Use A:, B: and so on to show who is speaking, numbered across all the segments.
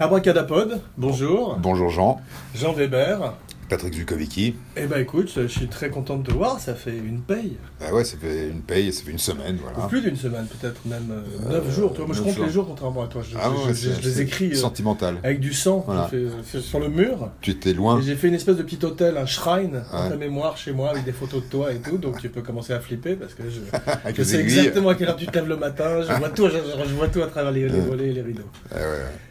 A: Abracadapod, bonjour.
B: Bonjour Jean,
A: Jean Weber.
B: Patrick Zukovicki.
A: Eh ben écoute, je suis très content de te voir, ça fait une paye.
B: Bah ouais, ça fait une paye, ça fait une semaine, voilà.
A: Ou plus d'une semaine peut-être, même 9 jours. Toi, moi je
B: Ah. Euh, neuf
A: compte
B: jours.
A: les jours contrairement à toi. Je,
B: Ah
A: je-
B: ouais,
A: je-
B: c'est-
A: je les
B: c'est
A: écris euh,
B: Sentimental.
A: avec du sang
B: Voilà.
A: j'ai fait- fait sur le mur.
B: Tu étais
A: Et
B: loin.
A: j'ai fait une espèce de petit hôtel, un shrine, à
B: Ah Ouais.
A: ta mémoire chez moi, avec des photos de toi et tout. Donc tu peux commencer à flipper parce que je,
B: Avec
A: je
B: les
A: sais
B: aiguilles.
A: exactement à quelle heure tu te lèves le matin. Je vois tout, je, je- je vois tout à travers les, les volets et les rideaux.
B: Eh ouais, ouais.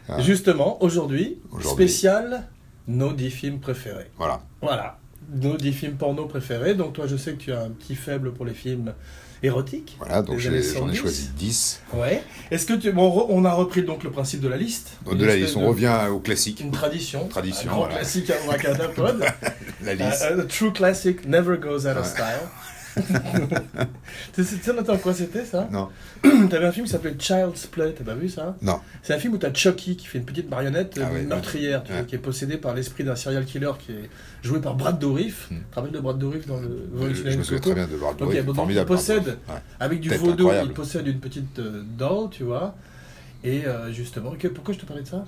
B: Ah.
A: Justement, aujourd'hui,
B: Aujourd'hui.
A: spécial, nos 10 films préférés.
B: Voilà.
A: Voilà, nos 10 films porno préférés. Donc toi, je sais que tu as un petit faible pour les films érotiques.
B: Voilà, donc
A: Des
B: j'ai-
A: années
B: j'en
A: 70.
B: ai choisi 10.
A: Ouais. Est-ce que tu... Bon, on re- on a repris donc le principe de la liste.
B: Au
A: Une
B: de la
A: espèce
B: liste, on revient au classique.
A: Une tradition.
B: Tradition,
A: Un grand
B: voilà.
A: classique à Abracadapod.
B: La liste.
A: A- a euh, true classic never goes out of
B: Ouais.
A: style. tu sais, tu sais, attends, quoi c'était ça
B: Non,
A: T'avais un film qui s'appelait Child's Play, t'as pas vu ça
B: non.
A: C'est un film où t'as Chucky qui fait une petite marionnette euh,
B: Ah ouais,
A: meurtrière, tu
B: ouais.
A: vois, qui est possédée par l'esprit d'un serial killer qui est joué par Brad Dourif.
B: Hmm. Euh,
A: Tu te rappelles de Brad Dourif dans le
B: Je, je me souviens
A: Coco
B: très bien de voir
A: Donc, il y a
B: Dory,
A: beaucoup
B: formidable.
A: qui possèdent.
B: Ouais.
A: Avec du
B: Tête
A: vaudou,
B: incroyable.
A: il possède une petite euh, doll, tu vois. Et euh, justement, que- pourquoi je te parlais de ça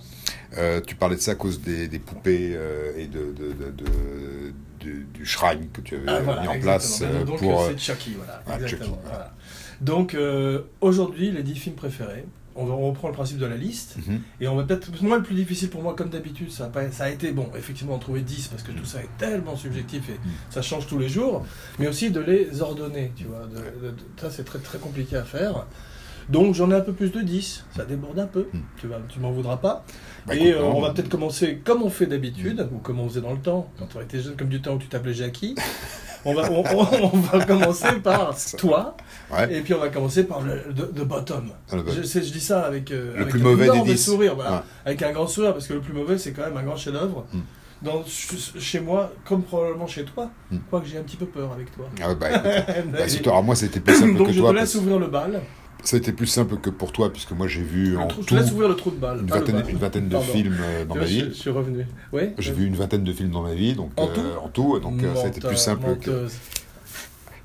B: Euh, tu parlais de ça à cause des, des poupées euh, et de, de, de- de- du- du shrine que tu avais mis en
A: Ah, exactement.
B: place
A: Maintenant,
B: euh,
A: donc,
B: pour.
A: euh,
B: euh,
A: c'est Chucky, voilà.
B: ah,
A: exactement,
B: Chucky, voilà.
A: voilà. Donc, euh, aujourd'hui, les 10 films préférés. On va- on reprend le principe de la liste.
B: mhm.
A: Et on va peut-être. Moi, le plus difficile pour moi, comme d'habitude, ça, a pas- ça a été, bon, effectivement, en trouver 10 parce
B: Mm.
A: que tout ça est tellement subjectif et ça change tous les jours, mais aussi de les ordonner, tu vois. de- de- de- ça, c'est très, très compliqué à faire. Donc, j'en ai un peu plus de 10. Ça déborde un peu.
B: Mm.
A: Tu, vas, tu m'en voudras pas.
B: Bah,
A: et
B: écoute,
A: euh,
B: non,
A: on va peut-être commencer comme on fait d'habitude, ou comme on faisait dans le temps, quand on était jeune, comme du temps où tu t'appelais Jackie. on, va, on, on- on va commencer par toi,
B: ouais.
A: et puis on va commencer par le the- the bottom.
B: Ah, le-
A: Je, sais, je dis ça avec, euh,
B: Le
A: avec
B: plus mauvais
A: un
B: des
A: énorme
B: 10.
A: sourire, voilà.
B: Ouais.
A: avec un grand sourire, parce que le plus mauvais, c'est quand même un grand chef-d'œuvre.
B: Mm.
A: Dans- ch- Chez moi, comme probablement chez toi,
B: Mm.
A: quoique j'ai un petit peu peur avec toi.
B: Ah, bah, écoute, bah,
A: Mais-
B: surtout, alors moi, c'était plus simple
A: Donc
B: que
A: je
B: toi.
A: te laisse
B: parce-
A: ouvrir le bal,
B: Ça a été plus simple que pour toi, puisque moi j'ai vu en
A: Le trou- je te
B: tout
A: laisse ouvrir le trou de balle.
B: une
A: pas Ah, le
B: vingtaine,
A: bal.
B: une vingtaine de
A: Pardon.
B: films euh, dans
A: Tu
B: ma
A: vois, je, je
B: vie.
A: suis revenu. Ouais.
B: J'ai
A: euh,
B: vu une vingtaine de films dans ma vie, donc
A: En
B: euh,
A: tout
B: en tout, donc euh, ça a été
A: menteur,
B: plus simple. Que...
A: menteuse.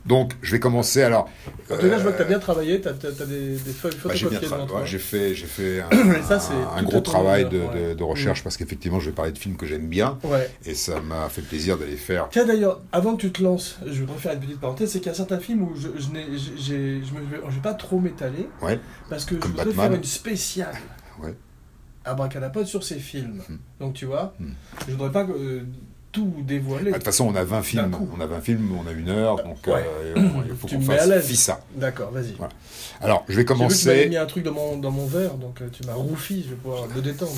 B: Donc je vais commencer alors.
A: En tout cas, je vois que
B: euh,
A: tu as bien travaillé, tu as, des, des feuilles
B: bah, j'ai
A: photocopiées
B: bien
A: devant
B: travaillé.
A: toi.
B: Ouais, j'ai fait, j'ai fait un,
A: Et ça,
B: un-
A: c'est
B: un
A: tout à
B: gros
A: ton
B: travail de,
A: honneur,
B: de-
A: ouais. Mm.
B: de recherche parce qu'effectivement, je vais parler de films que j'aime bien
A: Ouais.
B: et ça m'a fait plaisir d'aller faire.
A: Tiens d'ailleurs, avant que tu te lances, je voudrais faire une petite parenthèse, c'est qu'il y a certains films où je, je, n'ai- j'ai- j'ai- je, me, je vais pas trop m'étaler,
B: Ouais.
A: parce que je
B: Comme
A: voudrais
B: Batman.
A: faire une spéciale
B: Ouais.
A: abracadapod sur ces films.
B: Hmm.
A: Donc tu vois,
B: Hmm.
A: je voudrais pas euh, tout dévoiler.
B: Bah, De toute façon, on a 20 films,
A: coup.
B: on a 20 films, on a une heure, donc
A: Ouais.
B: euh, et on- il faut
A: Tu
B: qu'on
A: me mets à
B: fasse
A: l'aise.
B: fi ça.
A: D'accord, vas-y.
B: Voilà. Alors, je vais
A: J'ai vu que tu m'avais
B: commencer.
A: mis un truc dans mon, dans mon verre, donc euh, tu m'as roufi, je vais pouvoir me détendre.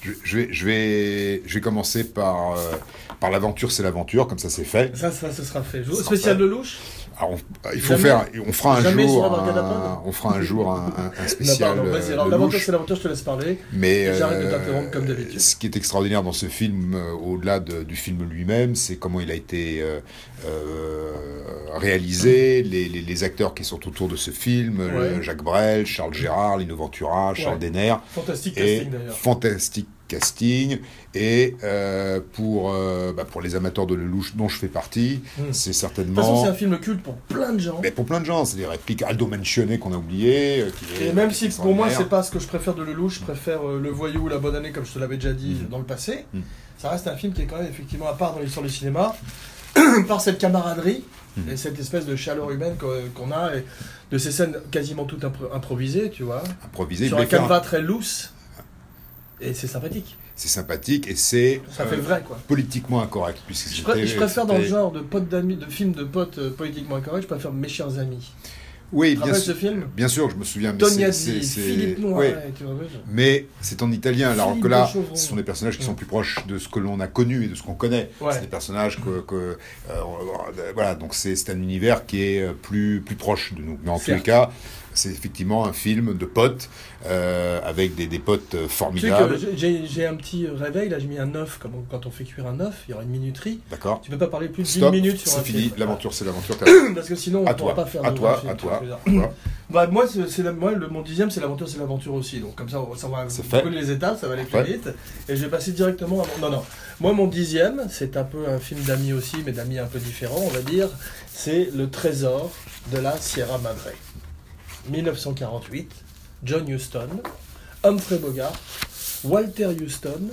B: Je, je vais, je, vais, je vais commencer par, euh, par l'aventure, c'est l'aventure, comme ça c'est fait.
A: Ça, ça, ce sera fait. Je-
B: Ce sera
A: Spécial
B: fait.
A: de louche
B: Alors, on- il faut
A: Jamais-
B: faire, on fera un
A: jamais sur
B: jour,
A: Abracadapod
B: un, on fera un jour un, un- un spécial.
A: Non, pardon, vas-y.
B: euh,
A: Alors,
B: de
A: l'aventure,
B: louche.
A: c'est l'aventure, je te laisse parler.
B: Mais euh,
A: Et j'arrête de t'interrompre comme d'habitude.
B: Ce qui est extraordinaire dans ce film, euh, au-delà de- du film lui-même, c'est comment il a été euh, euh, réalisé, les, les- les acteurs qui sont autour de ce film, euh,
A: Ouais.
B: Jacques Brel, Charles Gérard, Lino Ventura, Charles
A: Ouais.
B: Denner,
A: Fantastique
B: et
A: casting d'ailleurs.
B: fantastique casting et euh, pour euh, bah, pour les amateurs de Lelouch dont je fais partie
A: Hmm.
B: c'est
A: De toute façon,
B: certainement
A: c'est un film culte pour plein de gens.
B: mais pour plein de gens c'est des répliques Aldo Mancini qu'on a oublié euh, qui est-
A: Et même
B: qui
A: si
B: est
A: pour moi c'est
B: extraordinaire.
A: pas ce que je préfère de Lelouch, je préfère euh, Le Voyou ou La Bonne Année comme je te l'avais déjà dit
B: Mhm.
A: dans le passé,
B: Mhm.
A: ça reste un film qui est quand même effectivement à part dans l'histoire du cinéma, par cette camaraderie
B: Mhm.
A: et cette espèce de chaleur humaine qu'on qu'on a, et de ces scènes quasiment toutes impro- improvisées, tu vois,
B: improvisé
A: sur
B: mais
A: un
B: faire un-
A: canevas très loose, et c'est sympathique,
B: c'est sympathique et c'est
A: ça fait
B: euh,
A: vrai quoi.
B: politiquement incorrect puisque
A: Je, pré-
B: c'était- euh,
A: je préfère dans le
B: c'était-
A: genre de potes d'amis, de films de potes euh, politiquement incorrects, je préfère Mes chers amis.
B: oui
A: Tu te
B: Eh bien
A: rappelles ce
B: sûr
A: film
B: bien sûr je me souviens mais c'est-
A: Tognazzi,
B: c'est- c'est-
A: Philippe Noir,
B: oui.
A: ouais, tu vois, ouais, je-
B: mais c'est en italien, alors
A: Philippe
B: que là,
A: de Chauvron.
B: ce sont des personnages qui
A: Mm.
B: sont plus proches de ce que l'on a connu et de ce qu'on connaît.
A: Ouais.
B: C'est des personnages que, que, euh, euh, voilà, donc c'est c'est un univers qui est euh, plus plus proche de nous. Mais en tous les
A: Certes.
B: cas, c'est effectivement un film de potes euh, avec des, des potes euh,
A: Tu sais que
B: formidables.
A: j'ai- j'ai- j'ai un petit réveil, là j'ai mis un œuf, comme on- quand on fait cuire un œuf, il y aura une minuterie.
B: D'accord.
A: Tu peux pas parler plus d'une
B: Stop.
A: minute sur un
B: C'est fini.
A: film.
B: L'aventure, c'est l'aventure. terminée.
A: Parce que sinon on
B: à
A: pourra
B: toi.
A: pas faire
B: À
A: de
B: toi.
A: film,
B: À
A: tu vois
B: toi.
A: ce que je veux dire. Bah
B: Voilà.
A: moi, c'est c'est la- moi le, mon dixième c'est l'aventure, c'est l'aventure aussi. Donc comme ça, on- ça va
B: C'est fait.
A: brûler les étapes, ça va aller plus
B: Ouais.
A: vite. Et je vais passer directement à mon... Non, non. Moi mon dixième, c'est un peu un film d'amis aussi, mais d'amis un peu différents, on va dire. C'est Le Trésor de la Sierra Madre. 1948, John Huston, Humphrey Bogart, Walter Houston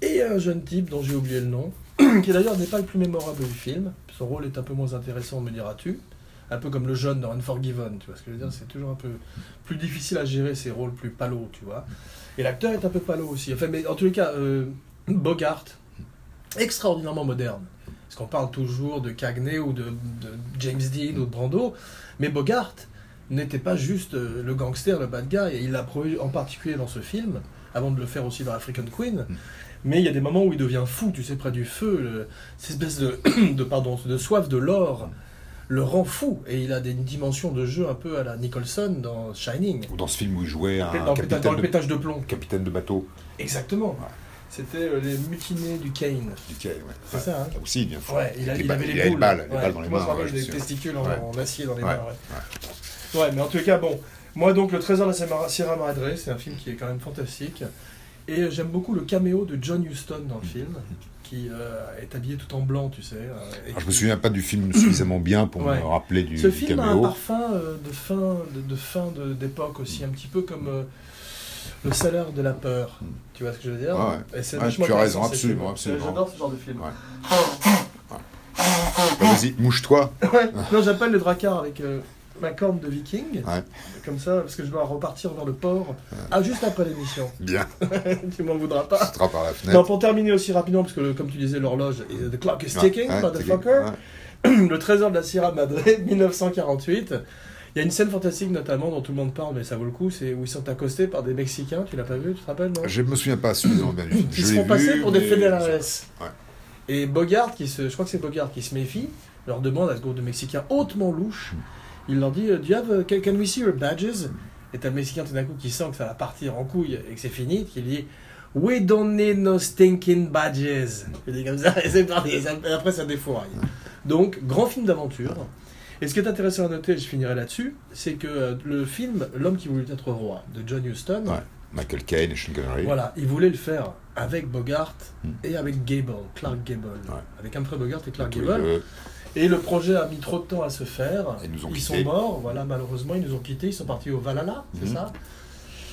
A: et un jeune type dont j'ai oublié le nom, qui d'ailleurs n'est pas le plus mémorable du film. Son rôle est un peu moins intéressant, me diras-tu. Un peu comme le jeune dans Unforgiven, tu vois ce que je veux dire C'est toujours un peu plus difficile à gérer ces rôles plus palos, tu vois. Et l'acteur est un peu palo aussi. Enfin, mais en tous les cas, euh, Bogart, extraordinairement moderne. Parce qu'on parle toujours de Cagney ou de, de James Dean ou de Brando, mais Bogart n'était pas juste euh, le gangster, le bad guy. Et il l'a prouvé en particulier dans ce film, avant de le faire aussi dans African Queen.
B: Mm.
A: Mais il y a des moments où il devient fou, tu sais, près du feu. le- cette espèce de, de, pardon, de soif de l'or le rend fou. Et il a des dimensions de jeu un peu à la Nicholson dans Shining.
B: Ou dans ce film où il jouait un
A: Dans, le péta- dans le
B: Ah, capitaine, de,
A: pétage de plomb.
B: capitaine de bateau.
A: Exactement. C'était euh, les mutinés du Kane.
B: Duquel, ouais.
A: C'est ça, hein
B: Là aussi, bien fou.
A: Ouais, il, a-
B: Avec
A: il
B: ba-
A: avait les
B: il avait
A: boules.
B: balles, les
A: Ouais,
B: balles dans les
A: moi,
B: mains.
A: je me rappelle,
B: ouais,
A: il avait
B: je
A: les
B: suis sûr.
A: testicules en,
B: Ouais.
A: en acier dans les
B: Ouais,
A: mains. Ouais. Ouais, mais en tout cas, bon. Moi, donc, Le Trésor de la Sierra- Sierra Madre, c'est un film qui est quand même fantastique. Et euh, j'aime beaucoup le caméo de John Huston
B: Mm.
A: dans le film, qui euh, est habillé tout en blanc, tu sais. euh, et
B: Alors, Ah, je
A: qui-
B: me souviens pas du film suffisamment bien pour
A: Ouais.
B: me rappeler du,
A: Ce
B: du
A: film a un
B: caméo. Ah,
A: parfum euh, de fin de, de fin de- d'époque aussi, un petit peu comme euh, Le Salaire de la Peur. Tu vois ce que je veux dire
B: Mm. Ouais,
A: Et c'est
B: Ouais,
A: vachement
B: tu as raison,
A: intéressant, ces
B: absolument,
A: films.
B: absolument.
A: Euh, J'adore ce genre de film.
B: Ouais. Bah, Vas-y, mouche-toi.
A: Ouais. Non, j'appelle le dracard avec euh, ma corne de viking.
B: Ouais.
A: Comme ça, parce que je dois repartir vers le port. Ah, juste après l'émission.
B: Bien,
A: tu m'en voudras pas.
B: tu te par la
A: Non,
B: fenêtre.
A: pour terminer aussi rapidement, parce que le- comme tu disais, l'horloge, euh, the clock is
B: Ouais,
A: ticking,
B: ouais,
A: motherfucker.
B: ouais.
A: Le trésor de la Sierra Madre, 1948. Il y a une scène fantastique notamment dont tout le monde parle, mais ça vaut le coup, c'est où ils sont accostés par des Mexicains, tu l'as pas vu, tu te rappelles, non
B: Je me souviens pas suffisamment bien du film.
A: Qui
B: Je
A: se
B: l'ai
A: font passer
B: vu,
A: pour des
B: mais-
A: fédérales.
B: Ouais.
A: Et Bogart, qui se, je crois que c'est Bogart qui se méfie, leur demande à ce groupe de Mexicains hautement louches, il leur dit, euh, Do you have, a- can, can we see your badges Et t'as le Mexicain tout d'un coup qui sent que ça va partir en couille et que c'est fini, qui dit, We don't need no stinking badges. Il dit comme ça, et c'est parti, et ça- et après ça défouraille. Donc, grand film d'aventure. Et ce qui est intéressant à noter, et je finirai là-dessus, c'est que euh, le film L'homme qui voulut être roi de John Huston,
B: Ouais. Michael Caine et Sean Connery.
A: voilà, il voulait le faire avec Bogart
B: Mm.
A: et avec Gable, Clark Gable.
B: Ouais.
A: Avec Humphrey Bogart et Clark
B: Tous les
A: Gable.
B: deux.
A: Et le projet a mis trop de temps à se faire.
B: Ils nous ont
A: sont
B: quittés.
A: morts, voilà, malheureusement, ils nous ont quittés. Ils sont partis au Valhalla, c'est
B: Mhm.
A: ça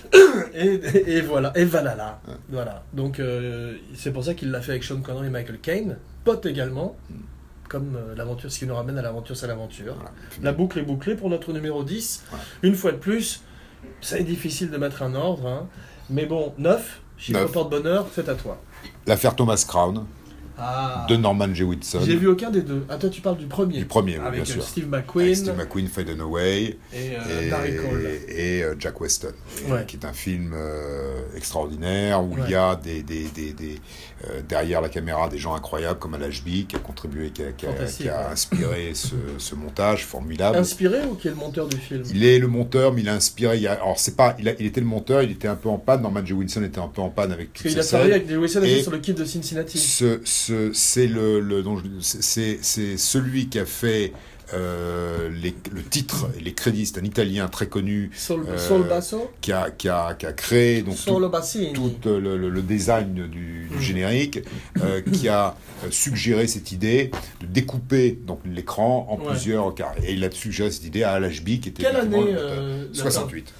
A: et, et voilà, et Valhalla. Voilà. Donc, euh, c'est pour ça qu'il l'a fait avec Sean Connery et Michael Caine, pote également, comme euh, l'aventure, ce qui nous ramène à l'aventure, c'est l'aventure.
B: Mhm. Voilà.
A: La boucle est bouclée pour notre numéro 10.
B: Voilà.
A: Une fois de plus, c'est difficile de mettre un ordre. hein. Mais bon, 9, chiffre
B: Neuf.
A: porte-bonheur, c'est à toi.
B: L'affaire Thomas Crown
A: Ah.
B: de Norman J. Whitson.
A: J'ai vu aucun des deux. Ah, toi, tu parles du premier.
B: Du premier, oui,
A: Avec
B: bien
A: euh,
B: sûr.
A: Steve
B: Avec
A: McQueen
B: Steve McQueen, Fade Away
A: et, euh,
B: et,
A: Barry Cole.
B: et, euh, Jack Weston, et-
A: Ouais.
B: qui est un film euh, extraordinaire où
A: Ouais.
B: il y a des, des, des, des, euh, derrière la caméra des gens incroyables comme Al Ashby qui a contribué, qui a, qui a-
A: Fantastique,
B: qui a
A: ouais.
B: inspiré ce, ce montage formidable.
A: Inspiré ou qui est le monteur du film
B: Ah Il est le monteur, mais il a inspiré. Il a- alors c'est pas, il, a- il était le monteur, il était un peu en panne. Norman J. Wilson était un peu en panne avec
A: Parce qu'il
B: toutes ces
A: a travaillé
B: scènes.
A: avec des Wilson et...
B: Et-
A: sur le kit de Cincinnati.
B: Ce, ce- c'est le, le- dont je- c'est, c'est celui qui a fait euh, les- le titre et les crédits. C'est un Italien très connu
A: Sol,
B: euh,
A: Sol Basso
B: qui a, qui a, qui a créé donc
A: Sol
B: tout,
A: Bassini.
B: tout, euh, le, le- le design du,
A: Mm.
B: du générique, euh, qui a euh, suggéré cette idée de découper donc l'écran en
A: Ouais.
B: plusieurs carrés. Et il a suggéré cette idée à Al Ashby, qui était
A: Quelle
B: effectivement
A: année
B: le monteur.
A: euh, la-
B: 68.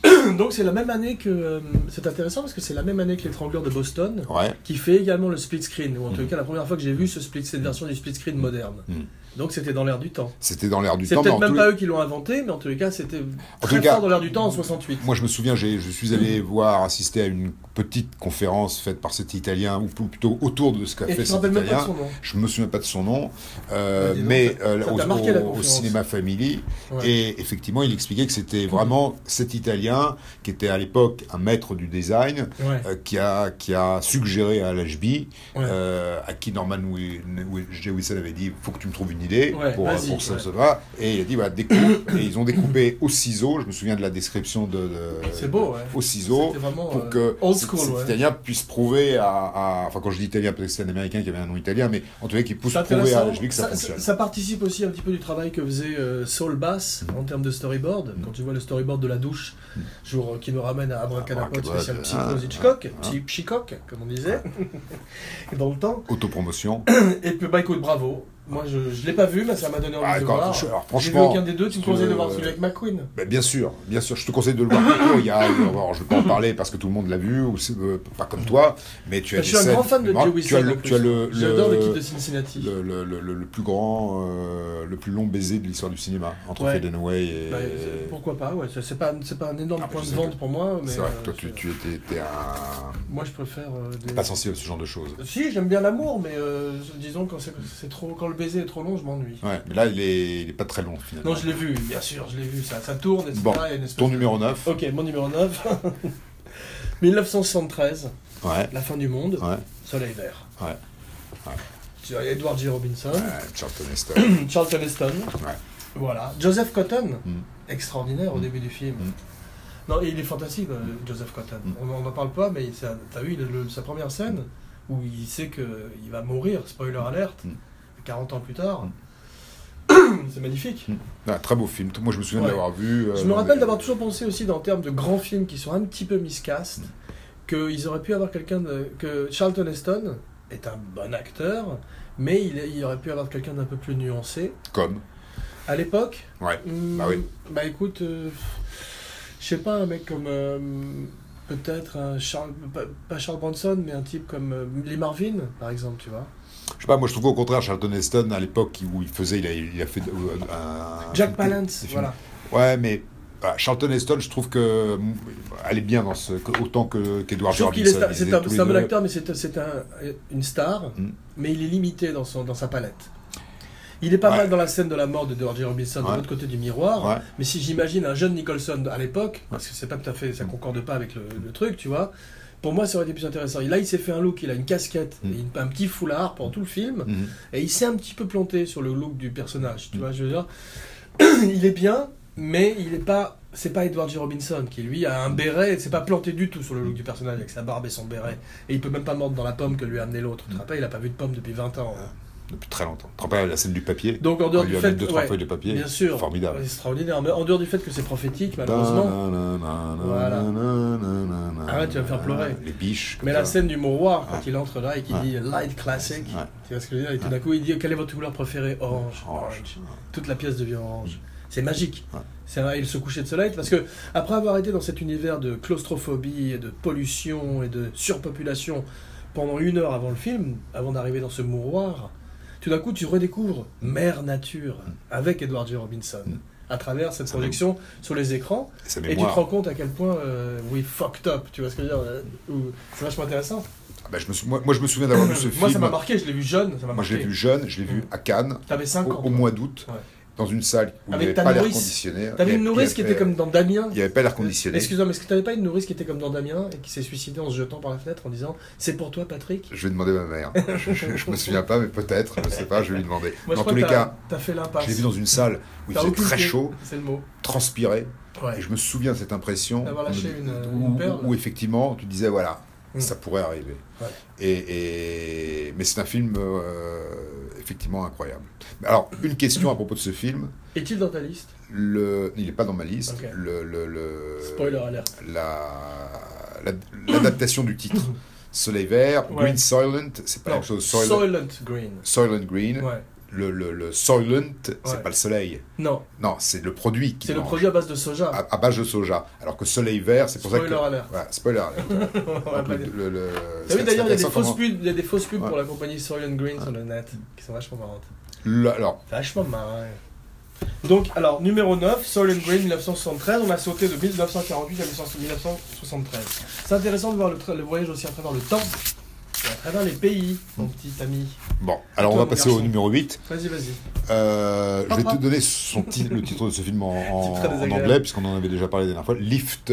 A: Donc c'est la même année que... euh, c'est intéressant parce que c'est la même année que l'étrangleur de Boston.
B: Ouais.
A: qui fait également le split screen, ou en tout cas la première fois que j'ai vu ce split, cette version du split screen moderne.
B: Mm.
A: Donc c'était dans l'air du temps.
B: C'était dans l'air du
A: C'est
B: temps. mais en
A: peut-être même
B: tous
A: pas
B: les-
A: eux qui l'ont inventé, mais en tous les cas c'était très
B: tout cas-
A: fort dans l'air du temps en 68.
B: Moi, je me souviens, j'ai- je suis
A: Mm.
B: allé voir, assister à une petite conférence faite par cet Italien, ou plutôt autour de ce qu'a
A: Et tu
B: fait
A: te
B: cet
A: rappelles même pas de
B: Italien.
A: son nom.
B: Je me souviens pas de son nom, euh,
A: Bah, dis donc,
B: mais
A: ça-
B: euh,
A: ça
B: au,
A: t'a marqué, la
B: au- au
A: conférence.
B: cinéma Family,
A: Ouais.
B: et effectivement, il expliquait que c'était vraiment cet Italien qui était à l'époque un maître du design,
A: Ouais.
B: euh, qui a qui a suggéré à l'HB,
A: Ouais.
B: à qui Norman Wi- Wi- J. Wilson avait dit, faut que tu me trouves une idée
A: Ouais,
B: pour,
A: vas-y,
B: pour ça,
A: ouais.
B: ça va. Et il a dit, bah découpe. et ils ont découpé au ciseau. Je me souviens de la description de, de-
A: C'est beau, ouais.
B: au ciseau
A: C'était vraiment
B: pour
A: euh,
B: que
A: old
B: cet-
A: school.
B: cet
A: ouais.
B: Italien puisse prouver à, à- Enfin, quand je dis Italien, peut-être que c'est un Américain qui avait un nom italien, mais en tout cas, qui puisse
A: C'est
B: prouver à
A: intéressant.
B: l'HB que ça, fonctionne.
A: ça participe aussi un petit peu du travail que faisait euh, Saul Bass
B: Mm.
A: en termes de storyboard. Quand tu vois le storyboard de la douche, jour euh, qui nous ramène à Abracadapod,
B: Abracadabra,
A: spécial
B: Mm. ah,
A: psychose
B: ah,
A: Hitchcock,
B: ah.
A: psy- Psychoc, comme on disait, dans le temps.
B: Autopromotion.
A: Et puis, bah écoute, bravo. Moi, je ne l'ai pas vu, mais ça m'a donné envie
B: Ah,
A: de le
B: quand-
A: voir.
B: je- alors,
A: J'ai vu
B: franchement,
A: aucun des deux, tu me
B: parce
A: conseilles
B: que-
A: de voir celui avec McQueen.
B: Ben, bien sûr, bien sûr, je te conseille de le voir. plutôt. Il y a, alors, je ne vais pas en parler parce que tout le monde l'a vu, ou c'est, euh, pas comme toi, mais tu
A: Je
B: as des
A: suis un
B: scènes-
A: grand fan de
B: Marc,
A: Joe Wilson.
B: Tu as
A: en
B: le,
A: plus.
B: tu as le,
A: J'adore le
B: le-
A: kit de Cincinnati.
B: le, le, le, le- le plus grand, euh, le plus long baiser de l'histoire du cinéma entre
A: Ouais.
B: Faye Dunaway et.
A: Bah, c'est- pourquoi pas, ouais. C'est c'est pas, c'est pas un énorme
B: Ah, mais
A: point
B: je
A: de
B: sais
A: vente
B: que-
A: pour moi, mais
B: c'est vrai
A: euh,
B: que toi, tu,
A: c'est-
B: tu étais, t'es un-
A: moi je préfère. euh, des-
B: pas sensible à ce genre de choses.
A: Si, j'aime bien l'amour, mais euh, disons quand c'est c'est trop, quand le baiser est trop long, je m'ennuie.
B: Ouais, mais là, il est, il est pas très long finalement.
A: Non, je l'ai vu, bien sûr, je l'ai vu, ça, ça tourne, etc.
B: Bon,
A: il y a une espèce
B: Ton
A: de-
B: numéro 9.
A: Ok, mon numéro 9. 1973,
B: Ouais,
A: La fin du monde,
B: ouais.
A: Soleil vert.
B: Ouais. Ouais.
A: Tu as Edward J. Robinson,
B: ouais, Charlton Heston.
A: Charlton Heston.
B: Ouais.
A: Voilà. Joseph Cotton,
B: Mm.
A: extraordinaire au
B: Mm.
A: début du film.
B: Mm.
A: Non, et il est fantastique, euh, Joseph Cotton.
B: Mm.
A: On n'en parle pas, mais c'est un- t'as vu il a le- sa première scène où il sait qu'il va mourir, spoiler alerte,
B: Mm.
A: 40 ans plus tard. C'est magnifique.
B: Ouais, Ah, très beau film. Moi, je me souviens
A: Ouais.
B: de l'avoir vu. euh,
A: Je me
B: dans
A: rappelle
B: des-
A: d'avoir toujours pensé aussi dans termes de grands films qui sont un petit peu
B: Mm.
A: miscast, qu'ils auraient pu avoir quelqu'un de... que Charlton Heston est un bon acteur, mais il, il aurait pu avoir quelqu'un d'un peu plus nuancé.
B: Comme.
A: À l'époque
B: Ouais.
A: hmm,
B: Bah oui.
A: Bah écoute, euh, je sais pas, un mec comme... euh, Peut-être un Charles, pas- pas Charles Bronson, mais un type comme euh, Lee Marvin, par exemple, tu vois.
B: Je sais pas, moi, je trouvais au contraire Charlton Heston à l'époque où il faisait, il a, il a fait euh, un.
A: Jack
B: un-
A: Palance,
B: des films
A: voilà.
B: Ouais, mais voilà, Charlton Heston, je trouve que mm, elle est bien dans ce que- autant que qu'Edward
A: Je trouve qu'il est,
B: Robinson,
A: star-
B: ils
A: c'est
B: étaient
A: un,
B: tous
A: c'est
B: les
A: un bon
B: deux-
A: acteur, mais c'est, c'est un- une star,
B: Mm.
A: mais il est limité dans, son, dans sa palette. Il est pas
B: Ouais.
A: mal dans la scène de la mort de George Robinson de
B: Ouais.
A: l'autre côté du miroir,
B: Ouais.
A: mais si j'imagine un jeune Nicholson à l'époque, parce que c'est pas tout à fait, ça
B: Mm.
A: concorde pas avec le, le truc, tu vois, pour moi ça aurait été plus intéressant. Et Là, il s'est fait un look, il a une casquette,
B: Mm.
A: et une- un petit foulard pendant tout le film,
B: Mhm.
A: et il s'est un petit peu planté sur le look du personnage, tu
B: Mm.
A: vois, je veux dire. il est bien, mais il est pas. C'est pas Edward J. Robinson qui, lui, a un béret, et s'est pas planté du tout sur
B: Mm.
A: le look du personnage avec sa barbe et son béret. Et il peut même pas mordre dans la pomme que lui a amené l'autre. Tu
B: Mm.
A: te rappelles, il a pas vu de pomme depuis 20 ans. hein.
B: depuis très longtemps. Tu te rappelles la scène du papier
A: Donc, en
B: On
A: dehors
B: Ah, lui
A: du
B: a
A: fait.
B: mis deux trois
A: ouais,
B: feuilles de papier.
A: bien sûr.
B: Formidable. Ben,
A: C'est extraordinaire. Mais en dehors du fait que c'est prophétique, malheureusement. Voilà. Ah ouais, tu vas me faire pleurer.
B: Les biches. comme
A: Mais la
B: ça.
A: scène du mouroir, quand
B: Ouais.
A: il entre là et qu'il
B: Ouais.
A: dit euh, Light Classic,
B: Ouais.
A: tu vois ce que je veux dire Et tout d'un coup, il dit Quelle est votre couleur préférée Orange.
B: Orange. Mm.
A: toute la pièce devient orange. C'est magique.
B: Ouais.
A: C'est vrai, et se coucher de soleil, parce que après avoir été dans cet univers de claustrophobie et de pollution et de surpopulation pendant une heure avant le film, avant d'arriver dans ce mouroir, tout d'un coup tu redécouvres Mère Nature avec Edward J. Robinson
B: Mm.
A: à travers cette
B: Ça
A: projection sur les écrans
B: Et Sa
A: et tu te rends
B: mémoire.
A: compte à quel point euh, we fucked up, tu vois ce que je veux dire euh, ou- C'est vachement intéressant.
B: Ah ben, je me sou- moi, moi, je me souviens d'avoir vu ce
A: Moi ça
B: film.
A: m'a marqué, je l'ai vu jeune, ça m'a
B: Moi, je
A: marqué.
B: l'ai vu jeune, je l'ai vu
A: Mm.
B: à Cannes,
A: T'avais 5
B: au,
A: ans.
B: au mois d'août,
A: Ouais.
B: dans une salle où il
A: Avec
B: n'y avait
A: ta
B: pas l'air
A: nourrice.
B: conditionné.
A: T'avais une
B: Il y
A: nourrice qui
B: avait-
A: était comme dans Damien
B: Il n'y avait pas l'air conditionné.
A: Excuse-moi, mais est-ce que t'avais pas une nourrice qui était comme dans Damien et qui s'est suicidée en se jetant par la fenêtre en disant C'est pour toi, Patrick
B: Je vais demander à ma mère. Je, je, je me souviens pas, mais peut-être, je sais pas, je vais lui demander.
A: Moi, je
B: dans
A: crois
B: tous les
A: que t'as-
B: cas,
A: t'as fait l'impasse.
B: je l'ai vu dans une salle où il
A: T'as
B: faisait
A: occulté,
B: très chaud,
A: C'est le mot.
B: transpirait,
A: Ouais.
B: et je me souviens de cette impression
A: D'avoir
B: on me-
A: lâché une-
B: où,
A: une perle.
B: où effectivement tu disais voilà,
A: Mm.
B: ça pourrait arriver.
A: Ouais.
B: Et, et- mais c'est un film euh, effectivement incroyable. Alors une question à propos de ce film,
A: Est-il dans ta liste
B: le, il n'est pas dans ma liste.
A: Ok.
B: Le, le- le-
A: Spoiler alert.
B: la- la- l'adaptation du titre. Soleil vert,
A: Ouais.
B: Green Soylent, c'est pas la
A: Non,
B: même chose. Soylent,
A: Soylent Green.
B: Soylent Green,
A: Ouais.
B: le, le, le Soylent,
A: Ouais.
B: c'est pas le soleil.
A: Non,
B: Non, c'est le produit qui
A: c'est le
B: mange.
A: produit à base de soja.
B: à, à base de soja. Alors que soleil vert, c'est pour
A: Spoiler
B: ça que.
A: alert.
B: Voilà, spoiler. alert.
A: On va
B: Donc,
A: pas
B: le-
A: dire.
B: le- le-
A: T'as vu
B: c'est-
A: Ah d'ailleurs, il y a des
B: c'est
A: fausses
B: intéressant
A: pubs, il y a des fausses pubs
B: Ouais.
A: pour la compagnie Soylent Green sur le net qui sont vachement marrantes.
B: comment- le- alors,
A: Vachement marrant. Donc, alors, numéro 9, Soylent Green 1973, on a sauté de 1948 à 1973. C'est intéressant de voir le, tra- le voyage aussi à travers le temps et à travers les pays, mon petit ami.
B: bon, alors
A: Toi,
B: on va
A: mon
B: passer
A: garçon.
B: au numéro 8.
A: Vas-y, vas-y.
B: Euh, je vais
A: Papa.
B: te donner son ti- le titre de ce film en, en-
A: Titre très
B: en
A: désagréable.
B: anglais, puisqu'on en avait déjà parlé la dernière fois. Lift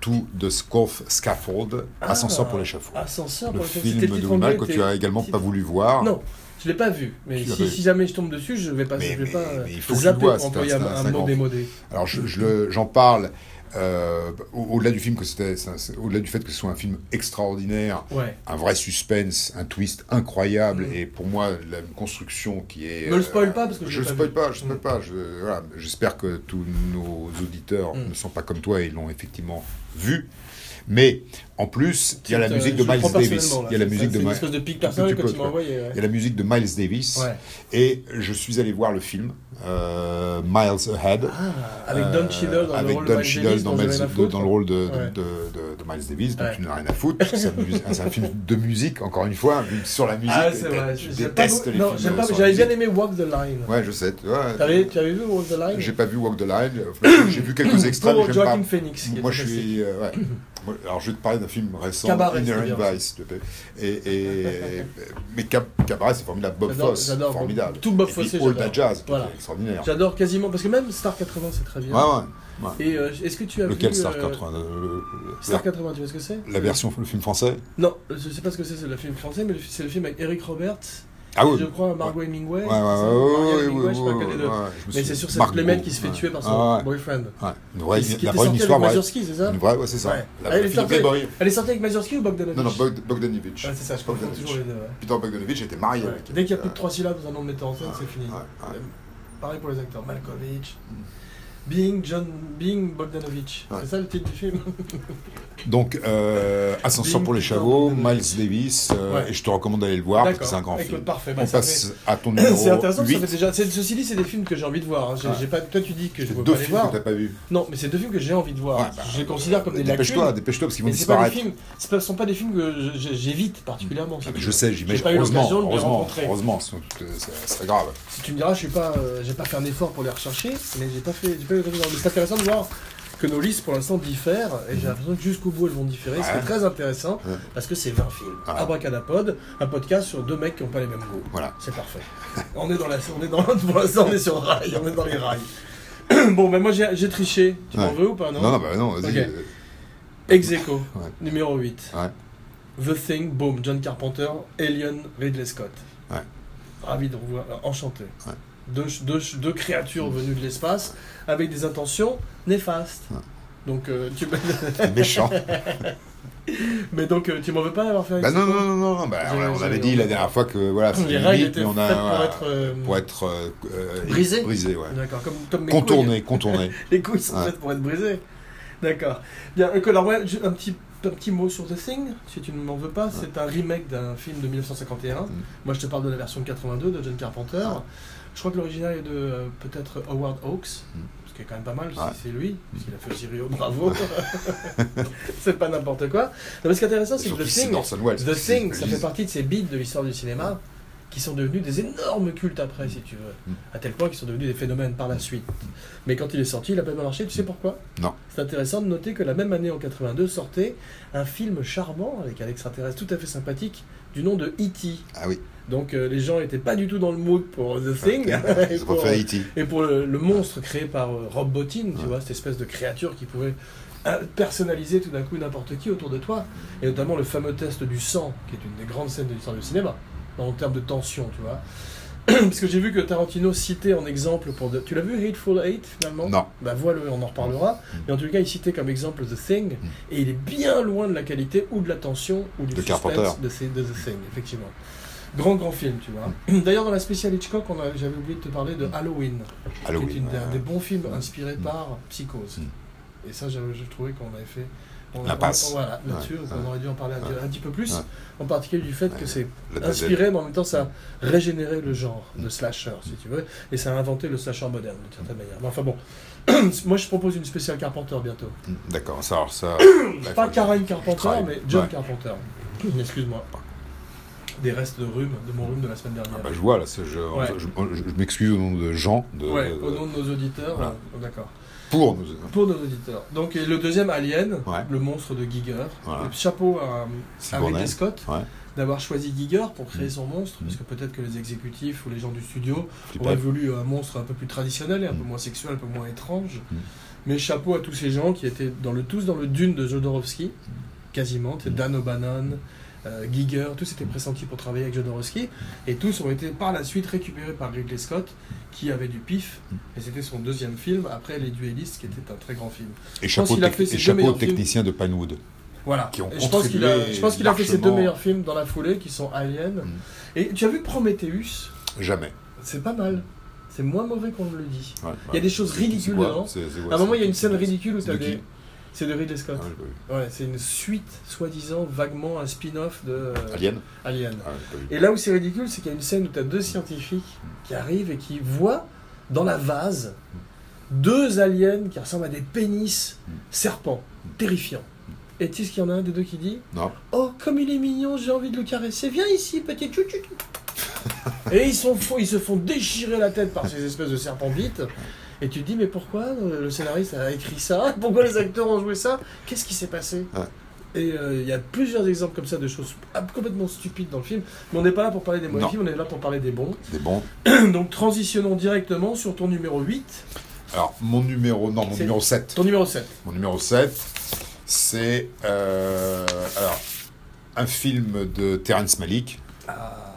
B: to the Scoff Scaffold,
A: Ah.
B: Ascenseur pour l'échafaud.
A: Ascenseur
B: Le
A: pour lequel
B: film
A: c'était le
B: de
A: titre anglais,
B: Woman que
A: était-
B: tu as également
A: si-
B: pas voulu voir.
A: Non, je l'ai pas vu, mais
B: Tu l'as
A: si,
B: pas vu.
A: si jamais je tombe dessus, je vais pas,
B: Mais-
A: je vais
B: mais-
A: pas euh,
B: mais il faut que tu le
A: zapper
B: vois,
A: pour
B: c'est un-
A: employer un,
B: c'est un-
A: un
B: c'est un
A: mot
B: grand-
A: démodé.
B: Alors, j'en je, le- j'en parle euh, au- au-delà du film que c'était, c'est un- c'est- au-delà du fait que ce soit un film extraordinaire,
A: Ouais.
B: un vrai suspense, un twist incroyable,
A: Mhm.
B: et pour moi la une construction qui est. euh,
A: Ne le spoil pas, parce que je
B: je
A: l'ai
B: le
A: pas
B: spoil
A: vu.
B: pas, je spoil
A: Mhm.
B: pas. Je- voilà, j'espère que tous nos auditeurs
A: Mhm.
B: ne sont pas comme toi et l'ont effectivement vu. Mais en plus, il y a la
A: C'est, euh,
B: musique de
A: je le prends
B: Miles Davis.
A: personnellement, là.
B: Il y a la
A: C'est-
B: musique de
A: C'est une
B: Mi-
A: espèce de pic
B: que
A: personnel
B: tu
A: que
B: peux,
A: tu m'as
B: quoi.
A: envoyé. ouais.
B: il y a la musique de Miles Davis.
A: Ouais.
B: Et je suis allé voir le film euh, Miles Ahead.
A: Ah, avec Don
B: Euh,
A: Cheadle dans
B: avec
A: le rôle
B: Don
A: de Miles
B: Cheadle
A: Davis,
B: dans,
A: dont
B: Miles-
A: j'avais la
B: de-
A: faute.
B: dans le rôle de,
A: Ouais.
B: de, de- de Miles Davis, donc
A: Ouais.
B: tu n'as rien à foutre, parce que c'est un mus- c'est un film de musique, encore une fois, un film sur la musique.
A: Ah,
B: et
A: c'est
B: t'as-
A: vrai.
B: tu
A: J'aime pas
B: détestes
A: beaucoup-
B: les
A: non,
B: films
A: j'aime pas-
B: sur la
A: J'avais bien
B: musique.
A: aimé Walk the Line.
B: Ouais, je sais. tu vois,
A: T'avais- Tu avais vu Walk the Line
B: J'ai pas vu Walk the Line, euh, j'ai vu quelques extraits, mais
A: Pour
B: j'aime pas.
A: Joaquin Phoenix. qui
B: Moi,
A: était
B: je
A: passé.
B: suis. euh, ouais. Moi, Alors, je vais te parler d'un film récent,
A: Cabaret, c'est bien.
B: Inherent Vice, s'il te plaît. Et, et- mais Cab- Cabaret, c'est formidable. Bob
A: J'adore-
B: Fosse,
A: j'adore Bob-
B: formidable.
A: tout Bob
B: Et puis
A: Fosse,
B: All
A: j'adore.
B: That Jazz, qui
A: Voilà.
B: est extraordinaire.
A: J'adore quasiment, parce que même Star 80, c'est très bien.
B: Ouais, ouais. ouais.
A: Et euh, est-ce que tu as
B: Lequel
A: vu...
B: Star
A: euh,
B: 80 euh, le- le-
A: Star 80, tu vois ce que c'est
B: La version, le film français
A: Non, je sais pas ce que c'est, c'est le film français, mais le- c'est le film avec Eric Roberts,
B: Ah
A: et je crois Margot Hemingway.
B: Ouais,
A: c'est ça
B: ouais, ouais,
A: Margot
B: ouais, ouais, ouais,
A: Hemingway, je sais pas
B: ouais,
A: quel des
B: ouais,
A: deux.
B: ouais, je me
A: Mais c'est
B: souviens.
A: sur cette
B: Marc
A: le mec
B: Gros,
A: qui se fait
B: ouais.
A: tuer par son
B: Ah, ouais,
A: boyfriend.
B: ouais. Une vraie-
A: qui, qui
B: la
A: était
B: vraie
A: sortie avec
B: histoire, vraie.
A: Mazurski, c'est ça
B: Une vraie, ouais, c'est ça.
A: Ouais.
B: La
A: Elle est
B: vraie-
A: sortie-
B: vraie- vraie-
A: Elle est sortie avec Mazurski ou Bogdanovich
B: Non, non, Bogd- Bogdanovich.
A: Ah, c'est ça, je confonds
B: Bogdanovich.
A: toujours les deux. ouais.
B: Peter Bogdanovich était marié.
A: Ouais.
B: avec-
A: Dès qu'il y a plus de
B: euh,
A: trois syllabes dans un nom de metteur en scène,
B: ouais,
A: c'est fini.
B: ouais, ouais. Hmm.
A: Pareil pour les acteurs, Malkovich, Bing, John, Bing Bogdanovich.
B: Ouais.
A: C'est ça le titre du film
B: Donc, euh, Ascenseur
A: Bing,
B: pour les
A: Peter
B: Chavots, Miles
A: Bogdanovich.
B: Davis, euh,
A: Ouais.
B: et je te recommande d'aller le voir parce que Ah, c'est un grand
A: Écoute,
B: film.
A: parfait. bah,
B: On
A: ça
B: passe
A: fait-
B: à ton numéro
A: C'est intéressant, parce que
B: 8.
A: ça fait déjà. c'est- Ceci dit, c'est des films que j'ai envie de voir. hein. J'ai-
B: Ouais.
A: j'ai pas... Toi, tu dis que je
B: C'est
A: veux
B: deux
A: pas les
B: films que
A: voir.
B: t'as pas vus.
A: Non, mais c'est deux films que j'ai envie de voir.
B: Ouais, bah,
A: je les considère comme des lacunes.
B: Dépêche-toi, dépêche-toi parce qu'ils vont
A: Mais c'est pas des
B: disparaître.
A: films, c'est pas- ce sont pas des films que je- je- j'évite particulièrement. si
B: Ah, mais
A: tu
B: Je
A: veux.
B: sais, j'imagine.
A: J'ai pas eu
B: Heureusement,
A: l'occasion de les
B: heureusement,
A: rencontrer.
B: heureusement, sinon, euh, ça ça serait grave.
A: Si tu me diras, je suis pas, euh, j'ai pas fait un effort pour les rechercher, mais j'ai pas fait, j'ai pas eu l'occasion. Mais c'est intéressant de voir que nos listes pour l'instant diffèrent, et j'ai l'impression que jusqu'au bout elles vont différer. C'est
B: Mhm. Ouais.
A: très intéressant
B: Ouais.
A: parce que c'est 20 films.
B: Ouais.
A: Abracadapod, un podcast sur deux mecs qui ont pas les mêmes goûts.
B: Voilà.
A: C'est parfait. On est dans la, on est dans, pour l'instant on est sur rail, on est dans les rails. bon, ben moi j'ai j'ai triché. Tu m'en
B: Ouais.
A: veux ou pas
B: Non, non, bah non, vas-y.
A: Ok.
B: euh,
A: Ex aequo,
B: Ouais.
A: numéro 8.
B: Ouais.
A: The Thing, boom, John Carpenter, Alien, Ridley Scott.
B: Ouais.
A: Ravi de revoir, euh, enchanté.
B: Ouais.
A: Deux, ch- deux ch- deux créatures venues de l'espace avec des intentions néfastes.
B: Ouais.
A: Donc, euh, tu...
B: t'es méchant.
A: Mais donc, euh, tu m'en veux pas d'avoir fait un
B: Bah
A: ex
B: non,
A: aequo
B: non, non, non, non, bah,
A: J'ai-
B: on, on
A: j'ai-
B: avait dit la dernière fois que voilà, c'est
A: Les
B: une
A: règles
B: limite,
A: étaient
B: mais on a
A: faites pour
B: voilà,
A: être. euh,
B: pour être, euh, euh,
A: brisé.
B: brisé, ouais.
A: D'accord, comme, comme mes
B: Contourné, contourné.
A: Les couilles sont
B: Ouais.
A: faites pour être brisées. D'accord. Bien, euh, alors ouais, je- un petit, un petit mot sur The Thing, si tu ne m'en veux pas. C'est un remake d'un film de 1951. Moi, je te parle de la version de 82 de John Carpenter.
B: Mm. Ouais.
A: Je crois que l'original est de euh, peut-être Howard Hawks,
B: Mm.
A: ce qui est quand même pas mal, si
B: Ouais. Mm.
A: c'est lui, parce qu'il a fait aussi Rio Bravo. c'est pas n'importe quoi. Non, mais ce qui est intéressant, c'est que
B: Surtout
A: The
B: si c'est
A: Thing,
B: Orson Welles.
A: The Thing, ça fait
B: pas.
A: partie de ces beats de l'histoire du cinéma qui sont devenus des énormes cultes après, si tu veux.
B: Mm.
A: À tel point qu'ils sont devenus des phénomènes par la suite. Mais quand il est sorti, il n'a pas bien marché, tu sais pourquoi
B: Non.
A: C'est intéressant de noter que la même année, en 82, sortait un film charmant avec un extraterrestre tout à fait sympathique du nom de E.T.
B: Ah oui,
A: Donc euh, les gens n'étaient pas du tout dans le mood pour The Thing. et
B: ils ont
A: pour,
B: pas fait E.T.
A: et pour le, le monstre créé par euh, Rob Bottin, tu
B: Ouais.
A: vois, cette espèce de créature qui pouvait euh, personnaliser tout d'un coup n'importe qui autour de toi. Et notamment le fameux test du sang, qui est une des grandes scènes de l'histoire du cinéma, en termes de tension, tu vois. Parce que j'ai vu que Tarantino citait en exemple pour... de- Tu l'as vu, Hateful Eight, finalement
B: Non.
A: bah voilà, on en reparlera.
B: Mm.
A: Mais en tout cas, il citait comme exemple The Thing, et il est bien loin de la qualité ou de la tension ou du
B: De
A: suspense
B: Carpenter.
A: de, ces- de The Thing, effectivement. Grand, grand film, tu vois.
B: Mm.
A: D'ailleurs, dans la spéciale Hitchcock, on a- j'avais oublié de te parler de Halloween, qui est
B: Halloween. euh,
A: une des- un des
B: Ah, ouais.
A: bons films inspirés
B: Mm.
A: par Psychose. Et ça, j'avais- je trouvais qu'on avait fait. on-
B: L'impasse.
A: on- Voilà, là-dessus,
B: Ouais,
A: on aurait dû en parler un,
B: ouais.
A: un petit peu plus,
B: Ouais.
A: en particulier du fait
B: Ouais. Mm.
A: que c'est
B: La tête
A: inspiré, mais en même temps, ça a régénéré
B: Mm.
A: le genre de slasher, si tu veux, et ça a inventé le slasher moderne, d'une
B: Mm.
A: certaine manière. Mais enfin bon, moi je propose une spéciale Carpenter bientôt.
B: d'elle. Hmm, D'accord, ça, alors ça. là,
A: Pas
B: faut-
A: Karen Carpenter,
B: Crime.
A: mais John
B: Ouais.
A: Carpenter. Excuse-moi. Des restes de rhume de mon rhume de la semaine dernière.
B: Ah bah, je vois, là, c'est- je,
A: Ouais.
B: je, je- je m'excuse au nom de Jean, de,
A: ouais,
B: de-
A: au nom de nos auditeurs,
B: euh, voilà.
A: euh, d'accord.
B: pour nous. euh,
A: Pour nos auditeurs. Donc et le deuxième Alien,
B: Ouais.
A: le monstre de Giger.
B: Voilà.
A: Et Chapeau à, à
B: Sigourney.
A: Ridley Scott
B: Ouais.
A: d'avoir choisi Giger pour créer
B: Mm.
A: son monstre,
B: Mm.
A: parce que peut-être que les exécutifs ou les gens du studio
B: Flipper.
A: auraient voulu un monstre un peu plus traditionnel, et un peu
B: Mm.
A: moins sexuel, un peu moins étrange.
B: Mm.
A: Mais chapeau à tous
B: Mm.
A: ces gens qui étaient dans le tous dans le dune de Jodorowsky, quasiment. C'est Dan O'Bannon, euh, Giger, tous étaient pressentis pour travailler avec
B: Mm.
A: Jodorowsky, et tous ont été par la suite récupérés par Ridley Scott, qui avait du pif,
B: Mm.
A: et c'était son deuxième film, après Les Duellistes, qui était un très grand film.
B: Et
A: pense
B: chapeau,
A: qu'il a
B: tec-
A: fait ses
B: et
A: deux
B: chapeau
A: meilleurs
B: aux techniciens de Panwood.
A: Voilà.
B: Qui ont
A: Et je pense qu'il a, je pense qu'il a fait ses deux
B: largement. Mm.
A: meilleurs films dans la foulée, qui sont Alien. Et tu as vu Prometheus
B: Jamais.
A: C'est pas mal. C'est moins mauvais qu'on ne le dit.
B: Ouais,
A: Il y a
B: ouais.
A: des choses
B: C'est- c'est
A: ridicules
B: quoi
A: dedans.
B: C'est- c'est quoi,
A: À un moment,
B: c'est-
A: il y a une scène ridicule où
B: c'est
A: t'as
B: de qui
A: des. C'est de Ridley
B: Ah,
A: Scott.
B: j'ai pas vu.
A: Ouais, c'est une suite, soi-disant, vaguement un spin-off de euh,
B: Alien
A: Alien.
B: Ah, j'ai pas vu.
A: Et là où c'est ridicule, c'est qu'il y a une scène où tu as deux scientifiques qui arrivent et qui voient dans la vase deux aliens qui ressemblent à des pénis serpents, terrifiants. Et tu sais ce qu'il y en a un des deux qui dit
B: Non.
A: Oh, comme il est mignon, j'ai envie de le caresser. Viens ici, petit chouchou. Et ils, sont fous, ils se font déchirer la tête par ces espèces de serpents bites. Et tu te dis, mais pourquoi euh, le scénariste a écrit ça Pourquoi les acteurs ont joué ça Qu'est-ce qui s'est passé
B: Ouais.
A: Et euh, il y a plusieurs exemples comme ça de choses ab- complètement stupides dans le film. Mais on n'est pas là pour parler des mauvais
B: Non.
A: films, on est là pour parler des bons.
B: Des bons.
A: Donc transitionnons directement sur ton numéro 8,
B: Alors, mon numéro, non, mon
A: C'est-
B: numéro 7.
A: ton numéro 7.
B: Mon numéro 7, c'est euh, alors, un film de Terrence Malick,
A: Ah.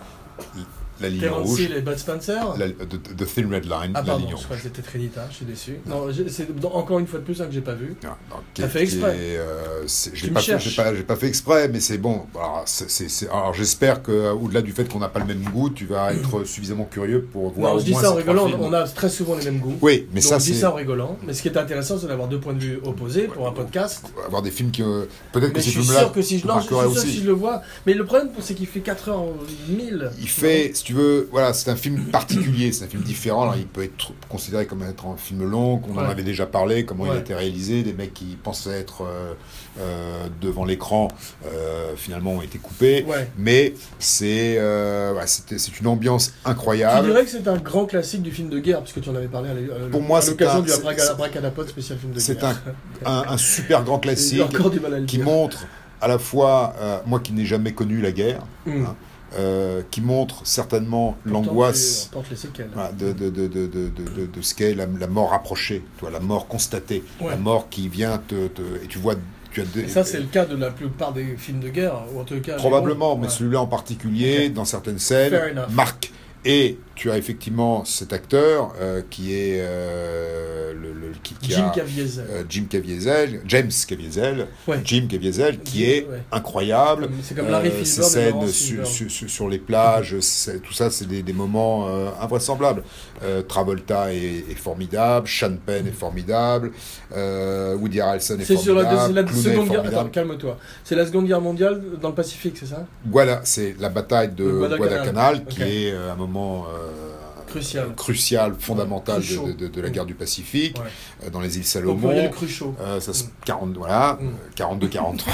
B: La ligne
A: Terence
B: rouge,
A: Hill et Bud Spencer.
B: la- de, de- de Thin Red Line,
A: Ah
B: La
A: pardon,
B: ligne
A: je
B: rouge.
A: crois que c'était Trinita, je suis déçu. Non, j'ai- c'est dans- encore une fois de plus un que j'ai pas vu.
B: Non, non,
A: T'as fait
B: qui- Ah, qui
A: exprès.
B: est, euh, c'est- je
A: Tu
B: l'ai
A: me
B: pas, fait-
A: cherches.
B: j'ai pas, j'ai pas fait exprès, mais c'est bon. Alors, c'est- c'est- c'est- alors, j'espère que, euh, au-delà du fait qu'on n'a pas le même goût, tu vas être suffisamment curieux pour voir.
A: non,
B: au
A: je dis
B: moins
A: ça en
B: ces trois
A: rigolant,
B: films.
A: on a très souvent les mêmes goûts.
B: Oui, mais
A: Donc
B: ça,
A: je dis
B: c'est
A: ça en rigolant. Mais ce qui est intéressant, c'est d'avoir deux points de vue opposés pour un podcast.
B: avoir des films qui, euh, peut-être
A: Mais
B: que
A: je
B: ces
A: suis
B: films-là,
A: sûr que si je, non, je suis
B: marqueraient
A: sûr
B: aussi.
A: si je le vois. Mais le problème, c'est qu'il fait 4 heures 1000.
B: Il fait, si tu veux, voilà, c'est un film particulier, c'est un film différent. Alors, il peut être considéré comme être un film long, on en
A: Ouais.
B: avait déjà parlé, comment il
A: Ouais.
B: a été réalisé, des mecs qui pensaient être euh, euh, devant l'écran, euh, finalement ont été coupés.
A: Ouais.
B: Mais c'est euh, ouais, c'était- c'est une ambiance
A: Tu
B: incroyable.
A: dirais que c'est un grand classique du film de guerre, puisque tu en avais parlé à l'é- à
B: Pour moi, c'est
A: l'occasion
B: un-
A: du
B: c'est-
A: Abraca- Abracadapod spécial film de
B: C'est
A: guerre.
B: un, un, un super grand
A: J'ai
B: classique
A: encore du mal à le
B: qui
A: dire.
B: montre à la fois, euh, moi qui n'ai jamais connu la guerre,
A: Hum.
B: hein, euh, qui montre certainement
A: Pourtant,
B: l'angoisse.
A: tu portes les séquelles.
B: Voilà, de, de, de, de, de, de, de- de ce qu'est la, la mort approchée, tu vois, la mort constatée,
A: Ouais.
B: la mort qui vient te, te- et tu vois, tu as des- euh,
A: Et ça, c'est le cas de la plupart des films de guerre, ou en tout cas. les
B: probablement,
A: bons.
B: mais
A: Ouais.
B: celui-là en particulier, dans certaines
A: Fair
B: scènes,
A: enough.
B: marque. Et tu as effectivement cet acteur euh, qui est euh, le, le- qui, qui
A: Jim
B: a-
A: Caviezel.
B: euh, Jim Caviezel, James Caviezel,
A: Ouais.
B: Jim Caviezel, qui
A: Jim,
B: est
A: ouais.
B: incroyable.
A: Comme- c'est comme Larry Silver
B: Euh, ces
A: de
B: scènes
A: Laurence
B: sur,
A: Silver.
B: sur- sur- sur les plages, c'est- tout ça, c'est des, des moments euh, invraisemblables. Euh, Travolta est, est formidable, Sean Penn est formidable, euh, Woody Harrelson est
A: C'est sur
B: formidable,
A: la, deuxi- la
B: Clooney est
A: seconde guerre. Attends,
B: formidable.
A: calme-toi. C'est la seconde guerre mondiale dans le Pacifique, c'est ça
B: Voilà, c'est la bataille de
A: Le Guadalcanal.
B: Guadalcanal, qui
A: Ok.
B: est euh, un moment euh,
A: Ah, Crucial.
B: crucial, fondamental
A: Crucial.
B: de, de- de la guerre du Pacifique,
A: Ouais.
B: euh, dans les îles
A: Au
B: Salomon.
A: pluriel Cruchot.
B: Euh, ça se-
A: Mm.
B: 40, voilà,
A: Mm.
B: euh, 42, 43.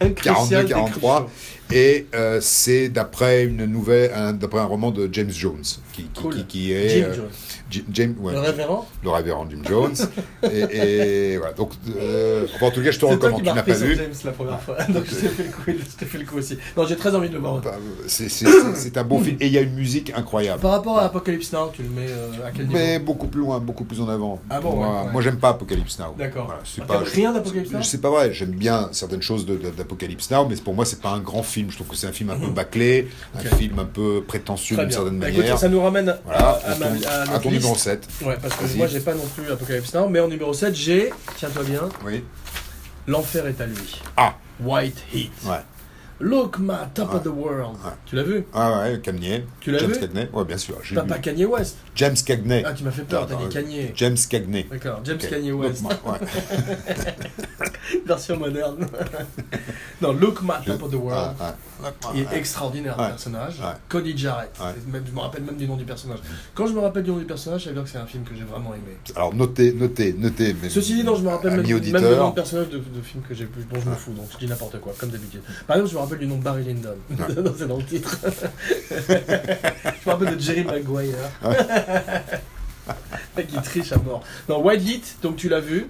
A: Un crucial des
B: 42, 43.
A: Cruchots.
B: Et euh, c'est d'après une nouvelle, un- d'après un roman de James Jones, qui, qui,
A: Cool.
B: qui- qui est
A: Jim
B: euh,
A: Jones.
B: Jim- James- ouais,
A: Le révérend
B: le révérend Jim Jones. et, et voilà. Donc, euh, enfin, en tout cas, je te
A: C'est toi qui
B: recommande. Tu
A: m'as
B: n'as
A: repris
B: pas
A: sur
B: vu.
A: James la première fois. Donc je t'ai fait le coup, je t'ai fait le coup aussi. Non, j'ai très envie de le voir.
B: Bah, c'est- C'est c'est- c'est un bon film et il y a une musique incroyable.
A: Par rapport à Apocalypse Now, tu le mets euh, à quel niveau
B: Mais beaucoup plus loin, beaucoup plus en avant.
A: Ah bon,
B: moi,
A: ouais, ouais.
B: moi, j'aime pas Apocalypse Now.
A: D'accord.
B: Voilà, c'est
A: Ah,
B: pas-
A: t'aimes rien d'Apocalypse Now
B: C'est pas vrai. J'aime bien certaines choses de- de- d'Apocalypse Now, mais pour moi, c'est pas un grand film. Je trouve que c'est un film un peu bâclé,
A: Mmh. Ok.
B: un film un peu prétentieux
A: Très
B: d'une
A: bien.
B: certaine
A: Bah,
B: manière.
A: écoute, ça nous ramène à-
B: Voilà,
A: à,
B: à
A: ma-
B: ton,
A: à
B: à
A: notre
B: ton
A: liste.
B: numéro 7.
A: Ouais, parce que
B: Vas-y.
A: moi j'ai pas non plus Apocalypse Now, mais en numéro 7, j'ai, tiens-toi bien,
B: Oui.
A: L'enfer est à lui.
B: Ah.
A: White Heat.
B: Ouais.
A: Look ma top
B: Ouais.
A: of the world.
B: Ouais.
A: Tu l'as vu
B: Ah ouais, Cagney.
A: Tu l'as
B: James
A: vu
B: Cagney Ouais, bien sûr. j'ai
A: T'as
B: vu.
A: pas Kanye West
B: James Cagney.
A: Ah, tu m'as fait peur, t'as
B: Attends,
A: dit
B: euh,
A: Kanye.
B: James Cagney.
A: D'accord, James
B: Ok.
A: Kanye West,
B: Donc, moi, ouais.
A: version moderne. non, Look ma
B: Je-
A: top of the world.
B: Ah, ah. Donc, moi,
A: Il est
B: ouais.
A: extraordinaire le
B: Ouais.
A: personnage.
B: Ouais.
A: Cody Jarrett.
B: Ouais.
A: Et même- je me rappelle même du nom du personnage. Quand je me rappelle du nom du personnage, ça veut dire que c'est un film que j'ai vraiment aimé.
B: Alors, notez, notez, notez. mais-
A: Ceci dit, non, je me rappelle même,
B: Amis
A: même le nom de
B: auditeurs.
A: personnage de, de film que j'ai plus, dont je
B: Ah.
A: me fous, donc je dis n'importe quoi, comme d'habitude. Par exemple, je me rappelle du nom de Barry Lyndon. Non, c'est dans le titre. je me rappelle de Jerry Maguire.
B: Ah
A: qui triche à mort. Non, White Heat, donc tu l'as vu.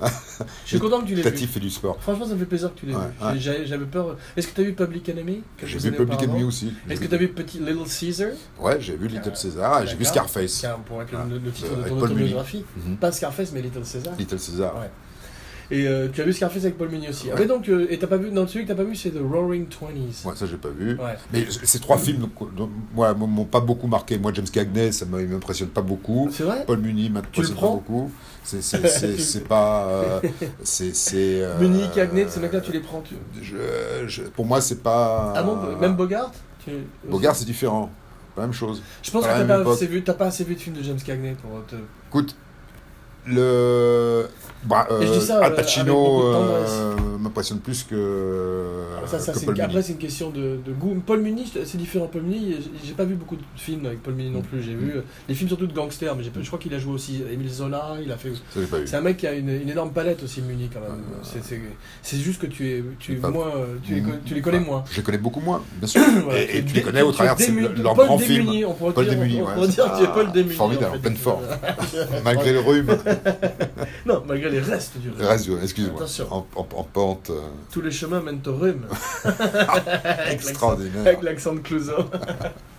A: Je suis content que tu l'aies
B: Tati
A: vu.
B: fait du sport.
A: Franchement, ça me fait plaisir que tu l'aies
B: Ouais,
A: vu.
B: ouais.
A: J'ai- J'avais peur. Est-ce que tu as vu Public Enemy quelques
B: J'ai vu
A: années
B: Public
A: auparavant
B: Enemy aussi.
A: Est-ce que tu as vu Petit Little Caesar
B: Ouais, j'ai vu Little César et j'ai vu
A: D'accord.
B: Scarface.
A: Tiens, pour être le, le titre
B: Euh,
A: de
B: avec
A: ton
B: Paul Mully.
A: autobiographie.
B: Mhm.
A: Pas Scarface, mais Little Caesar.
B: Little César.
A: Ouais. Et euh, tu as vu Scarface avec Paul Mignosi. Ah,
B: Ouais.
A: mais donc, euh, et t'as pas vu, non, celui que t'as pas vu, c'est The Roaring Twenties.
B: Ouais, ça, j'ai pas vu.
A: Ouais.
B: Mais c- ces trois films, donc, donc, moi, m'ont m'ont pas beaucoup marqué. Moi, James Cagney, ça m'a- il m'impressionne pas beaucoup.
A: C'est vrai
B: Paul Muni m'impressionne
A: le
B: pas
A: prends
B: beaucoup. C'est- C'est c'est- c'est pas. euh, c'est. c'est, euh,
A: Muni, Cagney, ces mecs-là, tu les prends. Tu...
B: je- je- pour moi, c'est pas.
A: Ah bon, même Bogart tu-
B: Bogart, c'est différent. Pas la même chose.
A: Je pense que t'as
B: à la même
A: pas,
B: époque. Euh,
A: assez vu- t'as pas assez vu de films de James Cagney pour te.
B: Écoute, le. Bah,
A: Et je dis ça, euh,
B: Al Pacino
A: avec beaucoup de Ah,
B: euh, m'impressionne plus que.
A: Ça, ça,
B: que
A: c'est
B: Paul
A: une-
B: Muni.
A: Après, c'est une question de, de goût. Paul Muni, je- c'est différent. Paul Muni, j- j'ai pas vu beaucoup de films avec Paul Muni
B: Mm.
A: non plus. J'ai vu euh, des films surtout de gangsters, mais j'ai pas- je crois qu'il a joué aussi Émile Zola. Il a fait.
B: Ça, j'ai pas vu.
A: C'est un mec qui a une, une énorme palette aussi Muni quand même. C'est- c'est- C'est juste que tu es, tu es
B: Euh, Pas- Mm.
A: moins, euh, tu les, con- tu les connais
B: Enfin,
A: moins.
B: Je les connais beaucoup moins, bien sûr.
A: Voilà,
B: et, et
A: dé-
B: tu les connais au
A: tu
B: travers de ces-
A: démunis-
B: leurs
A: Paul
B: grands films.
A: Démuni, on pourrait
B: Paul
A: dire,
B: Démuni,
A: on
B: ouais,
A: pourrait
B: c'est
A: dire que tu es Paul
B: pas-
A: Démuni.
B: formidable, Ben en pleine forme. Malgré le rhume.
A: non, malgré les restes du rhume.
B: Razio, excuse-moi.
A: Attention.
B: En, en- en pente euh,
A: Tous les chemins mènent au rhume. Avec l'accent-
B: extraordinaire.
A: Avec l'accent de Clouseau.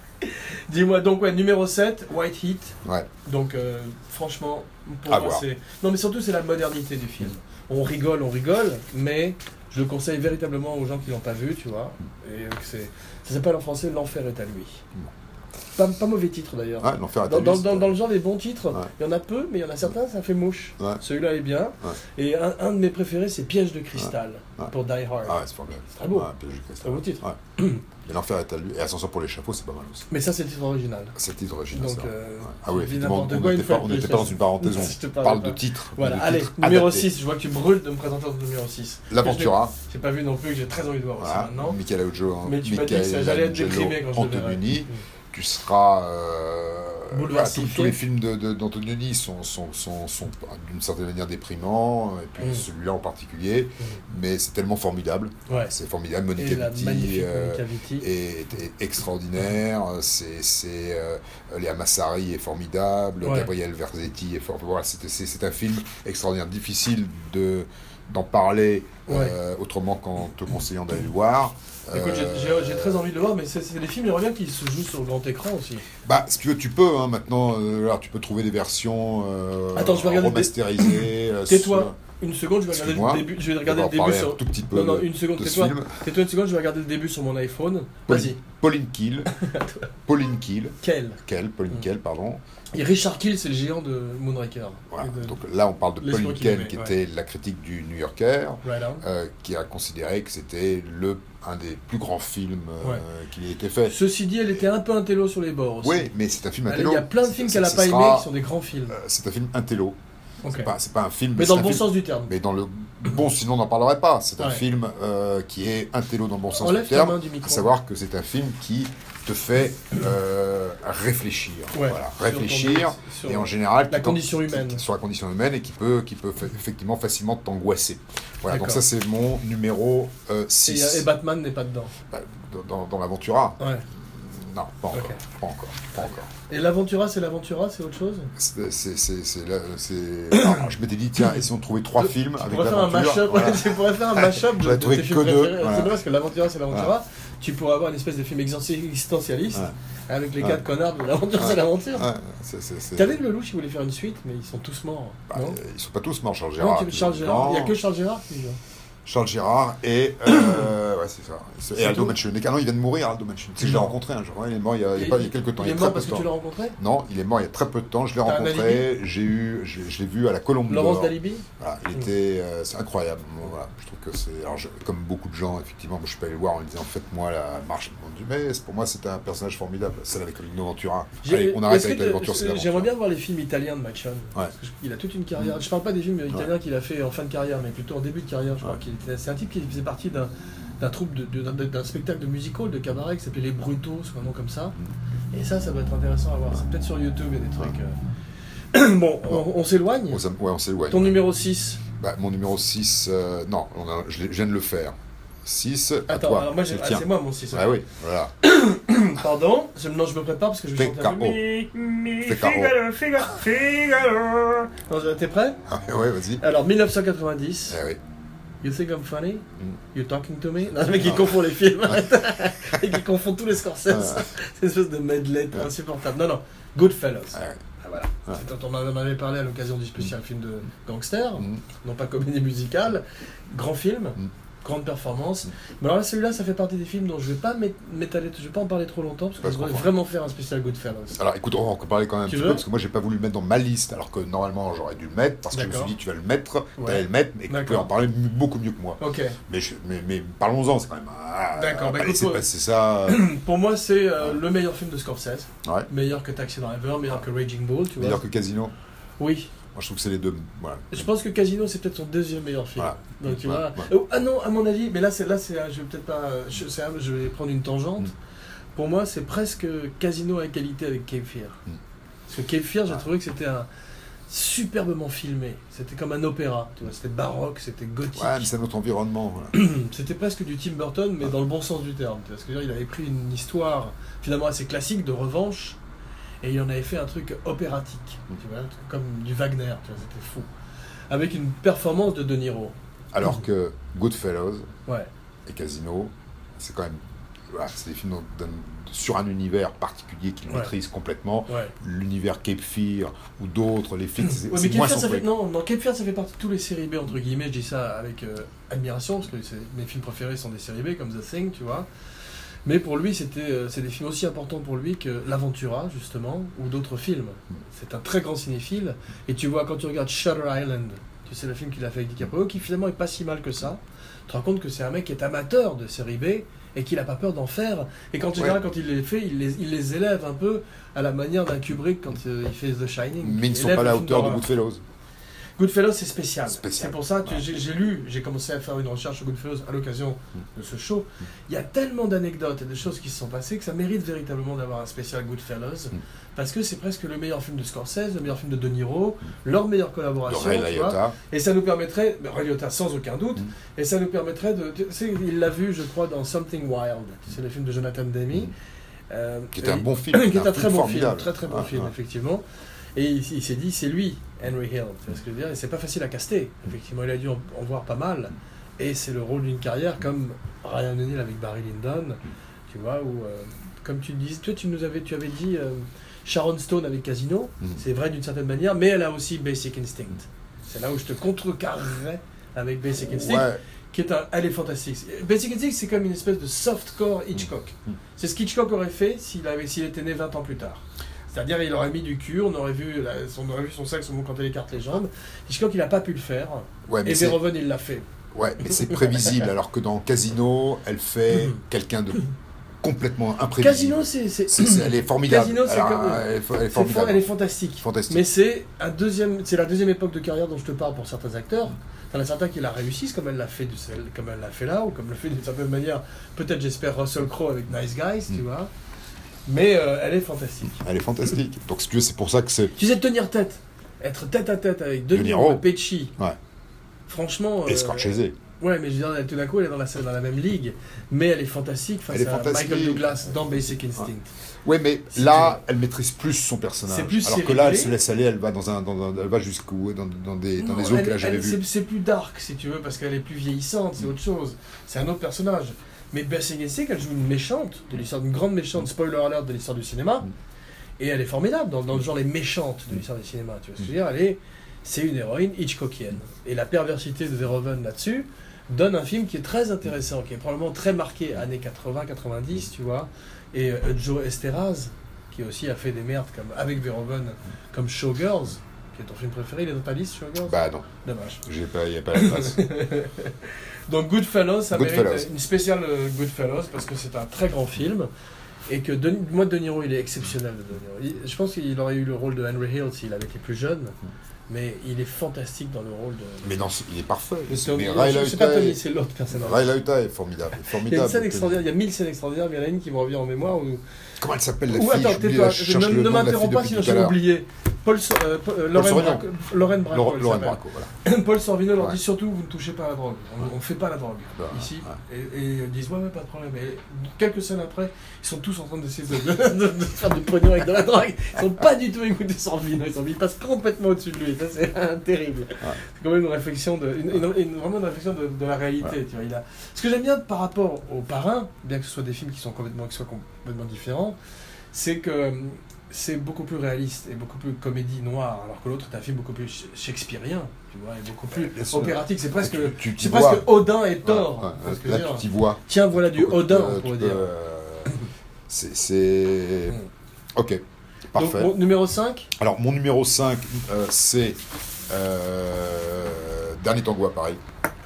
A: Dis-moi donc, ouais, numéro 7, White Heat.
B: Ouais.
A: Donc, euh, franchement, pour
B: À
A: moi,
B: voir.
A: c'est. Non, mais surtout, c'est la modernité du film. On rigole, on rigole, mais je le conseille véritablement aux gens qui l'ont pas vu, tu vois. Et euh, que c'est... Ça s'appelle en français L'enfer est à lui. Pas, pas mauvais titre d'ailleurs.
B: Ah, l'enfer à
A: Dans,
B: ta
A: dans-
B: liste.
A: dans- dans le genre des bons titres,
B: Ouais.
A: il y en a peu, mais il y en a certains, ça fait mouche.
B: Ouais.
A: Celui-là est bien.
B: Ouais.
A: Et un, un de mes préférés, c'est Piège de cristal
B: Ouais. Ouais.
A: pour Die Hard.
B: Ah ouais, c'est formidable.
A: très beau.
B: Ouais, puis j'ai-
A: Très beau titre.
B: Ouais. Et l'enfer est à lui. Et Ascenseur pour les chapeaux, c'est pas mal aussi.
A: Mais ça, c'est le titre original.
B: C'est le titre original.
A: Donc,
B: Ah, ça.
A: euh,
B: Ouais. Ah oui,
A: je dis
B: effectivement,
A: n'importe
B: on
A: quoi,
B: n'était
A: une
B: pas,
A: fois
B: on
A: que je
B: n'était
A: l'ai
B: pas
A: fait.
B: dans une parenthèse.
A: Je te
B: On
A: parle
B: parle
A: pas.
B: de titre.
A: Voilà,
B: de
A: allez,
B: titre
A: numéro
B: adapté.
A: 6, je vois que tu brûles de me présenter ton numéro 6.
B: L'Aventura.
A: J'ai pas vu non plus, que j'ai très envie de voir aussi
B: Voilà.
A: maintenant.
B: Michael Aujo.
A: Mais tu m'as dit que ça- j'allais être déprimé Mm. quand je le verrai.
B: Antonioni. Tu seras. euh,
A: Bouleversé.
B: voilà, tous, tous les films d'Antonioni de, d'Antonioni sont, sont, sont, sont d'une certaine manière déprimants, et puis
A: Mm.
B: celui-là en particulier. Mais c'est tellement formidable.
A: Ouais.
B: C'est formidable.
A: Et
B: Monica
A: la
B: Vitti
A: magnifique
B: euh,
A: Monica Vitti.
B: est, est extraordinaire. C'est c'est, euh, Léa Massari est formidable.
A: Ouais.
B: Gabriel Verzetti est fort. Voilà, c'est- c'est c'est un film extraordinaire, difficile de d'en parler euh, autrement qu'en te conseillant d'aller le voir.
A: Écoute, j'ai-
B: Euh,
A: j'ai j'ai très envie de le voir, mais c'est c'est des films, il revient qui se jouent sur le grand écran aussi.
B: Bah, si tu veux, tu peux. hein, maintenant, euh, alors, tu peux trouver des versions euh,
A: Attends, je vais regarder le dé-
B: remasterisées. euh,
A: Tais-toi.
B: sur-
A: Une seconde, je vais regarder
B: Excuse-moi.
A: le début. Je vais
B: On va
A: regarder
B: en
A: le début
B: parler
A: sur.
B: un tout petit peu
A: Non, non,
B: de,
A: une seconde,
B: de ce
A: tais-toi.
B: film.
A: Tais-toi une seconde, je vais regarder le début sur mon iPhone.
B: Oui.
A: Vas-y,
B: Pauline Kiel. Pauline Kiel.
A: quel
B: Quel, Pauline
A: Mm.
B: Kiel, pardon.
A: Et Richard Kill, c'est le géant de Moonraker.
B: Voilà.
A: Et de-
B: Donc là, on parle de
A: Laisse-moi
B: Pauline
A: qu'il le
B: Kael,
A: mette,
B: qui
A: ouais.
B: était la critique du New Yorker,
A: Right on.
B: euh, qui a considéré que c'était le un des plus grands films euh, qui ait été fait.
A: Ceci dit, elle était un peu intello sur les bords aussi.
B: Oui, mais c'est un film
A: Elle-
B: intello.
A: il y a plein de films qu'elle n'a
B: Ce
A: pas
B: sera-
A: aimés qui sont des grands films.
B: euh, C'est un film intello.
A: Ok.
B: C'est pas, c'est pas un film.
A: Mais
B: c'est
A: dans le
B: un
A: bon
B: film-
A: sens du terme.
B: Mais dans le bon, sinon on n'en parlerait pas. C'est un
A: Ouais.
B: film euh, qui est intello dans le bon sens
A: Enlève
B: du
A: ta
B: terme.
A: main du micro.
B: À savoir que c'est un film qui te fait euh, réfléchir.
A: Ouais.
B: Voilà,
A: Sur ton-
B: réfléchir.
A: sur-
B: Et en général,
A: la
B: qui-
A: condition
B: qui-
A: humaine.
B: Sur la condition humaine et qui peut, qui peut fa- effectivement facilement t'angoisser. Voilà, donc
A: D'accord.
B: ça c'est mon numéro
A: et, y a- et bah
B: 6.
A: Batman n'est pas dedans.
B: dans dans l'Aventura
A: Ouais.
B: Non, pas encore.
A: Ok.
B: Pas encore. Pas encore.
A: Et l'Aventura, c'est l'Aventura, c'est autre chose
B: C'est- c'est- c'est- c'est là- c'est- Alors, je m'étais dit, tiens, essayons de trouver trois
A: Je-
B: films
A: Tu
B: avec
A: pourrais faire un
B: l'aventure.
A: mashup,
B: Voilà.
A: tu pourrais faire un mashup de,
B: J'aurais
A: de
B: trouvé
A: tes films
B: que deux,
A: préférés.
B: voilà.
A: C'est vrai, parce que l'Aventura, c'est l'Aventura. Tu pourrais avoir une espèce de film existenti- existentialiste
B: Voilà.
A: avec les
B: Ouais.
A: quatre connards de l'Aventure,
B: Ouais.
A: c'est l'Aventure.
B: Ouais, Ah, c'est- c'est- c'est-
A: T'avais le Lelouch, il voulait faire une suite, mais ils sont tous morts.
B: Bah,
A: non
B: ils sont pas tous morts, Charles
A: Non,
B: Gérard.
A: tu- Charles Gérard. Il n'y a
B: Non.
A: que Charles Gérard qui euh, joue.
B: Charles Gérard et. euh, ouais, c'est ça.
A: C'est
B: Et Aldo
A: tout.
B: Mancini. Ah non, il vient de mourir, Aldo Mancini. Tu sais, Je l'ai
A: Non.
B: rencontré un jour. hein, Il est mort il y a, il y a
A: Et
B: pas- il y a quelques temps.
A: Il est
B: très
A: mort
B: peu
A: parce
B: de
A: que
B: temps.
A: tu l'as rencontré
B: Non, il est mort il y a très peu de temps. Je l'ai
A: T'as un
B: rencontré. J'ai eu, je, je l'ai vu à la Colombe
A: Laurence Mmh.
B: d'Or.
A: Dalibi
B: Voilà, il était, euh, c'est incroyable. Moi, voilà, je trouve que c'est, alors je- comme beaucoup de gens, effectivement, moi, je suis pas allé le voir en lui disant faites-moi la marche du monde du mais c'est- pour moi c'était un personnage formidable. Celle avec Lino Ventura.
A: J'ai-
B: Allez, on arrête
A: est-ce que
B: avec
A: t'as-
B: l'aventure, c'est
A: euh,
B: l'aventure.
A: J'aimerais bien voir les films italiens de Maction. Il a toute une
B: Mm.
A: carrière. Je parle pas des films italiens qu'il a fait en fin de carrière, mais plutôt en début de carrière. Je crois
B: Ouais.
A: qu'il était. C'est un type qui faisait partie d'un d'un troupe de- de- d'un d'un spectacle de musical de cabaret qui s'appelait les Brutos, ou un nom comme ça.
B: Mm.
A: Et ça, ça doit être intéressant à voir. C'est peut-être sur YouTube, il y a des trucs. euh. bon, on, on s'éloigne.
B: On s'am- ouais, on s'éloigne.
A: Ton numéro 6.
B: Bah, mon numéro 6, non, on a- je, l'ai- je viens de le faire. 6, à
A: Attends,
B: toi.
A: alors moi, j'ai-
B: c'est le
A: ah,
B: tien.
A: c'est moi mon 6.
B: Ah oui, voilà.
A: Pardon, je, non, je me prépare parce que je vais chanter. un
B: Figaro.
A: peu. Mi- mi-
B: Figaro.
A: Figaro, Figaro, Figaro. Non, je- T'es prêt
B: Ah ouais, vas-y.
A: Alors, 1990.
B: Ah oui.
A: You think I'm funny?
B: Mm.
A: You talking to me? Non, le mec qui confond les films. et qui confond tous les Scorsese.
B: Ah.
A: C'est une espèce de medley
B: Ah.
A: insupportable. Non, non. Goodfellas.
B: Ah Mm. ouais.
A: voilà. C'est quand on en avait parlé à l'occasion du spécial film de gangster,
B: Mhm.
A: non pas comédie musicale, grand film,
B: Mm.
A: grande performance.
B: Mm.
A: Mais alors là, celui-là, ça fait partie des films dont je vais pas m'é- m'étaler, je vais pas en parler trop longtemps parce que
B: Pas
A: je
B: trop
A: voudrais
B: fort.
A: vraiment faire un spécial Goodfellas.
B: Alors écoute, on va en parler quand même un
A: Tu
B: petit
A: veux
B: peu, parce que moi j'ai pas voulu le mettre dans ma liste, alors que normalement j'aurais dû le mettre, parce que je me suis
A: D'accord.
B: dit tu vas le mettre, tu
A: Ouais.
B: le mettre, mais tu peux
A: D'accord.
B: en parler m- beaucoup mieux que moi.
A: Ok.
B: Mais, je- mais, mais parlons-en, c'est quand même. ah,
A: D'accord,
B: on
A: bah,
B: va pas
A: écoute,
B: laisser
A: ouais.
B: passer ça.
A: Pour moi, c'est euh, le meilleur film de Scorsese,
B: Ouais. Ah.
A: meilleur que Taxi Driver, meilleur que Raging Bull, tu vois.
B: Meilleur que Casino. Moi
A: Oui.
B: je trouve que c'est les deux. Voilà.
A: Je pense que Casino, c'est peut-être son deuxième meilleur film.
B: Voilà.
A: Donc, tu
B: Ouais,
A: vois.
B: ouais.
A: Oh, ah non, à mon avis, mais là, c'est là, c'est, je vais peut-être pas. Je, c'est un- je vais prendre une tangente.
B: Mm.
A: Pour moi, c'est presque Casino à égalité avec Cape Fear.
B: Mm. Ah.
A: Parce que Cape Fear, j'ai
B: Ouais.
A: trouvé que c'était un superbement filmé. C'était comme un opéra. Tu vois, c'était baroque, c'était gothique.
B: Ouais, mais c'est notre environnement. voilà.
A: C'était presque du Tim Burton, mais dans le bon sens du terme. Parce que je veux dire, il avait pris une histoire finalement assez classique de revanche, et il en avait fait un truc opératique, tu vois, comme du Wagner. tu vois, C'était fou, avec une performance de De Niro.
B: Alors que Goodfellas
A: Ouais.
B: et Casino, c'est quand même. voilà, c'est des films dont- d'un- sur un univers particulier qu'ils
A: Ouais.
B: maîtrisent complètement.
A: Ouais.
B: L'univers Cape Fear ou d'autres, les films, c'est
A: Ouais, mais
B: c'est
A: Cape
B: moins
A: Fear, ça
B: son
A: fait,
B: truc.
A: non, dans Cape Fear, ça fait partie de tous les séries B, entre guillemets, je dis ça avec euh, admiration, parce que c'est- mes films préférés sont des séries B, comme The Thing, tu vois. Mais pour lui, c'était, euh, c'est des films aussi importants pour lui que L'Aventura, justement, ou d'autres films. C'est un très grand cinéphile, et tu vois, quand tu regardes Shutter Island, tu sais, le film qu'il a fait avec DiCaprio, qui finalement est pas si mal que ça, tu te rends compte que c'est un mec qui est amateur de séries B, et qu'il a pas peur d'en faire. Et quand tu
B: Ouais.
A: verras, quand il les fait, il les, il les élève un peu à la manière d'un Kubrick quand euh, il fait The Shining.
B: Mais ils ne
A: Il
B: sont
A: élève
B: pas à la
A: le film
B: hauteur de
A: d'horreur.
B: Goodfellas.
A: Goodfellas, c'est spécial.
B: Spécial.
A: C'est pour ça que
B: Ouais.
A: j'ai j'ai lu, j'ai commencé à faire une recherche sur Goodfellas à l'occasion de ce show. Il y a tellement d'anecdotes et de choses qui se sont passées que ça mérite véritablement d'avoir un spécial Goodfellas.
B: Mm.
A: Parce que c'est presque le meilleur film de Scorsese, le meilleur film de De Niro, leur meilleure
B: De
A: collaboration.
B: Ray
A: tu vois.
B: Liotta.
A: Et ça nous permettrait, ben, Ray Liotta sans aucun doute,
B: Mm.
A: et ça nous permettrait de. tu sais, il l'a vu, je crois, dans Something Wild, c'est le film de Jonathan Demi.
B: Mm.
A: Euh,
B: Qui est un
A: et-
B: bon film,
A: qui
B: qui
A: est
B: est
A: un,
B: un
A: très
B: film
A: bon film,
B: formidable.
A: très très bon
B: Ah,
A: film,
B: ah.
A: effectivement. Et il, il s'est dit, c'est lui, Henry Hill. Tu vois ce que je veux dire Et c'est pas facile à caster.
B: Mm.
A: Effectivement, il a dû en, en voir pas mal. Et c'est le rôle d'une carrière comme Ryan O'Neill avec Barry Lyndon, tu vois, ou euh, comme tu dis, toi tu nous avais, tu avais dit euh, Sharon Stone avec Casino,
B: Mhm.
A: c'est vrai d'une certaine manière, mais elle a aussi Basic Instinct. C'est là où je te contrecarrerais avec Basic Instinct,
B: Ouais,
A: qui est un, elle est fantastique. Basic Instinct, c'est comme une espèce de softcore Hitchcock.
B: Mm.
A: C'est ce qu'Hitchcock aurait fait s'il avait, s'il était né 20 ans plus tard. C'est-à-dire, il aurait mis du cul, on aurait vu, la- son- on aurait vu son sac son quand elle écarte les jambes. Hitchcock, il n'a pas pu le faire.
B: ouais, Ah, mais
A: Et
B: c'est-
A: Verhoeven, il l'a fait.
B: Ouais, mais c'est prévisible, alors que dans Casino, elle fait quelqu'un de complètement imprévisible.
A: Casino, c'est, c'est-
B: C'est- c'est- elle est formidable.
A: Casino, c'est
B: elle, a-
A: comme- euh,
B: elle est fo- elle est
A: c'est fort, elle est
B: formidable.
A: fantastique.
B: Fantastique.
A: Mais c'est un deuxième, c'est la deuxième époque de carrière dont je te parle pour certains acteurs. T'en as certains qui la réussissent comme elle l'a fait, du- comme elle l'a fait là, ou comme le fait d'une certaine manière. Peut-être j'espère Russell Crowe avec Nice Guys,
B: Mm.
A: tu vois. Mais euh, elle est fantastique.
B: Elle est fantastique. Donc, si tu veux, c'est pour ça que c'est.
A: Tu sais tenir tête, être tête à tête avec De
B: De
A: Niro,
B: Niro.
A: Pesci.
B: Ouais.
A: Franchement. euh,
B: Et Scorsese.
A: Ouais, mais je veux dire, elle, tout d'un coup, elle est dans la, dans la même ligue, mais elle est fantastique face
B: Elle est
A: à
B: fantastique.
A: Michael Douglas dans Basic Instinct.
B: Ouais, mais
A: si
B: là, elle maîtrise plus son personnage.
A: C'est plus
B: alors que là, elle
A: serré.
B: se laisse aller, elle va dans un, dans un- elle va jusqu'où, dans, dans des, dans
A: Non,
B: des eaux
A: elle-
B: que là j'avais
A: elle-
B: vues.
A: c'est- C'est plus dark, si tu veux, parce qu'elle est plus vieillissante, c'est autre chose. C'est un autre personnage. Mais Basic Instinct, elle joue une méchante, de l'histoire d'une grande méchante, spoiler alert, de l'histoire du cinéma.
B: Mm.
A: Et elle est formidable dans, dans le genre les méchantes de l'histoire du cinéma. Tu vois ce que je veux dire Elle est, c'est une héroïne Hitchcockienne. Et la perversité de Verhoeven là-dessus donne un film qui est très intéressant, qui est probablement très marqué années 80-90, tu vois. Et euh, Joe Esteraz, qui aussi a fait des merdes comme avec Verhoeven, comme Showgirls, qui est ton film préféré, il est dans ta liste Showgirls.
B: Bah non,
A: Dommage.
B: j'ai pas, y a pas la place.
A: Donc Goodfellas, ça
B: Goodfellas.
A: mérite une spéciale euh, Goodfellas parce que c'est un très grand film et que De- moi De Niro il est exceptionnel. De De Niro. Il- je pense qu'il aurait eu le rôle de Henry Hill s'il avait été plus jeune, mais il est fantastique dans le rôle de,
B: mais non, c'est- il est parfait.
A: de Tommy.
B: mais
A: Non,
B: Ray
A: je- C'est pas
B: Liotta
A: Tommy,
B: est-
A: c'est l'autre personnage.
B: Ray Liotta est formidable.
A: il y a
B: est
A: une
B: formidable.
A: scène extraordinaire, il y a mille scènes extraordinaires, mais il y en a une qui me revient en mémoire. Où...
B: Comment elle s'appelle la
A: Ou
B: fille
A: attends,
B: J'oublie,
A: tais-toi,
B: là, je cherche
A: ne,
B: le
A: ne
B: nom de la fille
A: m'interromps pas
B: depuis
A: sinon
B: tout à
A: je vais
B: l'heure.
A: oublier. Paul, So- euh, Paul- euh, Lauren
B: Sorvino.
A: Bracco. Lauren Bracco,
B: Laurent
A: elle
B: Laurent
A: s'appelle.
B: Bracco, voilà.
A: Paul Sorvino leur
B: Ouais.
A: dit surtout vous ne touchez pas à la drogue.
B: Ouais.
A: On ne fait pas la drogue
B: Ouais,
A: ici. Et, et ils disent ouais, ouais, pas de problème. Et quelques semaines après, ils sont tous en train d'essayer de, de- de faire du pognon avec de la drogue. Ils sont pas du tout écoutés Sorvino. Ils, sont, ils passent complètement au-dessus de lui. Ça c'est terrible. C'est quand même une réflexion de, une, une- une- vraiment une réflexion de, de la réalité. Tu vois, il a... Ce que j'aime bien par rapport aux parrains, bien que ce soit des films qui sont complètement, qui soient complètement différents, c'est que c'est beaucoup plus réaliste et beaucoup plus comédie noire, alors que l'autre est un film beaucoup plus sh- shakespearien, tu vois, et beaucoup plus
B: bien sûr.
A: opératique. C'est presque,
B: Tu- tu t'y
A: c'est presque
B: vois. euh,
A: Odin et Thor.
B: Ouais,
A: tu vois ce que je veux
B: ouais, Là,
A: dire.
B: tu t'y vois.
A: Tiens, voilà du
B: Tu peux-
A: Odin, on
B: tu
A: pourrait
B: peux,
A: dire.
B: euh, C'est. c'est-
A: Mm.
B: Ok,
A: Donc,
B: parfait.
A: mon- numéro 5,
B: Alors, mon numéro 5, c'est. euh, Dernier tango à Paris,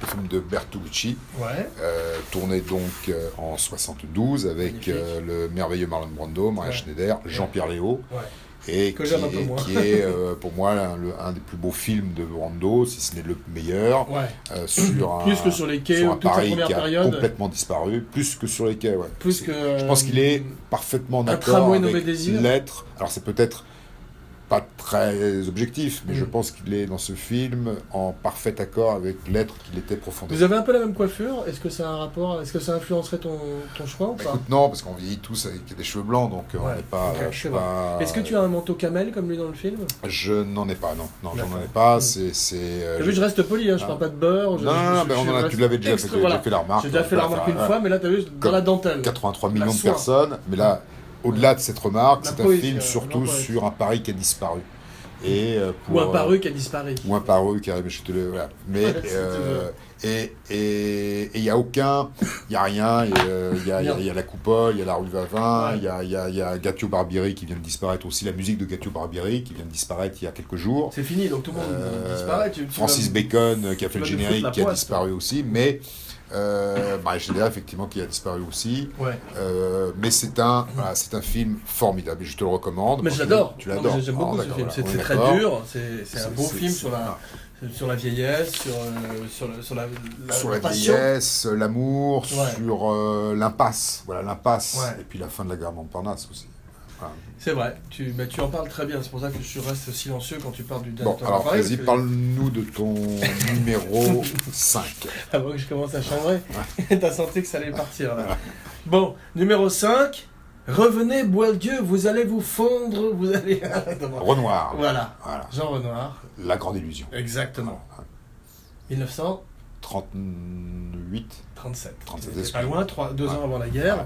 B: le film de Bertolucci,
A: ouais,
B: euh, tourné donc euh, en 72 avec
A: Magnifique.
B: euh, le merveilleux Marlon Brando, Maria
A: Ouais.
B: Schneider, Jean-Pierre Léo,
A: ouais.
B: et
A: Que
B: qui,
A: j'aime un peu
B: et
A: moins.
B: qui est euh, pour moi l'un- le- un des plus beaux films de Brando, si ce n'est le meilleur,
A: ouais.
B: euh, sur un,
A: Plus que sur les quais,
B: sur un
A: toute la
B: Paris
A: première
B: qui a
A: période,
B: complètement disparu, plus que sur les quais. ouais.
A: plus
B: C'est-
A: que. euh,
B: Je pense qu'il est parfaitement d'accord
A: tramway nommé
B: avec
A: Désir.
B: l'être. Alors c'est peut-être pas très objectif, mais
A: Mm.
B: je pense qu'il est dans ce film en parfait accord avec l'être qu'il était
A: Vous
B: profondément.
A: avez un peu la même coiffure, est-ce que ça a un rapport, est-ce que ça influencerait ton, ton choix ou
B: Bah,
A: pas
B: écoute, non, parce qu'on vieillit tous avec des cheveux blancs, donc euh,
A: Ouais,
B: on n'est pas.
A: ok,
B: euh, je suis
A: c'est vrai.
B: pas-
A: Est-ce que tu as un manteau camel comme lui dans le film
B: Je n'en ai pas, non, non, j'en
A: D'accord.
B: ai pas.
A: Mm.
B: C'est, c'est. euh,
A: T'as vu, je reste poli, hein, je
B: Ah.
A: parle pas de beurre.
B: Non,
A: je-
B: non,
A: je-
B: non,
A: je-
B: ben, on
A: je
B: en a-
A: reste
B: tu l'avais déjà,
A: extra-
B: fait, j'ai
A: voilà.
B: fait la remarque.
A: J'ai déjà
B: donc,
A: fait la
B: bah,
A: remarque
B: ça-
A: une
B: ouais.
A: fois, mais là, t'as vu, dans
B: Comme-
A: la dentelle.
B: 83 millions de
A: soie.
B: personnes, mais là, au-delà de cette remarque,
A: La
B: c'est un
A: poésie,
B: film
A: euh,
B: surtout
A: la poésie.
B: sur un Paris qui a disparu. Et, euh, pour,
A: Ou un
B: euh,
A: paru qui a disparu.
B: ou un par eux qui arrive, je te le. Voilà. Mais.
A: Ouais, si tu
B: euh, et il et, et y a aucun. Il n'y a rien. Il y, a- y a- y a la coupole, il y a la rue Vavin,
A: Ouais.
B: il y, a, y, a, y a Gatio Barbieri qui vient de disparaître aussi, la musique de Gatio Barbieri qui vient de disparaître il y a quelques jours.
A: C'est fini, donc tout le monde
B: Euh,
A: disparaît. Tu, tu
B: Francis
A: vas-
B: Bacon euh, qui a fait
A: tu
B: le
A: vas nous
B: générique
A: foutre
B: qui
A: la
B: a
A: poisse,
B: disparu aussi, mais. Euh, Maria Schneider, effectivement, qui a disparu aussi.
A: Ouais.
B: Euh, mais c'est un, voilà, c'est un film formidable. et Je te le recommande.
A: Mais
B: Parce
A: je
B: que
A: l'adore.
B: Tu
A: Non, mais
B: l'adores.
A: J'aime
B: Alors,
A: beaucoup ce
B: d'accord,
A: film.
B: voilà,
A: C'est
B: on est
A: c'est très
B: d'accord.
A: dur. C'est c'est un bon
B: c'est-
A: film
B: c'est-
A: sur la, sur la vieillesse, sur, euh, sur, le- sur la, Bah, la-
B: sur la
A: passion.
B: vieillesse, euh, l'amour,
A: Ouais.
B: sur euh, l'impasse. Voilà l'impasse.
A: Ouais.
B: Et puis la fin de la gare Montparnasse aussi. Voilà.
A: C'est vrai. Tu, bah, tu en parles très bien. C'est pour ça que je reste silencieux quand tu parles du
B: Bon,
A: Downton
B: alors
A: Paris,
B: vas-y,
A: parce que-
B: parle-nous de ton numéro 5.
A: Avant que je commence à chambrer, t'as senti que ça allait partir là. Bon, numéro 5, revenez, bois Dieu, vous allez vous fondre, vous allez.
B: Renoir.
A: voilà,
B: Voilà.
A: Jean Renoir,
B: La grande illusion.
A: exactement. 1937.
B: 38. 37,
A: C'était pas
B: excuse-moi.
A: loin, trois- deux
B: Ouais.
A: ans avant la guerre.
B: Ouais.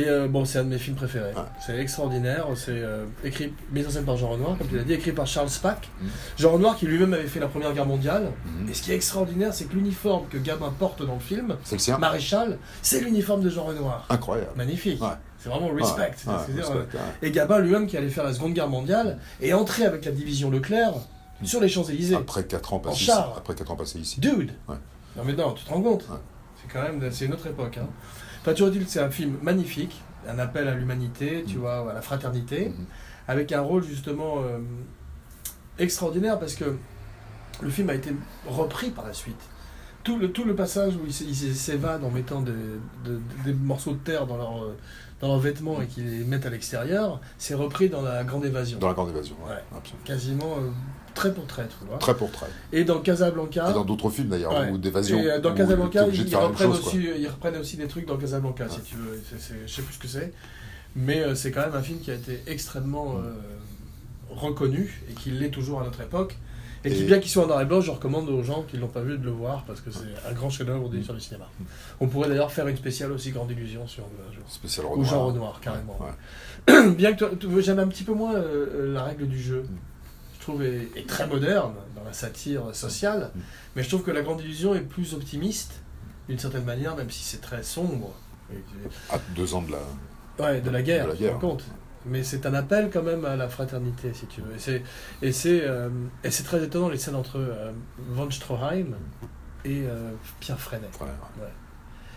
A: Et euh, bon, c'est un de mes films préférés.
B: Ouais.
A: C'est extraordinaire. C'est euh, écrit, mis en scène par Jean Renoir, comme tu l'as dit, écrit par Charles Spack.
B: Mhm.
A: Jean Renoir qui lui-même avait fait la Première Guerre mondiale.
B: Mhm.
A: Et ce qui est extraordinaire, c'est que l'uniforme que Gabin porte dans le film,
B: C'est le sien.
A: Maréchal, c'est l'uniforme de Jean Renoir.
B: Incroyable.
A: Magnifique.
B: Ouais.
A: C'est vraiment respect.
B: Ouais,
A: c'est-à-dire,
B: ouais,
A: c'est-à-dire,
B: respect, ouais.
A: euh, Et Gabin lui-même qui allait faire la Seconde Guerre mondiale et entrer avec la division Leclerc sur les Champs-Élysées.
B: Après 4 ans passés ici.
A: char.
B: Après quatre ans passés ici.
A: Dude
B: Ah. Ouais.
A: Non mais non, tu te rends compte
B: Ouais.
A: C'est quand même, c'est une autre époque. Hein. Enfin, toujours est-il que c'est un film magnifique, un appel à l'humanité, tu
B: Mhm.
A: vois, à la fraternité,
B: Mhm.
A: avec un rôle justement euh, extraordinaire parce que le film a été repris par la suite. Tout le, tout le passage où ils s- ils s'évadent en mettant des, de- des morceaux de terre dans leurs euh, dans leurs vêtements et qu'ils les mettent à l'extérieur, c'est repris dans la grande évasion.
B: Dans la grande évasion. ouais,
A: Ouais.
B: absolument.
A: Quasiment euh, trait pour trait, tu vois.
B: Très pour très.
A: Et dans Casablanca.
B: Et dans d'autres films d'ailleurs,
A: Hein Ouais.
B: ou d'évasion.
A: Et euh, dans
B: où
A: Casablanca,
B: t'es obligé de
A: ils,
B: faire la même
A: reprennent
B: chose, quoi.
A: aussi, euh, ils reprennent aussi des trucs dans Casablanca, si tu veux. C'est- c'est- je sais plus ce que c'est. Mais euh, c'est quand même un film qui a été extrêmement euh, reconnu et qui l'est toujours à notre époque. Et, qui,
B: Et-
A: bien qu'il soit en noir et blanc, je recommande aux gens qui ne l'ont pas vu de le voir parce que c'est un grand chef-d'œuvre des- sur le cinéma.
B: Mm.
A: On pourrait d'ailleurs faire une spéciale aussi Grande Illusion sur le jour.
B: Spécial
A: Ou
B: Renoir.
A: Jean Renoir, carrément.
B: Ouais.
A: Bien que toi- tu veux- j'aime un petit peu moins euh, euh, la règle du jeu.
B: Mm.
A: Je trouve est, est très moderne dans la satire sociale,
B: Mm.
A: mais je trouve que la grande illusion est plus optimiste d'une certaine manière, même si c'est très sombre. Et-
B: À deux ans de la.
A: Ouais, de la guerre,
B: De la
A: tu te rends
B: guerre.
A: compte. Mais c'est un appel quand même à la fraternité, si tu veux. Et c'est et c'est euh, et c'est très étonnant les scènes entre euh, von Stroheim et euh, Pierre Freinet.
B: Ouais, ouais.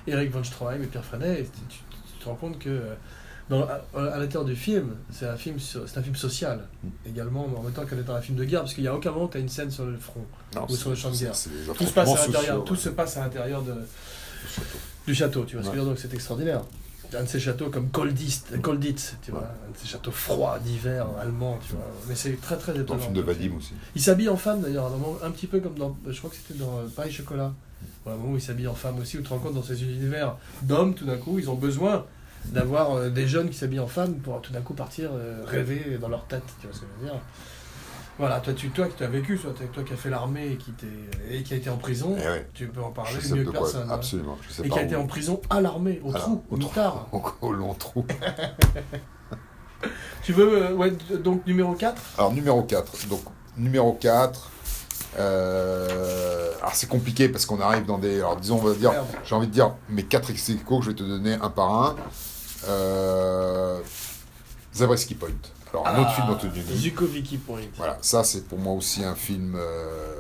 A: Eric von Stroheim et Pierre Freinet, et tu, tu- tu te rends compte que euh, dans- à, à l'intérieur du film, c'est un film, so- c'est un film social également, mais en même temps qu'elle est un film de guerre, parce qu'il n'y a aucun moment où tu as une scène sur le front
B: Non,
A: ou sur le champ de
B: c'est-
A: guerre.
B: c'est des
A: Tout se passe à
B: affrontements
A: l'intérieur,
B: sociaux,
A: tout
B: ouais.
A: se passe à l'intérieur de-
B: Surtout.
A: du château. Tu vois, ce que je
B: Ouais.
A: veux dire, donc c'est extraordinaire. Un de ces châteaux comme Kolditz, Kolditz, tu vois,
B: Ouais.
A: un de ces châteaux froids d'hiver allemands, tu vois. Mais c'est très très étonnant.
B: Dans le film de Vadim aussi.
A: Il s'habille en femme d'ailleurs, à un moment, un petit peu comme dans. Je crois que c'était dans euh, Paris Chocolat. Ou à un moment où il s'habille en femme aussi, où tu te rends compte dans ces univers d'hommes, tout d'un coup, ils ont besoin d'avoir euh, des jeunes qui s'habillent en femme pour tout d'un coup partir euh, rêver dans leur tête. Tu vois ce que je veux dire Voilà, toi, tu, toi qui as vécu, toi, t'as- toi qui as fait l'armée et qui, t'es- et qui a été en prison,
B: Eh ouais,
A: tu peux en parler
B: je sais
A: mieux
B: de
A: que
B: quoi.
A: personne. hein.
B: absolument. Je sais
A: Et
B: pas
A: qui a
B: où-
A: été en prison à l'armée, au
B: Alors,
A: trou, au
B: au trou.
A: moutard.
B: Au long trou.
A: Tu veux, euh, ouais, d- donc numéro 4
B: Alors, numéro 4. Donc, numéro 4. euh, alors, c'est compliqué parce qu'on arrive dans des. Alors, disons, on va dire.
A: Merde.
B: J'ai envie de dire mes 4 ex aequo que je vais te donner un par un. Euh, Zabriskie Point. Alors, un
A: Ah,
B: autre film d'Antonioni.
A: Zukovicki Point.
B: Voilà, ça c'est pour moi aussi un film euh,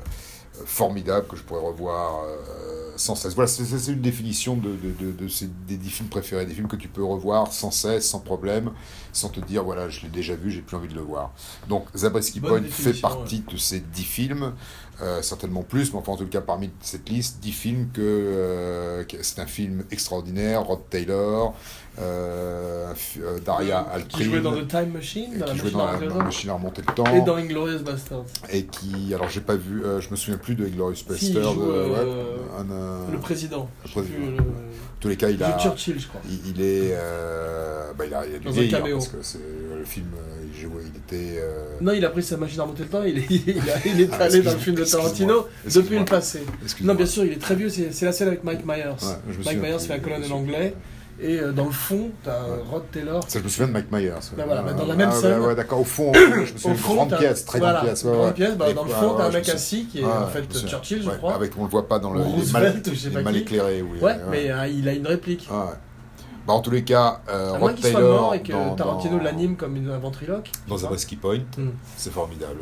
B: formidable que je pourrais revoir euh, sans cesse. Voilà, c'est- c'est c'est une définition de, de, de, de ces- des dix films préférés, des films que tu peux revoir sans cesse, sans problème, sans te dire voilà, je l'ai déjà vu, j'ai plus envie de le voir. Donc Zabriskie
A: Bonne
B: Point fait
A: définition,
B: partie de ces dix films, euh, certainement plus, mais enfin en tout cas parmi cette liste, dix films que, euh, que- c'est un film extraordinaire, Rod Taylor, euh, un fi- euh, Daria Altrine,
A: Qui jouait dans The Time Machine, dans la
B: qui jouait
A: machine
B: dans
A: à
B: la dans la
A: remonter
B: machine à remonter le
A: le
B: temps
A: temps. Et dans Inglorious Bastards.
B: et qui alors j'ai pas vu euh, je me souviens plus de Glorious Bastard
A: Si, il joue, euh,
B: un, un-
A: Le président.
B: Le
A: Je sais plus,
B: président.
A: le-
B: en tous les cas il
A: le
B: a
A: Churchill, je crois.
B: il, il est euh, bah, il a, il a dû
A: Dans un
B: vieillir
A: caméo.
B: parce que c'est le film euh, il jouait il était euh,
A: Non, il a pris sa machine à remonter le temps, il est, il a- il est
B: Ah,
A: allé dans le
B: excuse-
A: film de
B: excuse-moi,
A: Tarantino
B: excuse-moi.
A: depuis le passé.
B: excuse-moi.
A: Non, bien sûr, il est très vieux, c'est c'est la scène avec Mike Myers.
B: Ouais, je me
A: Mike
B: souviens
A: Myers
B: plus,
A: fait la
B: je
A: colonne
B: me
A: en
B: souviens
A: anglais. Et euh, dans le fond, t'as
B: Ouais.
A: Rod Taylor.
B: ça je me souviens de Mike Myers
A: Bah, voilà, bah, dans la
B: Ah,
A: même
B: ouais,
A: scène.
B: ouais, d'accord au fond je me souviens de
A: fond,
B: grande
A: t'as-
B: pièce très
A: voilà,
B: grande pièce ouais,
A: grande
B: ouais.
A: pièce, bah,
B: Et-
A: dans le
B: ouais,
A: fond,
B: ouais,
A: t'as un
B: je me
A: mec
B: souviens.
A: assis qui est
B: Ouais,
A: en
B: je me
A: fait
B: souviens.
A: Churchill, je
B: Ouais,
A: crois.
B: avec on le voit pas dans le
A: Ou
B: il est mal,
A: Roosevelt, je sais
B: il est
A: pas
B: mal
A: qui.
B: éclairé oui
A: Ouais, mais euh, il a une réplique.
B: Ouais. Bah, en tous les cas euh,
A: À
B: Rod
A: moins qu'il soit
B: Taylor
A: mort et que
B: dans-
A: Tarantino
B: dans-
A: l'anime comme une- un ventriloque.
B: dans Zabriskie Point,
A: Mm.
B: c'est formidable.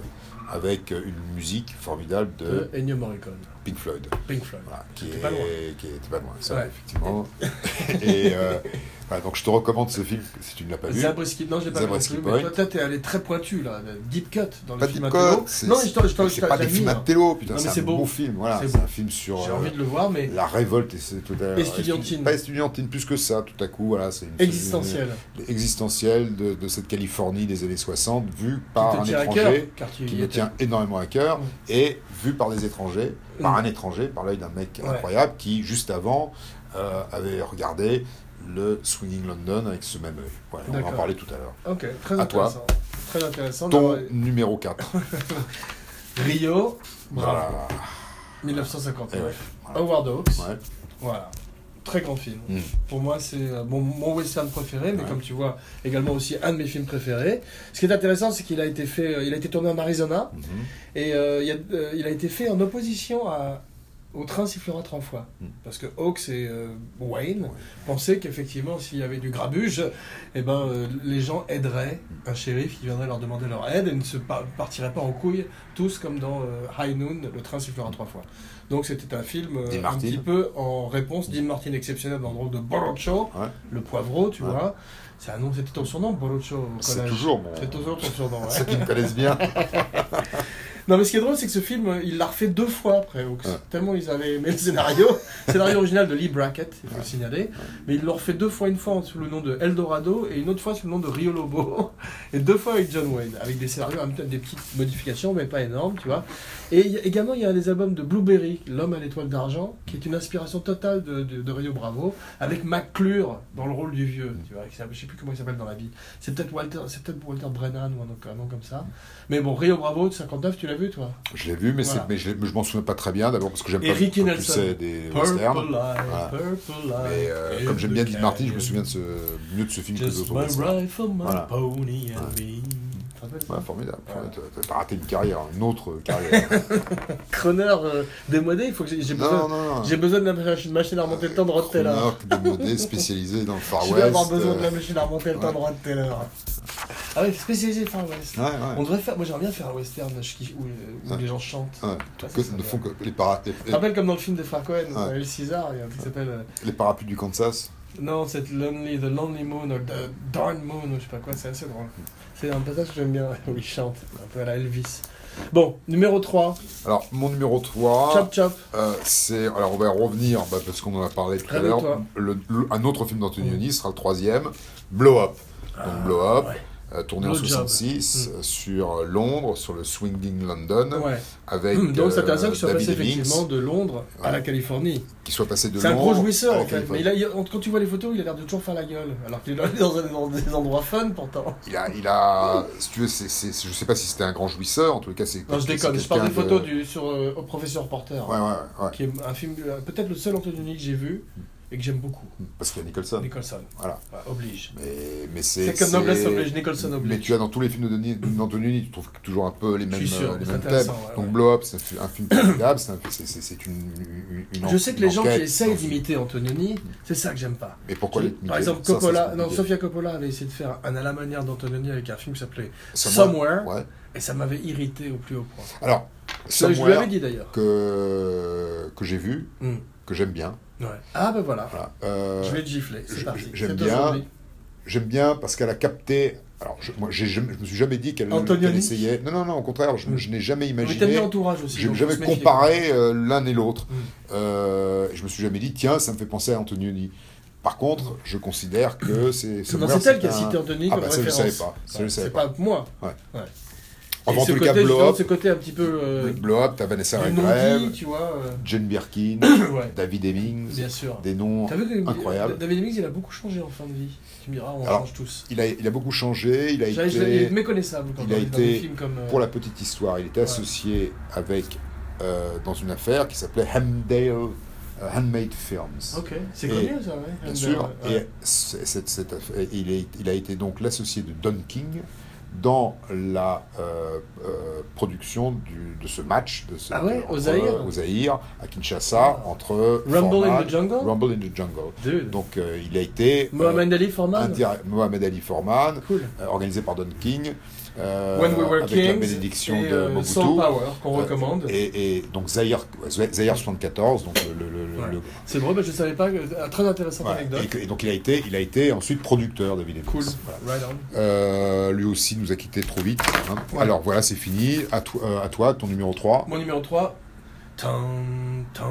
B: Avec euh, une musique formidable de
A: De Euh, Ennio Morricone,
B: Pink Floyd,
A: Pink Floyd.
B: voilà, qui,
A: T'es
B: est,
A: pas loin.
B: qui était pas loin, ça,
A: Ouais.
B: effectivement. Et euh, voilà, donc je te recommande ce film si tu ne l'as pas vu.
A: Zabriskie, non, je l'ai pas vu non
B: Zabriskie
A: plus, mais
B: Point.
A: toi, toi, t'es allé très pointu là. Deep Cut dans le
B: Pas
A: film
B: Deep
A: Apollo.
B: Cut, c'est-
A: Non, mais je t'en- je t'en- je
B: C'est
A: t'en-
B: pas
A: je
B: des
A: t'en-
B: films à télo, putain,
A: Non, mais
B: c'est
A: c'est
B: un
A: beau.
B: bon film, voilà,
A: C'est
B: c'est un
A: beau.
B: film sur
A: J'ai
B: euh,
A: envie de le voir, mais
B: la révolte et c'est tout à
A: Et estudiantine.
B: Pas estudiantine plus que ça, tout à coup, voilà, c'est une-
A: existentiel.
B: une- existentielle de, de cette Californie des années 60 vue
A: Qui
B: par
A: te
B: un
A: tient à cœur,
B: étranger.
A: car tu
B: qui
A: y
B: me
A: étais.
B: tient énormément à cœur
A: Mm.
B: et vu par des étrangers,
A: Mm.
B: par un étranger, par l'œil d'un mec
A: Ouais.
B: incroyable qui, juste avant, euh, avait regardé le Swinging London avec ce même œil. Voilà, on en
A: D'accord.
B: parlait tout à l'heure.
A: Ok, très
B: À toi.
A: intéressant. Très intéressant.
B: Ton
A: d'avoir-
B: numéro 4.
A: Rio, bravo.
B: voilà.
A: 1959.
B: Eh ouais, voilà.
A: Howard Hawks.
B: Ouais.
A: Voilà. Très grand film.
B: Mm.
A: Pour moi, c'est euh, mon, mon western préféré, mais
B: Ouais.
A: comme tu vois, également aussi un de mes films préférés. Ce qui est intéressant, c'est qu'il a été fait, euh, il a été tourné en Arizona
B: Mhm.
A: et euh, il, y a- euh, il a été fait en opposition à, au train sifflera 30 fois.
B: Mm.
A: Parce que Hawks et euh, Wayne pensaient qu'effectivement, s'il y avait du grabuge, eh ben, euh, les gens aideraient un shérif qui viendrait leur demander leur aide et ne se par- partiraient pas en couille, tous comme dans euh, High Noon, le train sifflera trois fois. Donc c'était un film euh,
B: Dean
A: un
B: Martin.
A: petit peu en réponse. Dean Martin exceptionnel dans le rôle de Borocho,
B: Ouais.
A: le poivreau, tu
B: Ouais.
A: vois. C'est un nom, c'était ton surnom, Borocho, au
B: C'est
A: collège.
B: toujours euh, mon.
A: C'est toujours ton surnom, ouais.
B: Ceux qui me connaissent bien.
A: Non, mais ce qui est drôle, c'est que ce film, euh, il l'a refait deux fois après Hawks.
B: Ouais.
A: Tellement ils avaient aimé le scénario. scénario original de Lee Brackett, il faut le signaler. Mais ils l'ont refait deux fois, une fois sous le nom de Eldorado et une autre fois sous le nom de Rio Lobo. Et deux fois avec John Wayne, avec des scénarios, un peu- des petites modifications, mais pas énormes, tu vois. Et il y a- également, il y a des albums de Blueberry, L'homme à l'étoile d'argent, qui est une inspiration totale de, de- de Rio Bravo, avec McClure dans le rôle du vieux, tu vois. qui s'appelle- Je sais plus comment il s'appelle dans la vie. C'est peut-être Walter, c'est peut-être Walter Brennan ou un autre- un nom comme ça. Mais bon, Rio Bravo de 59, tu l'as vu toi
B: Je l'ai vu, mais, c'est-
A: Voilà.
B: mais je, l'ai- mais je m'en souviens pas très bien. D'abord parce que j'aime
A: Et
B: pas
A: Ricky
B: comme tu
A: Nelson.
B: sais, des
A: Purple Eye,
B: westerns. Voilà.
A: Purple Eye.
B: Mais euh,
A: in
B: comme j'aime bien
A: the
B: Dean Martin, je me
A: canyon.
B: souviens de ce, mieux de ce film que
A: Just
B: d'autres
A: my
B: westerns.
A: rifle, my
B: Voilà.
A: pony and
B: Ouais.
A: me. Tu te rappelles ça
B: Ouais, formidable.
A: Voilà.
B: T'as- T'as raté une carrière, une autre carrière.
A: Croner euh, démodé, il faut que j'ai j'ai besoin,
B: non, non, non.
A: j'ai besoin de la machine machine à remonter le temps de Rod Taylor.
B: Cronenberg démodé, spécialisé dans le Far
A: Je
B: West.
A: vais avoir besoin
B: euh,
A: de la machine à remonter le temps de Rod Taylor. Ah ouais, spécialisé Far West.
B: Ouais,
A: On
B: ouais.
A: devrait faire, moi j'aimerais bien faire un western je kiffe, où, où
B: Ouais.
A: les gens chantent.
B: Ouais,
A: Ça, ça
B: Que-
A: serait
B: ne
A: bien.
B: font que les, para- les-
A: Tu te rappelles comme dans le film des frères Cohen,
B: Ouais.
A: El César, il y a un truc qui s'appelle. euh,
B: les parapluies du Kansas.
A: Non, cette Lonely, The Lonely Moon, ou The Darn Moon, ou je sais pas quoi, c'est assez drôle. C'est un passage que j'aime bien, où il chante, un peu à la Elvis. Bon, numéro 3,
B: Alors, mon numéro 3,
A: Chop Chop.
B: c'est. Alors, on va revenir, bah, parce qu'on en a parlé tout à l'heure.
A: Réveille-toi.
B: Le- le- Un autre film d'Antonioni sera le troisième, Blow Up. Donc, Blow Up.
A: Ah, ouais.
B: euh, tourné en
A: Blow Job. Mm.
B: 66 euh, sur Londres, sur le Swinging London,
A: Ouais.
B: avec
A: Hum, Donc c'est
B: euh,
A: intéressant qu'il soit
B: David
A: passé
B: Hemmings,
A: effectivement de Londres à
B: Ouais.
A: la Californie.
B: qui soit passé de
A: C'est un
B: Londres
A: gros jouisseur
B: à la
A: en fait. Mais
B: Californie.
A: il a- il- quand tu vois les photos, il a l'air de toujours faire la gueule. Alors qu'il est dans, un- dans des endroits fun pourtant.
B: Il a, il a, si tu veux, c'est, c'est- je sais pas si c'était un grand jouisseur, en tout cas, c'est.
A: Non, je
B: c'est
A: déconne, je parle des
B: quelqu'un de-
A: photos du, sur euh, Au Professeur Porter.
B: Ouais, ouais, ouais.
A: Qui est un film, euh, peut-être le seul Antonini que j'ai vu, et que j'aime beaucoup.
B: Parce qu'il y a Nicholson.
A: Nicholson.
B: Voilà.
A: Bah, oblige.
B: Mais, mais c'est.
A: C'est comme
B: c'est-
A: Noblesse oblige, Nicholson
B: Mais
A: oblige.
B: tu as dans tous les films de Denis- d'Antonioni, tu trouves toujours un peu les mêmes,
A: suis sûr,
B: euh, les
A: c'est
B: mêmes thèmes.
A: intéressant, ouais,
B: Donc
A: ouais.
B: Blow Up, c'est un fi- un film formidable, c'est un- c'est- c'est c'est une, une, une-
A: Je sais que
B: une
A: les gens qui
B: enquête
A: essayent
B: dans une-
A: d'imiter Antonioni, c'est ça que j'aime pas.
B: Mais pourquoi
A: Tu-
B: les
A: Par exemple,
B: Ça, ça,
A: Coppola,
B: c'est
A: non,
B: compliqué.
A: Sofia Coppola avait essayé de faire un à la manière d'Antonioni avec un film qui s'appelait
B: Somewhere.
A: Somewhere,
B: Ouais.
A: et ça m'avait irrité au plus haut point.
B: Alors,
A: Ça, Je lui
B: Somewhere
A: avais dit d'ailleurs.
B: que, que j'ai vu,
A: Hum,
B: que j'aime bien.
A: ouais. Ah ben voilà,
B: Voilà. Euh,
A: je vais te gifler,
B: je-
A: c'est parti.
B: j'aime
A: C'est
B: bien.
A: aujourd'hui.
B: J'aime bien parce qu'elle a capté. Alors, je, moi, j'ai jamais- je me suis jamais dit qu'elle
A: Antonioni
B: qu'elle essayait. Non, non, non, au contraire, je,
A: Mm.
B: je n'ai jamais
A: Mais t'aimes
B: imaginé.
A: bien entourage aussi.
B: Je
A: donc
B: n'ai
A: faut
B: jamais
A: se méfier.
B: comparé euh, l'un et l'autre.
A: Mm.
B: Euh, je me suis jamais dit, tiens, ça me fait penser à Antonioni. Par contre, je considère que c'est.
A: Non,
B: Somewhere,
A: c'est elle qui a
B: un-
A: cité Anthony
B: Ah,
A: comme
B: bah, ça, je le
A: référence.
B: savais pas. Ça, je le savais
A: C'est pas moi.
B: Enfin,
A: Et
B: en
A: ce
B: tout
A: côté,
B: cas, Blow
A: justement,
B: Up,
A: ce côté un petit peu euh,
B: Blow Up, t'as Vanessa
A: du non-dit,
B: Redgrave,
A: tu vois. euh,
B: Jane Birkin,
A: ouais,
B: David Hemmings,
A: bien sûr.
B: des noms
A: T'as vu que
B: incroyables.
A: David Hemmings, il a beaucoup changé en fin de vie. Tu me diras, on
B: Alors,
A: change tous.
B: Il a, il a beaucoup changé. Il a
A: J'avais- je l'avais- Il est
B: été,
A: méconnaissable quand
B: il
A: on
B: a
A: est dans
B: été
A: des films comme. euh,
B: pour la petite histoire, il était
A: Ouais.
B: associé avec euh, dans une affaire qui s'appelait Hamdale euh, Handmade Films.
A: Ok, c'est
B: Et-
A: connu ça, ouais.
B: Bien
A: Euh,
B: sûr.
A: ouais.
B: Et c'est- c'est- c'est- et il, est- il a été donc l'associé de Don King dans la euh, euh, production du- de ce match, de ce,
A: Ah ouais,
B: de- entre-
A: au Zaïre
B: au Zaïre, à Kinshasa,
A: Ah.
B: entre
A: Rumble in
B: Forman-
A: the Jungle
B: Rumble in the Jungle.
A: Dude.
B: Donc euh, il a été euh,
A: Mohamed Ali Forman
B: indirect- Mohamed Ali Forman,
A: Cool.
B: euh, organisé par Don King, euh,
A: When We Were
B: avec la
A: Kings.
B: bénédiction
A: et,
B: de
A: euh,
B: Mobutu.
A: Soul Power, qu'on
B: Euh,
A: recommande.
B: Et, et donc Zaire, Zaire 74, donc le, le- le-
A: Ouais.
B: le-
A: C'est drôle, mais je savais pas. que- ah, Très intéressante
B: voilà.
A: anecdote.
B: et, que- et donc il a été, il a été ensuite producteur de David Evans.
A: Cool.
B: Voilà.
A: Right on.
B: Euh, lui aussi nous a quitté trop vite. hein.
A: Ouais.
B: Alors voilà, c'est fini. À, toi- euh, à toi, ton numéro 3.
A: Mon numéro 3. Tan, tan,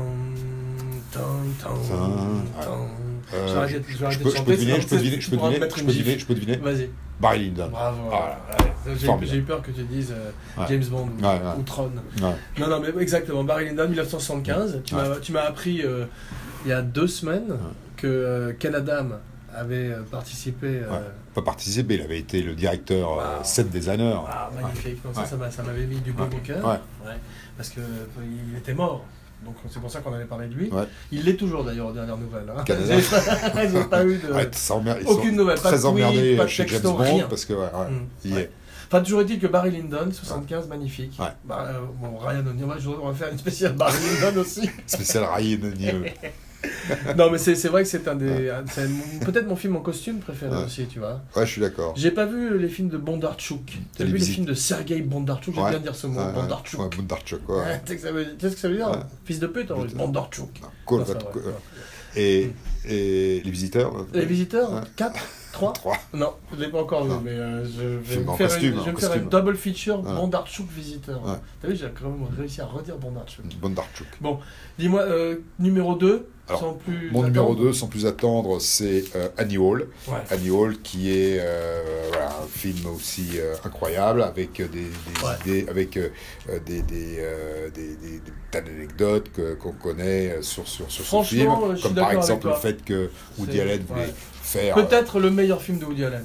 A: tan, tan,
B: Tan,
A: tan.
B: Euh,
A: Je vais arrêter- je vais
B: je
A: arrêter de
B: peux, je peux
A: chanter,
B: deviner,
A: sinon
B: je peux
A: tu-
B: deviner,
A: tu
B: je peux
A: pourras te
B: deviner,
A: mettre
B: je
A: une
B: peux
A: gifle.
B: deviner, je peux deviner.
A: Vas-y,
B: Barry Lyndon.
A: bravo.
B: Voilà.
A: Ouais. J'ai-
B: Ah, Formidable.
A: J'ai eu peur que tu dises euh,
B: Ouais.
A: James Bond ou-
B: Ouais, ouais.
A: ou Tron.
B: Ouais.
A: Non, non, mais exactement. Barry Lyndon, 1975. Tu
B: Ouais.
A: m'as- tu m'as appris euh, il y a deux semaines que euh, Canadam avait euh, participé. euh,
B: Ouais. Pas participé, il avait été le directeur euh,
A: Wow.
B: set designer.
A: Ah, magnifique. Non, ça,
B: Ouais.
A: ça m'a- ça m'avait mis du bon
B: Ouais.
A: au cœur.
B: Ouais.
A: Ouais. Parce que euh, il était mort. Donc c'est pour ça qu'on avait parlé de lui.
B: Ouais.
A: Il l'est toujours d'ailleurs aux dernières nouvelles. hein.
B: Canada.
A: Ils n'ont pas eu de.
B: Ouais, ça emmer- ils
A: Aucune
B: sont
A: nouvelle, pas de
B: très
A: tweet,
B: emmerdés
A: pas de
B: chez James
A: texto,
B: Bond
A: rien.
B: parce que ouais, ouais,
A: Mm.
B: il
A: Ouais.
B: est.
A: Enfin, toujours est-il que Barry Lyndon, 75, magnifique.
B: Ouais.
A: Bah, euh, bon, Ryan O'Neill, on va- je- on va faire une spéciale Barry Lyndon aussi.
B: spécial euh, Ryan O'Neill.
A: non, mais c'est c'est vrai que c'est un des. un- c'est mon- Peut-être mon film en costume préféré
B: Ouais.
A: aussi, tu vois.
B: Ouais, je suis d'accord.
A: J'ai pas vu les films de Bondarchuk. T'as vu les
B: Télévisite.
A: films de Sergei Bondarchuk J'aime
B: Ouais.
A: bien dire ce mot,
B: Ouais, ouais.
A: Bondarchuk.
B: Ouais, Bondarchuk, ouais.
A: Ouais, Tu sais que ça veut- tu sais ce que ça veut dire
B: Ouais.
A: Fils de pute, en
B: Putain.
A: Bondarchuk.
B: Non, Cole
A: Non,
B: va
A: ça,
B: te-
A: ouais, ouais.
B: Et, et les visiteurs euh,
A: Les visiteurs
B: Ouais.
A: 4 3
B: Trois.
A: Non, je l'ai pas encore vu,
B: Non.
A: mais euh, je vais
B: Film
A: me
B: en
A: faire,
B: costume,
A: une, je vais
B: en
A: me faire une
B: costume.
A: double feature
B: Ouais.
A: Bondarchuk visiteur.
B: Ouais.
A: T'as vu, j'ai quand même réussi à redire Bondarchuk.
B: Bondarchuk.
A: Dis-moi, euh, numéro 2,
B: Alors,
A: sans plus.
B: Mon numéro
A: attendre.
B: 2, sans plus attendre, c'est euh, Annie Hall.
A: Ouais.
B: Annie Hall qui est euh, voilà, un film aussi euh, incroyable avec euh, des, des
A: Ouais.
B: idées, avec euh, euh, des, des, euh, des- des- des tas d'anecdotes que- qu'on connaît euh, sur, sur, sur ce
A: Franchement, euh,
B: film.
A: je suis
B: comme par
A: d'accord
B: exemple le
A: avec toi.
B: fait que Woody
A: C'est-
B: Allen voulait
A: ouais.
B: faire. euh,
A: Peut-être le meilleur film de Woody Allen.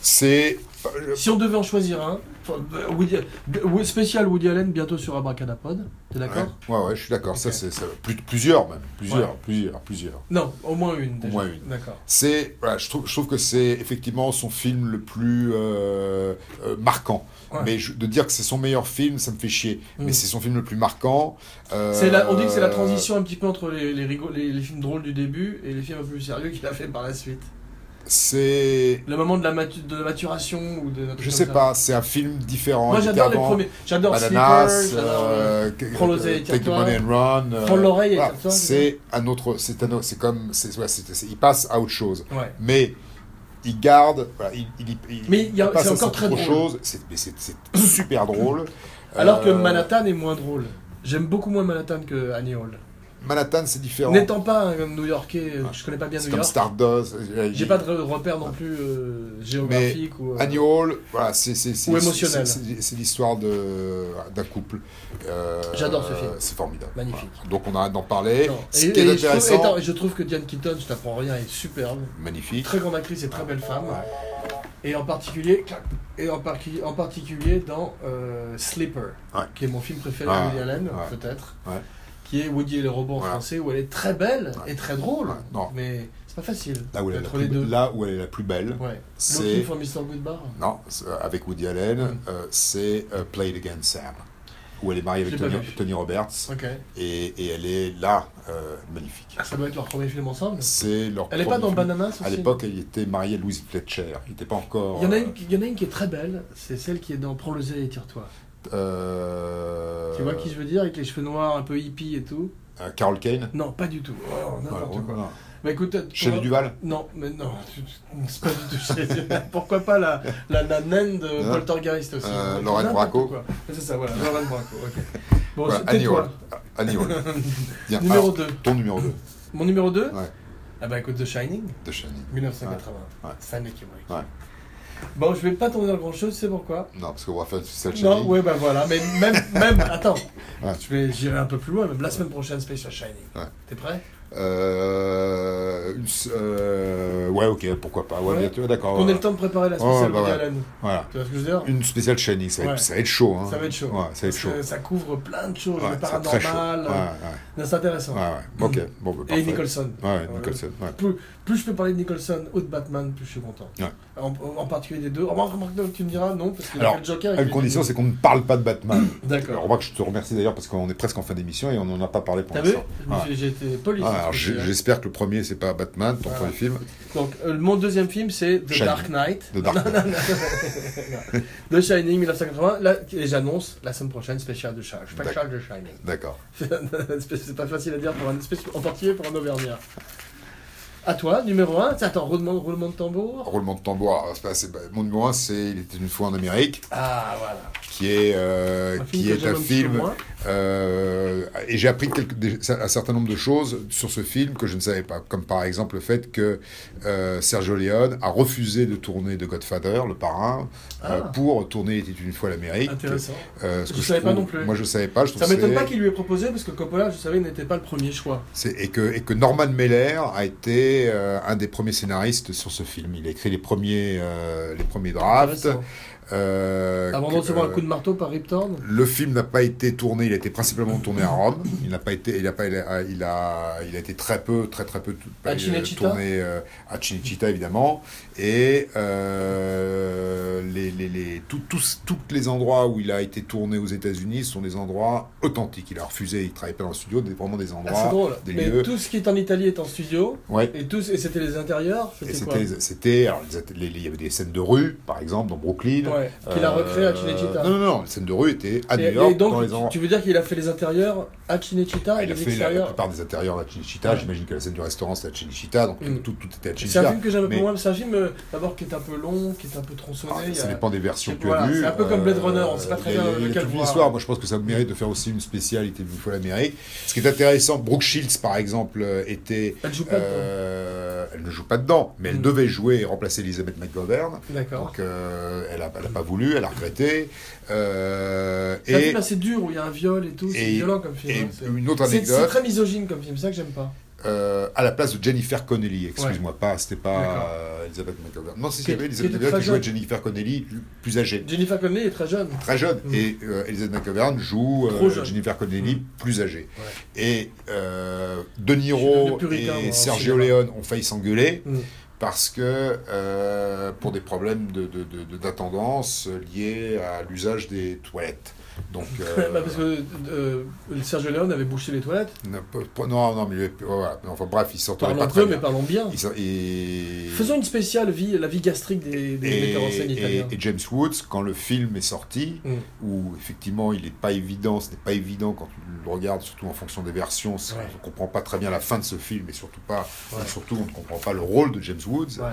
B: C'est. euh,
A: Si on devait en choisir un, enfin, euh, Woody, euh, spécial Woody Allen bientôt sur Abracadapod, t'es d'accord
B: Ouais, ouais, je suis d'accord. Ça,
A: Ok.
B: c'est ça- plus- plusieurs même, plusieurs, plusieurs, plusieurs.
A: Non, au moins une. déjà.
B: moins une.
A: D'accord.
B: C'est, voilà, je trouve, je trouve que c'est effectivement son film le plus euh, euh, marquant.
A: Ouais.
B: Mais je- de dire que c'est son meilleur film, ça me fait chier.
A: Mm.
B: Mais c'est son film le plus marquant. euh,
A: C'est la- on dit que c'est la transition un petit peu entre les, les, rigol- les- les films drôles du début et les films un peu plus sérieux qu'il a fait par la suite.
B: C'est,
A: Le moment de la, matu- de la maturation ou de
B: je sais pas, c'est un film différent.
A: Moi
B: Il était
A: j'adore les
B: avant
A: premiers. J'adore
B: Bananas,
A: Sleeper, j'adore. euh,
B: euh, que-
A: Prends l'oseille et
B: euh, Take the
A: tire-toi.
B: Money and Run. euh,
A: Prends l'oreille et
B: voilà.
A: tire-toi,
B: C'est un autre, c'est un autre, c'est comme, c'est, ouais, c'est- c'est- il passe à autre chose.
A: Ouais.
B: mais il garde, voilà, il, il, il-
A: Mais il y a-
B: il passe
A: c'est
B: à
A: encore
B: cette
A: très
B: autre
A: drôle.
B: chose. C'est, mais c'est, c'est super drôle.
A: Alors que
B: Euh,
A: Manhattan est moins drôle. J'aime beaucoup moins Manhattan que Annie Hall.
B: Manhattan, c'est différent.
A: N'étant pas un New Yorkais, euh,
B: Ouais.
A: je connais pas bien
B: c'est
A: New
B: comme
A: York.
B: Stardust. euh,
A: J'ai
B: il-
A: pas de repères non plus euh, géographiques ou. euh,
B: Annie Hall, voilà, c'est c'est c'est
A: Ou
B: c'est-
A: émotionnel.
B: c'est- c'est l'histoire de d'un couple. Euh,
A: J'adore ce film.
B: C'est formidable.
A: Magnifique.
B: Voilà. Donc on arrête d'en parler.
A: non.
B: Ce
A: Et-
B: qui
A: et
B: est
A: je, trouve,
B: intéressant,
A: attends, et je trouve que Diane Keaton, je t'apprends rien, elle est superbe.
B: magnifique.
A: Très grande actrice et très belle femme.
B: Ouais.
A: Et en particulier, et en, parqui- en particulier dans euh, Sleeper,
B: Ouais.
A: qui est mon film préféré
B: Ouais.
A: de Woody Allen,
B: Ouais.
A: peut-être.
B: Ouais.
A: qui est Woody et les robots en
B: Voilà.
A: français, où elle est très belle et très drôle,
B: Ouais, non.
A: mais c'est pas facile
B: Là où, elle est la
A: d'être
B: plus,
A: les deux.
B: là où elle est la plus belle,
A: Ouais. Looking
B: c'est.
A: for Mr. Goodbar.
B: Non, c'est- euh, avec Woody Allen,
A: Mm.
B: euh, c'est euh, Play It Again Sam, où elle est mariée
A: Je
B: avec
A: l'ai pas
B: Tony,
A: vu.
B: Tony Roberts,
A: Ok.
B: et, et elle est là, euh, magnifique.
A: Ah, Ça doit être leur premier film ensemble.
B: C'est leur
A: Elle est pas
B: premier
A: dans
B: film.
A: Bananas aussi
B: À l'époque, il était marié à Louise Fletcher. Il n'était pas encore.
A: Il y, en a une, il y en a une qui est très belle, c'est celle qui est dans Prends le zèle et tire-toi.
B: euh,
A: Tu vois qui je veux dire, avec les cheveux noirs, un peu hippie et tout
B: euh, Carol Kane.
A: Non, pas du tout. Oh, n'importe
B: Ouais,
A: quoi.
B: ouais, ouais.
A: Bah écoute, on
B: Shelley
A: va-
B: Duval.
A: Non, mais non, tu- tu- c'est pas du tout Shelley Duval. Pourquoi pas la, la, la naine de
B: Hein
A: Poltergeist aussi
B: Euh,
A: Ouais,
B: Lorraine
A: n'importe
B: Bracco.
A: quoi. C'est ça, voilà, Lorraine Bracco, ok. Bon,
B: Voilà,
A: c'était
B: Annie
A: toi.
B: Hall. Annie Hall. Tiens,
A: numéro
B: alors,
A: 2.
B: ton numéro 2
A: Mon numéro 2
B: Ouais.
A: Ah bah écoute, The Shining,
B: de Shining.
A: 1980.
B: Ouais.
A: Stanley Kubrick.
B: Ouais.
A: Bon, je vais pas tomber dans grand chose, c'est pourquoi
B: Non, parce qu'on va faire une spéciale
A: Non,
B: Shining.
A: ouais, bah voilà, mais même, même attends,
B: Ouais.
A: je vais, j'irai un peu plus loin, même la semaine prochaine, Special Shining.
B: Ouais.
A: T'es prêt
B: Euh, une s- euh, ouais, ok, pourquoi pas. Ouais,
A: Ouais.
B: bien, tu vois, d'accord.
A: On a
B: Oh, ouais.
A: le temps de préparer la
B: Ouais,
A: spéciale
B: bah
A: Woody
B: ouais.
A: Allen.
B: Voilà.
A: Tu vois ce que je veux dire
B: Une spéciale Shining, ça, va être-
A: Ouais.
B: ça va être chaud. Hein.
A: Ça va être chaud.
B: Ouais, ça va être
A: Parce
B: chaud.
A: que ça couvre plein de choses,
B: Ouais,
A: le
B: c'est très chaud.
A: paranormal. euh,
B: Ouais,
A: Non, C'est intéressant.
B: ouais, ouais, ouais. Ok, bon, bah,
A: Et
B: parfait.
A: Nicholson.
B: Ouais, Nicholson. Ouais.
A: Plus, plus je peux parler de Nicholson ou de Batman, plus je suis content.
B: Ouais.
A: En, en particulier des deux. Oh, remarque, remarque, tu me diras non, parce qu'il a
B: Alors,
A: fait le Joker. et
B: À une
A: qu'il-
B: condition, c'est qu'on ne parle pas de Batman. Alors,
A: D'accord.
B: remarque, je te remercie d'ailleurs parce qu'on est presque en fin d'émission et on n'en a pas parlé pour
A: T'as vu
B: l'instant.
A: Je me
B: Ouais.
A: suis- J'ai été poli.
B: Ah,
A: sur ce
B: alors,
A: coup-ci,
B: j'ai-
A: hein.
B: j'espère que le premier, c'est pas Batman, ton
A: Voilà.
B: premier film.
A: Donc, euh, mon deuxième film, c'est The
B: Shining.
A: Dark Knight.
B: The Dark
A: Non, non, non, non. The Shining 1980. Là, et j'annonce la semaine prochaine spécial de Charles. Spécial de Shining.
B: D'accord.
A: c'est pas facile à dire pour un espèce, en particulier pour un Auvergnat. À toi, numéro 1. Attends, roulement, roulement de tambour.
B: Roulement de tambour. Alors, c'est pas- c'est pas- mon numéro un, c'est Il était une fois en Amérique,
A: Ah, voilà.
B: qui est, euh,
A: Un film
B: qui
A: que
B: est
A: j'aime
B: un
A: un petit peu
B: film.
A: moins.
B: euh, et j'ai appris quelques, des- un certain nombre de choses sur ce film que je ne savais pas. Comme par exemple le fait que euh, Sergio Leone a refusé de tourner de Godfather, le parrain, euh,
A: Ah.
B: pour tourner Il était une fois l'Amérique.
A: Intéressant.
B: Euh, ce
A: Je
B: que
A: savais pas
B: trouve-
A: non plus.
B: Moi, je savais pas. Je trouve
A: Ça
B: que
A: m'étonne
B: c'est-
A: pas qu'il lui ait proposé parce que Coppola, je savais, n'était pas le premier choix.
B: C'est- Et que, et que Norman Mailer a été euh, un des premiers scénaristes sur ce film. Il a écrit les premiers, euh, les premiers drafts.
A: Intéressant.
B: Euh,
A: Avant de
B: que-
A: recevoir un coup de marteau par Rip Torn.
B: Le film n'a pas été tourné. Il a été principalement tourné à Rome. Il n'a pas été. Il a pas. Il a. Il a, il a été très peu, très très peu
A: À
B: euh,
A: Cinecittà
B: tourné euh, à Cinecittà évidemment. Et euh, les, les, les tout- tous toutes les endroits où il a été tourné aux États-Unis sont des endroits authentiques. Il a refusé. Il travaillait pas dans le studio. Des vraiment des
A: Ah, c'est
B: endroits.
A: drôle.
B: des
A: Mais
B: lieux.
A: tout ce qui est en Italie est en studio.
B: ouais.
A: Et, tous- et c'était les intérieurs
B: Et
A: C'était quoi
B: c'était, c'était, alors les ath- les- les- il y avait des scènes de rue, par exemple, dans Brooklyn.
A: Ouais, qu'il a
B: Euh,
A: recréé à Cinecittà.
B: Non, non, non, les scènes de rue étaient à
A: Et-
B: New York,
A: et donc,
B: dans les
A: tu-
B: endroits.
A: tu veux dire qu'il a fait les intérieurs à Cinecittà
B: Ah,
A: et
B: il a
A: les
B: fait la, la
A: extérieurs
B: plupart des intérieurs à Chinchita.
A: Ouais.
B: J'imagine que la scène du restaurant c'était à Chinchita, donc
A: Mm.
B: tout, tout était à
A: C'est un
B: Chinchita.
A: film que j'aime un peu
B: mais-
A: moins. C'est un film euh, d'abord qui est un peu long, qui est un peu tronçonné. il y
B: Ah,
A: a-
B: ça dépend des versions que tu
A: Voilà,
B: as vues. euh,
A: c'est un peu comme Blade Runner, on sait pas très
B: il y a-
A: bien
B: il y a
A: lequel
B: toute une
A: voir.
B: histoire. Moi, je pense que ça mérite de faire aussi une spécialité une fois l'Amérique. Ce qui est intéressant, Brooke Shields, par exemple, euh, était.
A: Elle joue pas dedans.
B: euh, elle ne joue pas dedans, mais elle
A: Mm.
B: devait jouer et remplacer Elizabeth McGovern.
A: D'accord.
B: Donc euh, elle n'a pas voulu, elle a regretté. Euh,
A: C'est un
B: et
A: film assez dur où il y a un viol et tout. C'est
B: et-
A: violent comme film.
B: et
A: hein, c'est-
B: une autre
A: C'est c'est
B: anecdote,
A: très misogyne comme film, c'est ça que j'aime pas.
B: euh, à la place de Jennifer Connelly, excuse-moi pas, c'était
A: D'accord.
B: pas euh, Elizabeth McGovern. Non, si
A: Qui-
B: c'était Elizabeth
A: qui était
B: McGovern
A: très
B: qui jouait
A: jeune.
B: Jennifer Connelly, plus âgée,
A: Jennifer Connelly est très jeune.
B: très jeune,
A: Mm.
B: et euh, Elizabeth McGovern joue euh,
A: Trop jeune. Mm.
B: Jennifer Connelly, plus âgée. Et euh, De
A: Je suis devenu
B: Niro
A: puritain, moi,
B: et
A: en
B: Sergio
A: cinéma.
B: Leone ont failli s'engueuler.
A: Mm.
B: parce que euh, pour des problèmes de, de, de- de- d'attendance liés à l'usage des toilettes. Donc, euh,
A: Bah, parce que euh, Sergio Leone avait bouché les toilettes.
B: ne peut- non, non, mais ouais, ouais, mais enfin bref, ils s'entendaient
A: Parlons
B: pas
A: peu,
B: très
A: mais
B: bien.
A: parlons bien.
B: Ils s'en- et,
A: Faisons une spéciale vie, la vie gastrique des, des
B: et,
A: metteurs en scène italiens.
B: et- et James Woods, quand le film est sorti,
A: Mm.
B: où effectivement il n'est pas évident, ce n'est pas évident quand tu le regardes, surtout en fonction des versions, c'est-
A: Ouais.
B: on ne comprend pas très bien la fin de ce film, et surtout pas,
A: Ouais.
B: surtout on ne comprend pas le rôle de James Woods,
A: Ouais.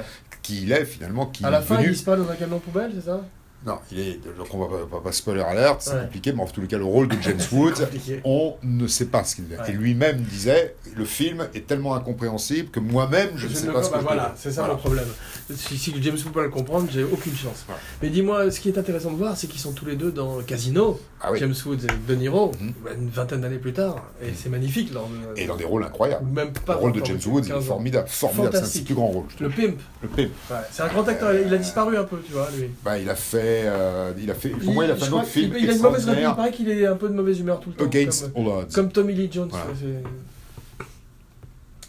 B: qui il est finalement, qui
A: À la
B: est
A: fin,
B: venu.
A: il se passe dans un camion poubelle, c'est ça
B: Non, il est, donc on va pas, pas- pas spoiler alert, c'est
A: Ouais.
B: compliqué, mais en tout cas, le rôle de James Woods,
A: Compliqué.
B: on ne sait pas ce qu'il devient.
A: Ouais.
B: Et lui-même disait, le film est tellement incompréhensible que moi-même, je, ne sais
A: ne
B: pas
A: com-
B: ce que
A: bah
B: je
A: Voilà,
B: devais.
A: c'est ça
B: Voilà.
A: le problème. Si, si James peut pas le comprendre, j'ai aucune chance.
B: Voilà.
A: Mais dis-moi, ce qui est intéressant de voir, c'est qu'ils sont tous les deux dans Casino,
B: Ah oui,
A: James Woods et De Niro,
B: Mhm.
A: bah, une vingtaine d'années plus tard. Et c'est magnifique. Lors de,
B: et dans des rôles
A: ou
B: incroyables.
A: même
B: Le
A: pas
B: rôle de
A: encore
B: James
A: 15
B: Woods il
A: ans.
B: est formidable, formidable, c'est un de ses
A: Fantastique.
B: plus grands rôles.
A: Le pimp.
B: Le pimp.
A: Ouais, C'est un grand acteur, il a disparu un peu, tu vois, lui.
B: Bah, il a fait mais euh, il a fait, pour moi, il a
A: je
B: fait un
A: crois
B: autre film
A: qu'il- Il a une mauvaise réplique, il
B: extraordinaire,
A: paraît qu'il est un peu de mauvaise humeur tout le temps.
B: Against
A: comme-
B: All Odds,
A: Comme Tommy Lee Jones.
B: Voilà.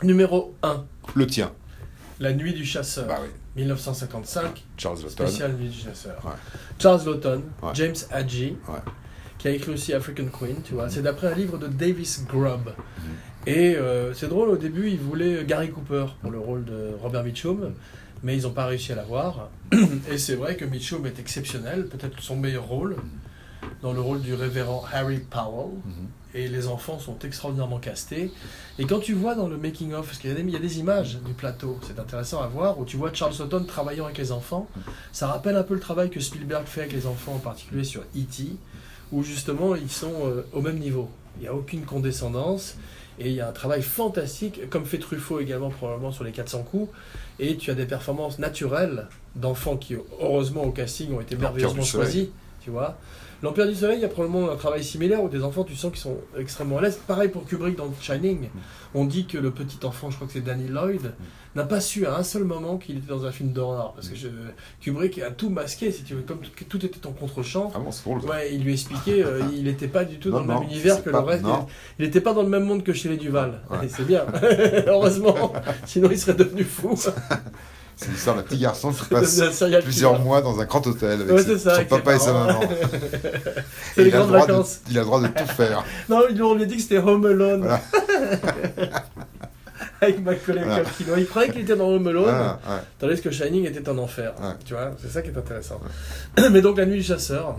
A: c'est- Numéro 1.
B: le tien.
A: La nuit du chasseur.
B: Bah oui,
A: 1955.
B: Charles Lawton.
A: Spécial nuit du chasseur.
B: Ouais.
A: Charles Lawton,
B: Ouais.
A: James Adji,
B: Ouais. Mm-hmm.
A: qui a écrit aussi African Queen, tu vois. C'est d'après un livre de Davis Grubb. Et euh, c'est drôle, au début, ils voulaient Gary Cooper pour le rôle de Robert Mitchum,
B: Mm-hmm.
A: mais ils n'ont pas réussi à l'avoir. Et c'est vrai que Mitchum est exceptionnel, peut-être son meilleur rôle,
B: Mm-hmm.
A: dans le rôle du révérend Harry Powell.
B: Mhm.
A: Et les enfants sont extraordinairement castés. Et quand tu vois dans le making-of, parce qu'il y, a des- il y a des images du plateau, c'est intéressant à voir, où tu vois Charles Houghton travaillant avec les enfants, ça rappelle un peu le travail que Spielberg fait avec les enfants, en particulier sur E.T., où justement ils sont euh, au même niveau. Il n'y a aucune condescendance, et il y a un travail fantastique, comme fait Truffaut également probablement sur les 400 coups, et tu as des performances naturelles d'enfants qui, heureusement au casting, ont été
B: L'Empire du
A: merveilleusement
B: Soleil.
A: choisis, tu vois. L'Empire du Soleil, il y a probablement un travail similaire où des enfants, tu sens qu'ils sont extrêmement à l'aise. Pareil pour Kubrick dans Shining. On dit que le petit enfant, je crois que c'est Danny
B: Mm.
A: Lloyd, n'a pas su à un seul moment qu'il était dans un film d'horreur.
B: Mm.
A: Parce que je- Kubrick a tout masqué, si tu veux, comme tout, tout était en contre-champ.
B: Ah bon, c'est drôle. ça.
A: Ouais, il lui expliquait, euh, il n'était pas du tout
B: Non,
A: dans le
B: non,
A: même univers
B: c'est
A: que
B: pas-
A: le reste.
B: non.
A: Il n'était pas dans le même monde que Shelley Duval.
B: Ouais.
A: Et C'est bien, heureusement, sinon il serait devenu fou.
B: C'est l'histoire d'un petit garçon qui passe
A: Devenu un serial
B: plusieurs
A: killer.
B: mois dans un grand hôtel avec
A: Ouais,
B: ses-
A: c'est ça,
B: son
A: avec ses
B: papa et sa
A: parents.
B: maman.
A: C'est les
B: Et il a le
A: grandes
B: droit de-
A: vacances.
B: Il a le droit de tout faire.
A: Non, ils lui ont dit que c'était Home Alone.
B: Voilà.
A: Avec ma collègue
B: Voilà.
A: Capino. Il croyait qu'il était dans Home Alone,
B: Voilà, Ah, ouais.
A: tandis que Shining était un enfer. hein,
B: Ouais.
A: Tu vois, c'est ça qui est intéressant. Mais donc, La Nuit du Chasseur,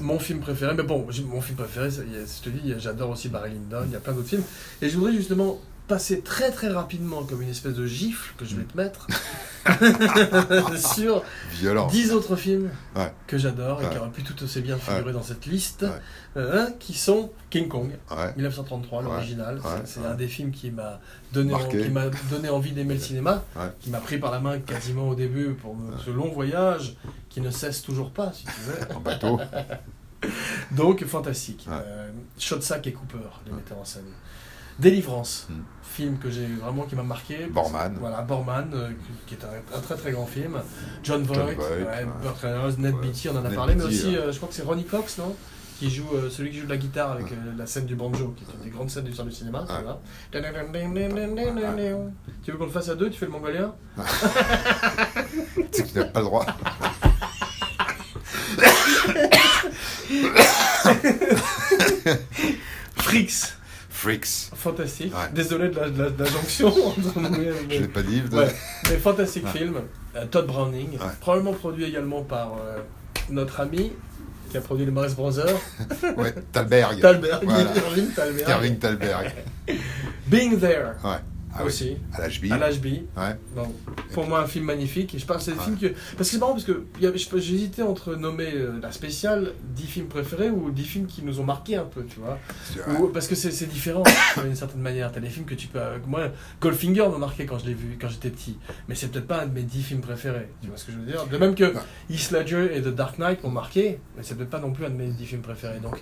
A: mon film préféré. Mais bon, j'ai- mon film préféré, c'est- il y a- je te dis, il y a- j'adore aussi Barry Lyndon, il y a plein d'autres films. Et je voudrais justement passer très très rapidement, comme une espèce de gifle que je vais te mettre, sur
B: Violent.
A: 10 autres films
B: Ouais.
A: que j'adore et
B: Ouais.
A: qui auraient pu tout aussi bien figurer dans cette liste,
B: Ouais.
A: euh, qui sont King Kong.
B: Ouais.
A: 1933,
B: Ouais,
A: l'original.
B: ouais,
A: C'est- c'est
B: ouais.
A: un des films qui m'a donné,
B: Marqué.
A: qui m'a donné envie d'aimer le cinéma,
B: Ouais.
A: qui m'a pris par la main quasiment au début pour me- ce long voyage qui ne cesse toujours pas, si tu veux.
B: En bateau.
A: Donc, fantastique.
B: Ouais.
A: Euh, Shotsack et Cooper, les metteurs en scène. Délivrance,
B: Mm.
A: film que j'ai vraiment qui m'a marqué.
B: Borman.
A: Voilà, Borman, euh, qui- qui est un, un très très grand film. John
B: John
A: Voight,
B: Voight,
A: ouais,
B: ouais.
A: Burt Reynolds, Ned
B: Ouais.
A: Beatty, on en a
B: Ned
A: parlé, mais
B: Beatty,
A: aussi,
B: ouais.
A: euh, je crois que c'est Ronnie Cox, non qui joue, euh, celui qui joue de la guitare avec euh, la scène du banjo, qui est une des grandes scènes du du cinéma.
B: Ouais.
A: tu vois. Tu veux qu'on le fasse à deux Tu fais le mongolien
B: C'est qu'il n'a pas le droit.
A: Frix
B: Freaks.
A: Fantastique.
B: Ouais.
A: Désolé de la, de la- de la jonction. entre nous,
B: Je
A: mais-
B: l'ai pas dit. de-
A: Ouais, mais fantastique film. Euh, Todd Browning,
B: Ouais.
A: probablement produit également par euh, notre ami qui a produit les Maris Brothers,
B: Ouais. Talberg.
A: Talberg,
B: Voilà.
A: Irving Talberg.
B: Irving Talberg.
A: Being There
B: Ouais. Ah oui.
A: aussi,
B: À l'HB.
A: à l'HB.
B: Ouais.
A: Donc, pour moi, un film magnifique. Et je parle, c'est des
B: Ah Ouais.
A: films que. Parce que c'est marrant, parce que il y avait- je- j'hésitais entre nommer euh, la spéciale 10 films préférés ou 10 films qui nous ont marqué un peu, tu vois.
B: C'est-
A: Ou- parce que c'est c'est différent, d'une certaine manière. T'as des films que tu peux. euh, moi, Goldfinger m'a marqué quand je l'ai vu, quand j'étais petit. Mais c'est peut-être pas un de mes 10 films préférés. Tu vois ce que je veux dire De même que
B: Bah.
A: Heath Ledger et The Dark Knight m'ont marqué, mais c'est peut-être pas non plus un de mes 10 films préférés. Donc,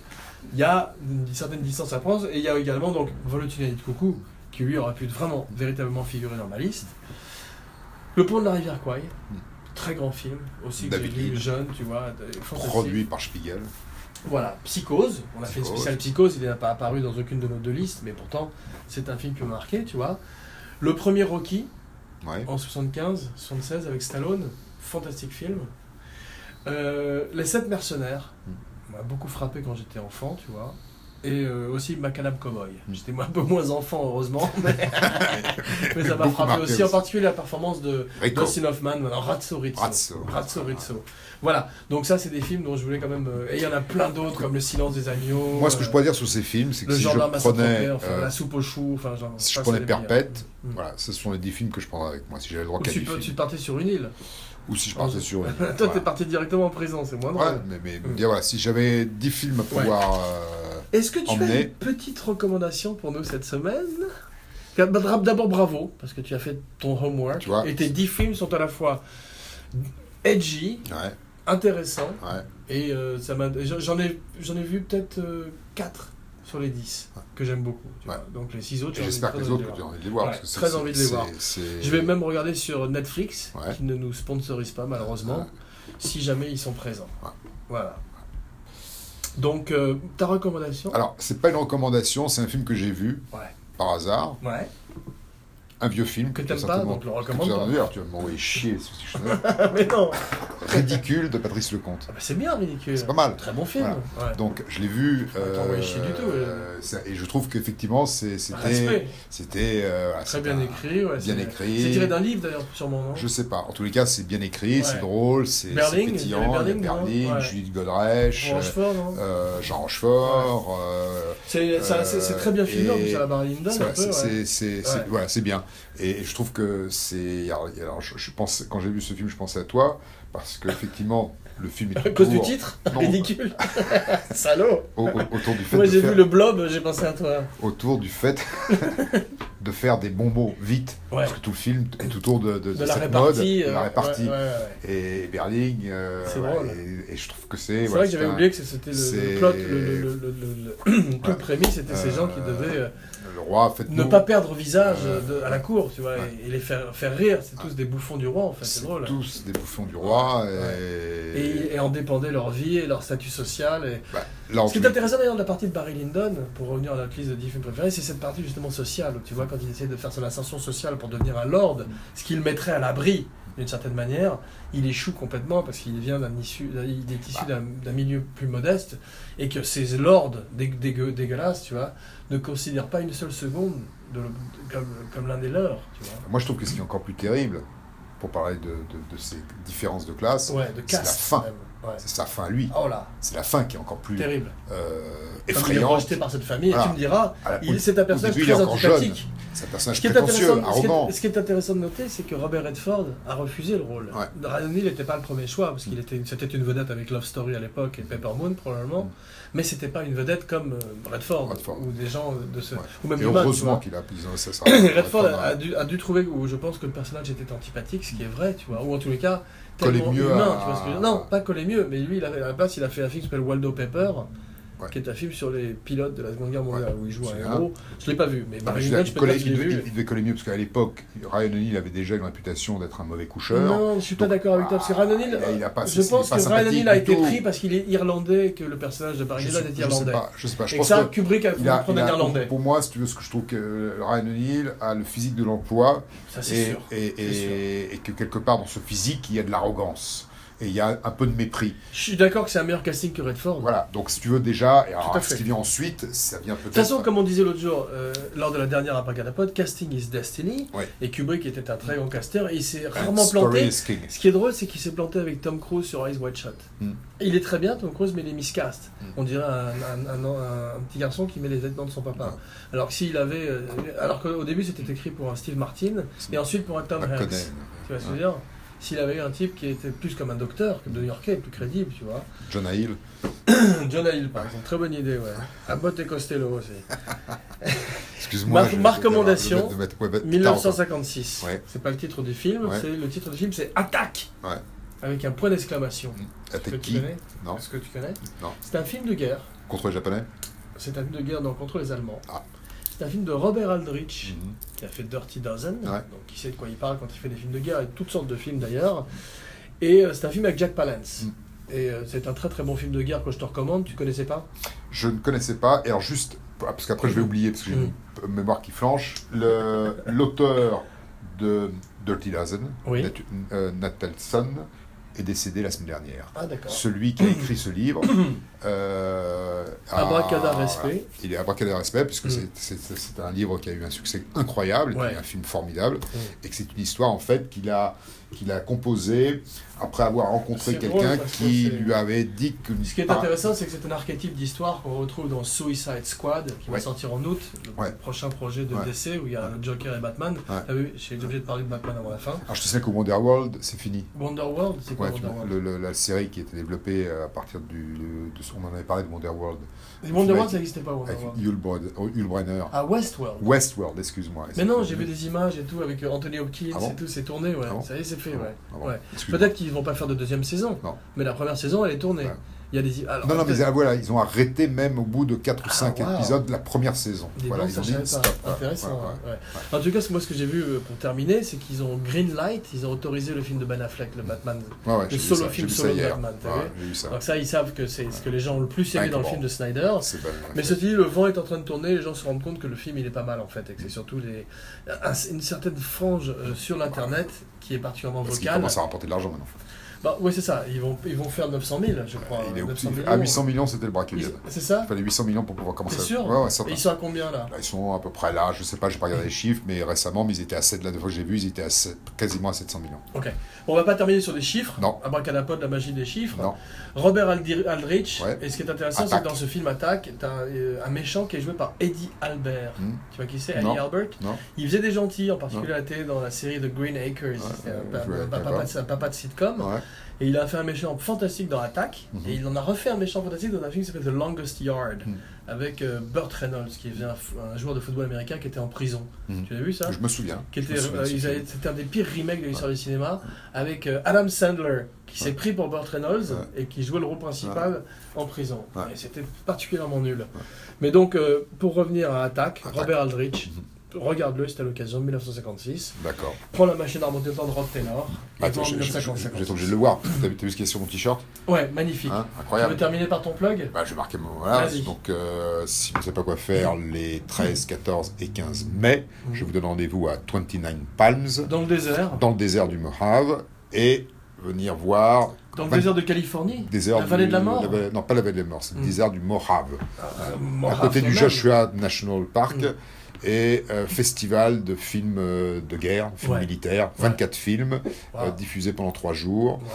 A: il y a une certaine distance à prendre. Et il y a également, donc, Vol au tunnel de coucou, qui lui aurait pu vraiment, véritablement figurer dans ma liste. Le pont de la rivière Kwai. Très grand film, aussi que j'ai
B: Hmm. David
A: vu
B: Lean.
A: jeune, tu vois, de- fantastique.
B: Produit par Spiegel.
A: Voilà, Psychose. On a fait une
B: Psychose.
A: spéciale Psychose, il n'a pas apparu dans aucune de nos deux listes, mais pourtant, c'est un film qui m'a marqué, tu vois. Le premier Rocky,
B: Ouais.
A: en 75, 76, avec Stallone, fantastique film. Euh, Les Sept Mercenaires,
B: Hmm.
A: m'a beaucoup frappé quand j'étais enfant, tu vois. Et euh, aussi Macadam Cowboy.
B: Mm.
A: J'étais un peu moins enfant, heureusement, mais, mais ça m'a
B: Beaucoup
A: frappé
B: marqué
A: aussi,
B: aussi.
A: en particulier la performance de,
B: Rico.
A: Dustin Hoffman, maintenant Ratso Rizzo.
B: Ratso.
A: Ratso Rizzo. Voilà, donc ça, c'est des films dont je voulais quand même. euh, Et il y en a plein d'autres, comme Le Silence des Agneaux.
B: Moi, ce que je
A: euh,
B: pourrais dire sur ces films, c'est que
A: Le
B: si je
A: gendarme à
B: prenais,
A: enfin,
B: euh,
A: La soupe aux choux, enfin, genre.
B: si je
A: ça,
B: prenais
A: c'est les meilleurs.
B: Perpète,
A: Mm.
B: voilà, ce sont les 10 films que je prendrais avec moi si j'avais le droit
A: Ou
B: qu'à 10
A: tu, peux-
B: films.
A: tu partais sur une île.
B: Ou si je partais sur une.
A: Toi, t'es parti directement en prison, c'est moins drôle.
B: Ouais, mais, mais me
A: Mm.
B: dire, voilà, si j'avais 10 films à pouvoir. euh,
A: Est-ce que tu as
B: Emmener.
A: une petite recommandation pour nous cette semaine Bah, D'abord, bravo, parce que tu as fait ton homework.
B: Tu vois.
A: et tes 10 films sont à la fois edgy,
B: Ouais,
A: intéressants,
B: ouais.
A: Et euh, ça m'a. j'en- J'en ai, j'en ai vu peut-être 4 sur les 10 que j'aime beaucoup. tu
B: Ouais.
A: vois. Donc les 6 autres,
B: Et
A: j'ai
B: J'espère que
A: envie-
B: les
A: très envie
B: autres,
A: de
B: que tu as
A: voir.
B: envie de les voir.
A: Ouais,
B: parce que c'est-
A: très envie de les
B: c'est-
A: voir.
B: c'est-
A: Je vais même regarder sur Netflix,
B: Ouais.
A: qui ne nous sponsorise pas malheureusement.
B: Ouais.
A: si jamais ils sont présents.
B: Ouais.
A: Voilà. Donc, euh, ta recommandation
B: Alors, c'est pas une recommandation, c'est un film que j'ai vu
A: Ouais.
B: par hasard,
A: Ouais.
B: un vieux film
A: Que t'aimes pas,
B: certainement-
A: donc le
B: que tu
A: recommande
B: vas
A: pas.
B: dire, tu vas m'envoyer chier ce petit chemin.
A: Mais non
B: ridicule de Patrice Lecomte.
A: Ah bah, C'est bien, ridicule.
B: C'est pas mal.
A: Très bon film. Ouais.
B: Donc je l'ai vu.
A: Faut pas t'envoyer chier du tout, euh.
B: ça- et je trouve qu'effectivement c'est- c'était,
A: Respect.
B: c'était euh, voilà,
A: Très
B: c'est
A: bien
B: un-
A: écrit. Ouais,
B: bien
A: c'est-
B: écrit.
A: C'est tiré d'un livre d'ailleurs, sûrement, non
B: Je sais pas. En tous les cas, c'est bien écrit,
A: Ouais.
B: c'est drôle, c'est c'est
A: Berling, il y avait
B: pétillant. Il y a
A: Berling, non
B: Berling,
A: Ouais.
B: Judith Godrèche,
A: Rochefort, non
B: euh, Jean Rochefort. euh,
A: C'est ça- c'est- c'est très bien filmé, en
B: et-
A: plus, à la Barlinda,
B: C'est
A: un
B: vrai,
A: peu.
B: c'est-
A: ouais.
B: c'est- c'est- c'est-
A: Ouais.
B: voilà, c'est bien. Et je trouve que c'est. Alors, alors, je, je pense, quand j'ai vu ce film, je pensais à toi parce que effectivement, le film est
A: À cause du
B: autour-
A: titre
B: Non.
A: Ridicule Salaud
B: au- au- autour du fait
A: Moi
B: de
A: j'ai
B: faire-
A: vu le blob, j'ai pensé à toi.
B: autour du fait de faire des bons mots vite.
A: Ouais.
B: Parce que tout le film est autour de, de- de
A: De la
B: cette
A: répartie.
B: mode, de
A: euh,
B: la répartie.
A: ouais, ouais, ouais.
B: Et Berling, euh,
A: C'est
B: ouais,
A: drôle.
B: et, et je trouve que c'est.
A: C'est
B: voilà,
A: vrai que j'avais
B: un-
A: oublié que c'était le-
B: c'est-
A: le plot, le, le, le, le- le- tout
B: Voilà.
A: le prémisse, c'était ces
B: Euh,
A: gens qui devaient euh,
B: Le roi, faites
A: ne pas perdre visage
B: Euh,
A: de- à la cour, tu vois,
B: ouais.
A: et, et les faire, faire rire. C'est tous des bouffons du roi, en fait, c'est
B: C'est
A: drôle. hein.
B: tous des bouffons du roi. Et,
A: Et, et en dépendait leur vie et leur statut social. Et...
B: Bah, là, en
A: Ce qui
B: tous
A: est
B: les-
A: intéressant d'ailleurs de la partie de Barry Lyndon, pour revenir à notre liste de 10 films préférés, c'est cette partie justement sociale. où Tu vois, quand il essaie de faire son ascension sociale pour devenir un lord, ce qu'il mettrait à l'abri d'une certaine manière, il échoue complètement parce qu'il vient d'un issu, il est issu d'un d'un milieu plus modeste et que ces lords dégue- dégue- dégueulasses, tu vois, ne considèrent pas une seule seconde de le- de- comme, comme l'un des leurs, tu vois.
B: Moi, je trouve que ce qui est encore plus terrible, pour parler de, de- de ces différences de classe,
A: Ouais, de
B: C'est la
A: casse.
B: fin.
A: même. Ouais.
B: c'est sa fin, lui.
A: Oh là,
B: C'est la fin qui est encore plus
A: terrible.
B: euh,
A: Comme il est
B: effrayante.
A: rejeté par cette famille,
B: Voilà.
A: et tu me diras,
B: À la-
A: il- c'est un personnage
B: début, il est
A: très
B: encore jeune.
A: antipathique.
B: C'est un personnage
A: Ce qui, est
B: prétentieux,
A: intéressant, ce, qui
B: arrogant.
A: est, ce qui est intéressant de noter, c'est que Robert Redford a refusé le rôle.
B: Ouais. Mm.
A: Ryan O'Neill n'était pas le premier choix, parce qu'il était, une- c'était une vedette avec Love Story à l'époque et Pepper Moon probablement,
B: Mm.
A: mais c'était pas une vedette comme euh, Redford,
B: Redford.
A: ou des gens de ce,
B: Ouais.
A: ou même
B: Et
A: Newman, tu
B: heureusement
A: vois.
B: qu'il a pris ça. ça-
A: Redford
B: ça-
A: a, a dû, a dû trouver, ou je pense que le personnage était antipathique, ce qui est vrai, tu vois, ou en tous les cas
B: Collait
A: tellement
B: mieux
A: humain,
B: à-
A: tu vois ce que je veux dire. Non, pas coller mieux, mais lui, il avait, à la place, il a fait un film qui s'appelle Waldo Pepper.
B: Ouais.
A: qui est un film sur les pilotes de la Seconde Guerre mondiale, où il joue
B: C'est
A: un
B: bien.
A: héros. Je l'ai pas vu, mais
B: Non, mais
A: Barry
B: je veux
A: Lyndon,
B: dire,
A: Bah, je peux te dire
B: Bah, il, collait-
A: que je l'ai
B: il devait-
A: vu.
B: il devait coller mieux parce qu'à l'époque, Ryan O'Neill avait déjà une réputation d'être un mauvais coucheur.
A: Non, je suis pas
B: Donc, ah,
A: d'accord avec toi, parce que Ryan O'Neill,
B: il a pas-
A: je
B: c'est-
A: pense
B: c'est pas
A: que Ryan
B: sympathique
A: O'Neill a
B: du
A: été
B: tout.
A: pris parce qu'il est irlandais et que le personnage de Barry
B: je,
A: Lyndon
B: sais-
A: est
B: je sais
A: irlandais.
B: pas, je sais pas. Je
A: Et que
B: pense
A: ça,
B: que
A: Kubrick a voulu
B: il a-
A: prendre
B: il
A: un
B: a-
A: irlandais.
B: pour, pour moi, si tu veux, ce que je trouve que Ryan O'Neill a le physique de l'emploi
A: Ça, Ah, c'est
B: et,
A: sûr.
B: et,
A: C'est sûr.
B: et- et que quelque part dans ce physique, il y a de l'arrogance et il y a un peu de mépris.
A: Je suis d'accord que c'est un meilleur casting que Redford.
B: Voilà. Donc si tu veux déjà, et alors,
A: à
B: ce
A: fait.
B: qui vient ensuite, ça vient
A: De
B: peut-être.
A: toute façon, comme on disait l'autre jour, euh, lors de la dernière Abracadapod, casting is destiny.
B: Ouais.
A: Et Kubrick était un très grand casteur et il s'est
B: And
A: rarement
B: story
A: planté.
B: is king.
A: Ce qui est drôle, c'est qu'il s'est planté avec Tom Cruise sur Ice White Shot.
B: Mm.
A: Il est très bien, Tom Cruise, mais il est miscast.
B: Mm.
A: On dirait un, un- un- un- un petit garçon qui met les vêtements de son papa. Alors que s'il avait, euh, alors qu'au début c'était écrit pour un Steve Martin et ensuite pour un Tom Hanks.
B: McConnell,
A: Tu vois ce que je
B: Ouais.
A: veux dire S'il avait eu un type qui était plus comme un docteur que de New-Yorkais, plus crédible, tu vois.
B: John Hill.
A: John Hill, par exemple, très bonne idée, ouais. Abbott et Costello aussi.
B: Excuse-moi.
A: Ma- ma
B: je- je vais devoir-
A: recommandation,
B: je vais mettre- ouais, mettre plus tard encore.
A: 1956.
B: Ouais.
A: C'est pas le titre du film,
B: Ouais.
A: c'est le titre du film, c'est Attaque
B: Ouais.
A: avec un point d'exclamation. Est-ce
B: Ah, t'es
A: que tu
B: qui
A: connais
B: Non.
A: Est-ce que tu connais
B: Non.
A: C'est un film de guerre.
B: Contre les Japonais
A: C'est un film de guerre donc, contre les Allemands.
B: Ah.
A: C'est un film de Robert Aldrich,
B: Mhm.
A: qui a fait Dirty Dozen,
B: Ouais.
A: donc il sait de quoi il parle quand il fait des films de guerre, et toutes sortes de films d'ailleurs. Et euh, c'est un film avec Jack Palance.
B: Mhm.
A: Et euh, c'est un très très bon film de guerre que je te recommande, tu connaissais pas
B: Je ne connaissais pas. Et alors juste, ah, parce qu'après je vais oublier, parce que j'ai
A: Mm.
B: une mémoire qui flanche, le- l'auteur de Dirty Dozen,
A: Oui.
B: Nat, euh, Nat Nelson, est décédé la semaine dernière.
A: Ah d'accord.
B: Celui qui a écrit ce livre, euh, a-
A: Abracada Ah, Respect.
B: Il est Abracada Respect, puisque
A: Mm.
B: c'est- c'est c'est- c'est un livre qui a eu un succès incroyable, qui
A: Ouais.
B: est un film formidable,
A: Mm.
B: et que c'est une histoire en fait qu'il a, qu'il a composée après avoir rencontré
A: C'est drôle,
B: quelqu'un
A: parce que
B: qui
A: c'est-
B: lui avait dit qu'une
A: Ce qui est
B: par-
A: intéressant, c'est que c'est un archétype d'histoire qu'on retrouve dans Suicide Squad, qui
B: Ouais.
A: va sortir en août, le
B: Ouais.
A: prochain projet de
B: Ouais.
A: DC, où il y a Joker et Batman.
B: Ouais.
A: T'as vu, j'ai été obligé de parler de Batman avant la fin.
B: Ah, Alors je te sais qu'au Wonderworld, c'est fini.
A: Wonderworld, c'est quoi
B: Ouais, tu-
A: Wonderworld
B: le- le- la série qui était développée euh, à partir du. de ce- on en avait parlé de Wonderworld,
A: Wonderworld,
B: tu
A: ça n'existait pas,
B: avec
A: Wonderworld.
B: Yul Brod- oh, Yul Brynner.
A: À Westworld.
B: Westworld, excuse-moi.
A: Mais non, j'ai vu des images et tout avec euh, Anthony Hopkins
B: Ah bon
A: et tout, c'est tourné, ouais.
B: Ah bon
A: ça y est, c'est fait,
B: Ah bon,
A: ouais.
B: ah bon,
A: Ouais.
B: excuse-moi.
A: Peut-être qu'ils vont pas faire de deuxième saison,
B: Non.
A: mais la première saison, elle est tournée.
B: Ouais.
A: Il y a des. alors,
B: Non, non, mais
A: peut-être- Ah,
B: ah, voilà, ils ont arrêté même au bout de 4 ou 5
A: waouh.
B: épisodes de la première saison.
A: Dis
B: voilà,
A: donc,
B: ils
A: ça,
B: ont
A: je savais
B: dit
A: pas.
B: stop. ouais,
A: Intéressant.
B: ouais, ouais.
A: ouais, ouais. En tout cas, ce- moi, ce que j'ai vu euh, pour terminer, c'est qu'ils ont green light, ils ont autorisé le film de Ben Affleck, le Batman.
B: Mm. Ouais, ouais, j'ai vu
A: solo
B: ça,
A: film
B: j'ai vu
A: solo
B: ça
A: de
B: hier.
A: Batman, t'as
B: Ouais,
A: vu
B: J'ai vu ça.
A: Donc ça, ils savent que c'est ce que les gens ont le plus aimé
B: Ouais,
A: dans le
B: bon.
A: film de Snyder.
B: C'est Ben Affleck.
A: Mais ceci dit, le vent est en train de tourner, les gens se rendent compte que le film il est pas mal en fait, et que c'est surtout les... un- une certaine frange euh, sur l'internet qui est particulièrement
B: Parce qu'il
A: vocale.
B: commence à rapporter de l'argent maintenant.
A: Bah ouais, c'est ça, ils vont, ils vont faire 900 000, je crois.
B: Il est au
A: 900
B: petit-
A: 000
B: Ah, 800 millions, c'était le
A: Ils-
B: braquillage.
A: C'est ça
B: Il fallait 800 millions pour pouvoir commencer.
A: T'es
B: à-
A: sûr
B: Ouais, ouais, certain.
A: Et ils sont à combien là
B: Là, Ils sont à peu près là, je sais pas, j'ai pas regardé les chiffres, mais récemment, mais ils étaient à 7, la dernière fois que j'ai vu, ils étaient à sept- quasiment à 700 millions.
A: Bon, On va pas terminer sur des chiffres.
B: Non.
A: Abracadapod, la magie des chiffres.
B: Non.
A: Robert Aldi- Aldrich.
B: Ouais.
A: Et ce qui est intéressant, c'est que
B: Attaque.
A: dans ce film Attaque, t'as un, euh, un méchant qui est joué par Eddie Albert.
B: Hmm.
A: Tu vois qui c'est
B: Non.
A: Eddie Albert
B: Non.
A: Il faisait des gentils, en particulier dans la série de Green Acres. C'était un
B: euh,
A: pa-
B: ouais,
A: un papa,
B: d'accord.
A: de- un papa de sitcom.
B: Ouais.
A: Et il a fait un méchant fantastique dans Attack,
B: Mhm.
A: et il en a refait un méchant fantastique dans un film qui s'appelle The Longest Yard,
B: Mhm.
A: avec euh, Burt Reynolds, qui est un, f- un joueur de football américain qui était en prison.
B: Mhm.
A: Tu l'as vu ça
B: Je me souviens.
A: Qui
B: Je me
A: était-
B: souviens
A: euh,
B: de ce
A: ils
B: film.
A: avaient- C'était un des pires remakes de l'histoire du cinéma, avec euh, Adam Sandler, qui s'est
B: Ouais.
A: pris pour Burt Reynolds,
B: Ouais.
A: et qui jouait le rôle principal en prison.
B: Ouais.
A: Et c'était particulièrement nul. Mais donc, euh, pour revenir à Attack,
B: Attack.
A: Robert Aldrich, regarde-le, c'était à l'occasion, 1956.
B: D'accord.
A: Prends la machine à remonter le temps de Rob Taylor, et va
B: Attends,
A: en
B: je- je- je- je-
A: 1955.
B: je vais être obligé de le voir. T'as vu t'as vu ce qu'il y a sur mon t-shirt
A: Ouais, magnifique.
B: Hein
A: Tu veux
B: Incroyable.
A: terminer par ton plug
B: Bah, je vais marquer mon voilà.
A: Vas-y.
B: Donc, euh, si vous ne savez pas quoi faire, les 13, 14 et 15 mai,
A: Mm.
B: je vous donne rendez-vous à 29 Palms,
A: Dans le désert,
B: dans le désert du Mojave, et venir voir.
A: dans le
B: vingt-
A: désert de Californie,
B: désert
A: la vallée
B: du-
A: de la mort,
B: vallée- non, pas la vallée de la mort, c'est le
A: Mm.
B: désert du Mojave,
A: Euh,
B: à
A: Mojave
B: côté du
A: National.
B: Joshua National Park.
A: Mm.
B: Et euh, festival de films euh, de guerre, films
A: Ouais.
B: militaires, 24 films
A: Wow.
B: euh, diffusés pendant 3 jours
A: Wow.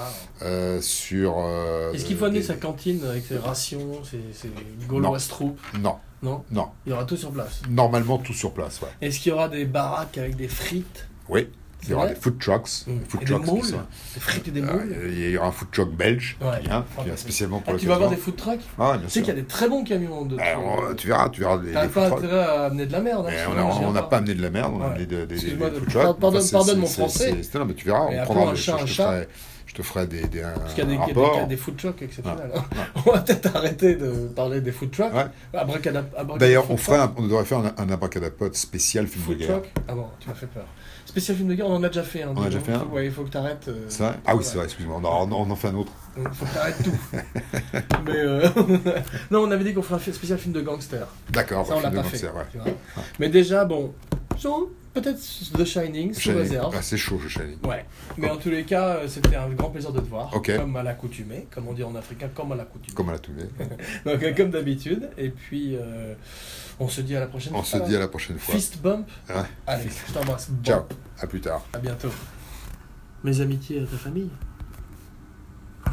B: euh, sur. euh,
A: Est-ce qu'il faut amener
B: des-
A: sa cantine avec ses rations, ses, ses gauloises troupes
B: Non,
A: Non
B: non.
A: Il y aura tout sur place.
B: Normalement, tout sur place, ouais.
A: Est-ce qu'il y aura des baraques avec des frites
B: Oui, il y aura
A: vrai
B: des food trucks.
A: Mm.
B: des food
A: Et des
B: trucks qui
A: moules
B: sont-
A: Des frites et des
B: Ah,
A: moules
B: Il y aura un food truck belge
A: Ouais.
B: qui vient, qui vient
A: Fantastique.
B: spécialement
A: Ah,
B: pour
A: Tu vas avoir des
B: l'occasion.
A: food trucks
B: Ah, bien
A: Tu sais
B: sûr.
A: qu'il y a des très bons camions de
B: Alors, euh, tu verras, tu verras les,
A: T'as
B: les
A: pas
B: food trucks.
A: intérêt à amener de la merde. hein,
B: Mais on
A: sinon,
B: n'a
A: on vient
B: pas. amené de la merde, on a
A: Ouais.
B: amené de- des- des,
A: Excuse-moi
B: des
A: de-
B: food trucks.
A: pardonne-
B: c'est-
A: pardonne
B: c'est-
A: mon
B: c'est-
A: français.
B: c'est- Non, mais tu verras,
A: Et
B: on
A: appelons
B: prendra.
A: un
B: Je,
A: chat un
B: je te
A: chat.
B: ferai, je te ferai des, des, un
A: Parce qu'il y a des, il y a des- il y a
B: rapport. Ah,
A: des food trucks exceptionnels. hein. On va peut-être arrêter de parler des food trucks.
B: Ouais.
A: Abracadab- abracadab-
B: D'ailleurs, on,
A: food
B: ferait un- on devrait faire un, un abracadapote spécial film
A: Food
B: de guerre.
A: truck Ah bon, tu m'as fait peur. Spécial film de guerre, on en a déjà fait. hein,
B: On en a
A: dis
B: déjà
A: donc.
B: fait un
A: Ouais, il faut que t'arrêtes. euh,
B: C'est vrai Ah oui, c'est
A: ouais.
B: vrai, excuse-moi, on, en- on en fait un autre.
A: Il faut que t'arrêtes tout. Mais euh, non, on avait dit qu'on ferait un fi- spécial film de gangster.
B: D'accord,
A: Ça, on l'a
B: film
A: pas
B: de
A: fait.
B: gangster, ouais.
A: tu vois. Mais déjà, bon, sur- peut-être The Shining, sous
B: Shining.
A: réserve.
B: Ah, C'est chaud, je Shining.
A: Ouais. Mais en tous les cas, euh, c'était un grand plaisir de te voir.
B: Ok.
A: Comme à l'accoutumée, comme on dit en africain, comme à l'accoutumée.
B: Comme à la tournée.
A: Donc, euh, comme d'habitude. Et puis, euh, on se dit à la prochaine
B: On se dit à la prochaine fois.
A: Fist bump.
B: Ouais.
A: Allez, je t'embrasse.
B: Ciao,
A: Bump.
B: à plus tard.
A: À bientôt. Mes amitiés à ta famille.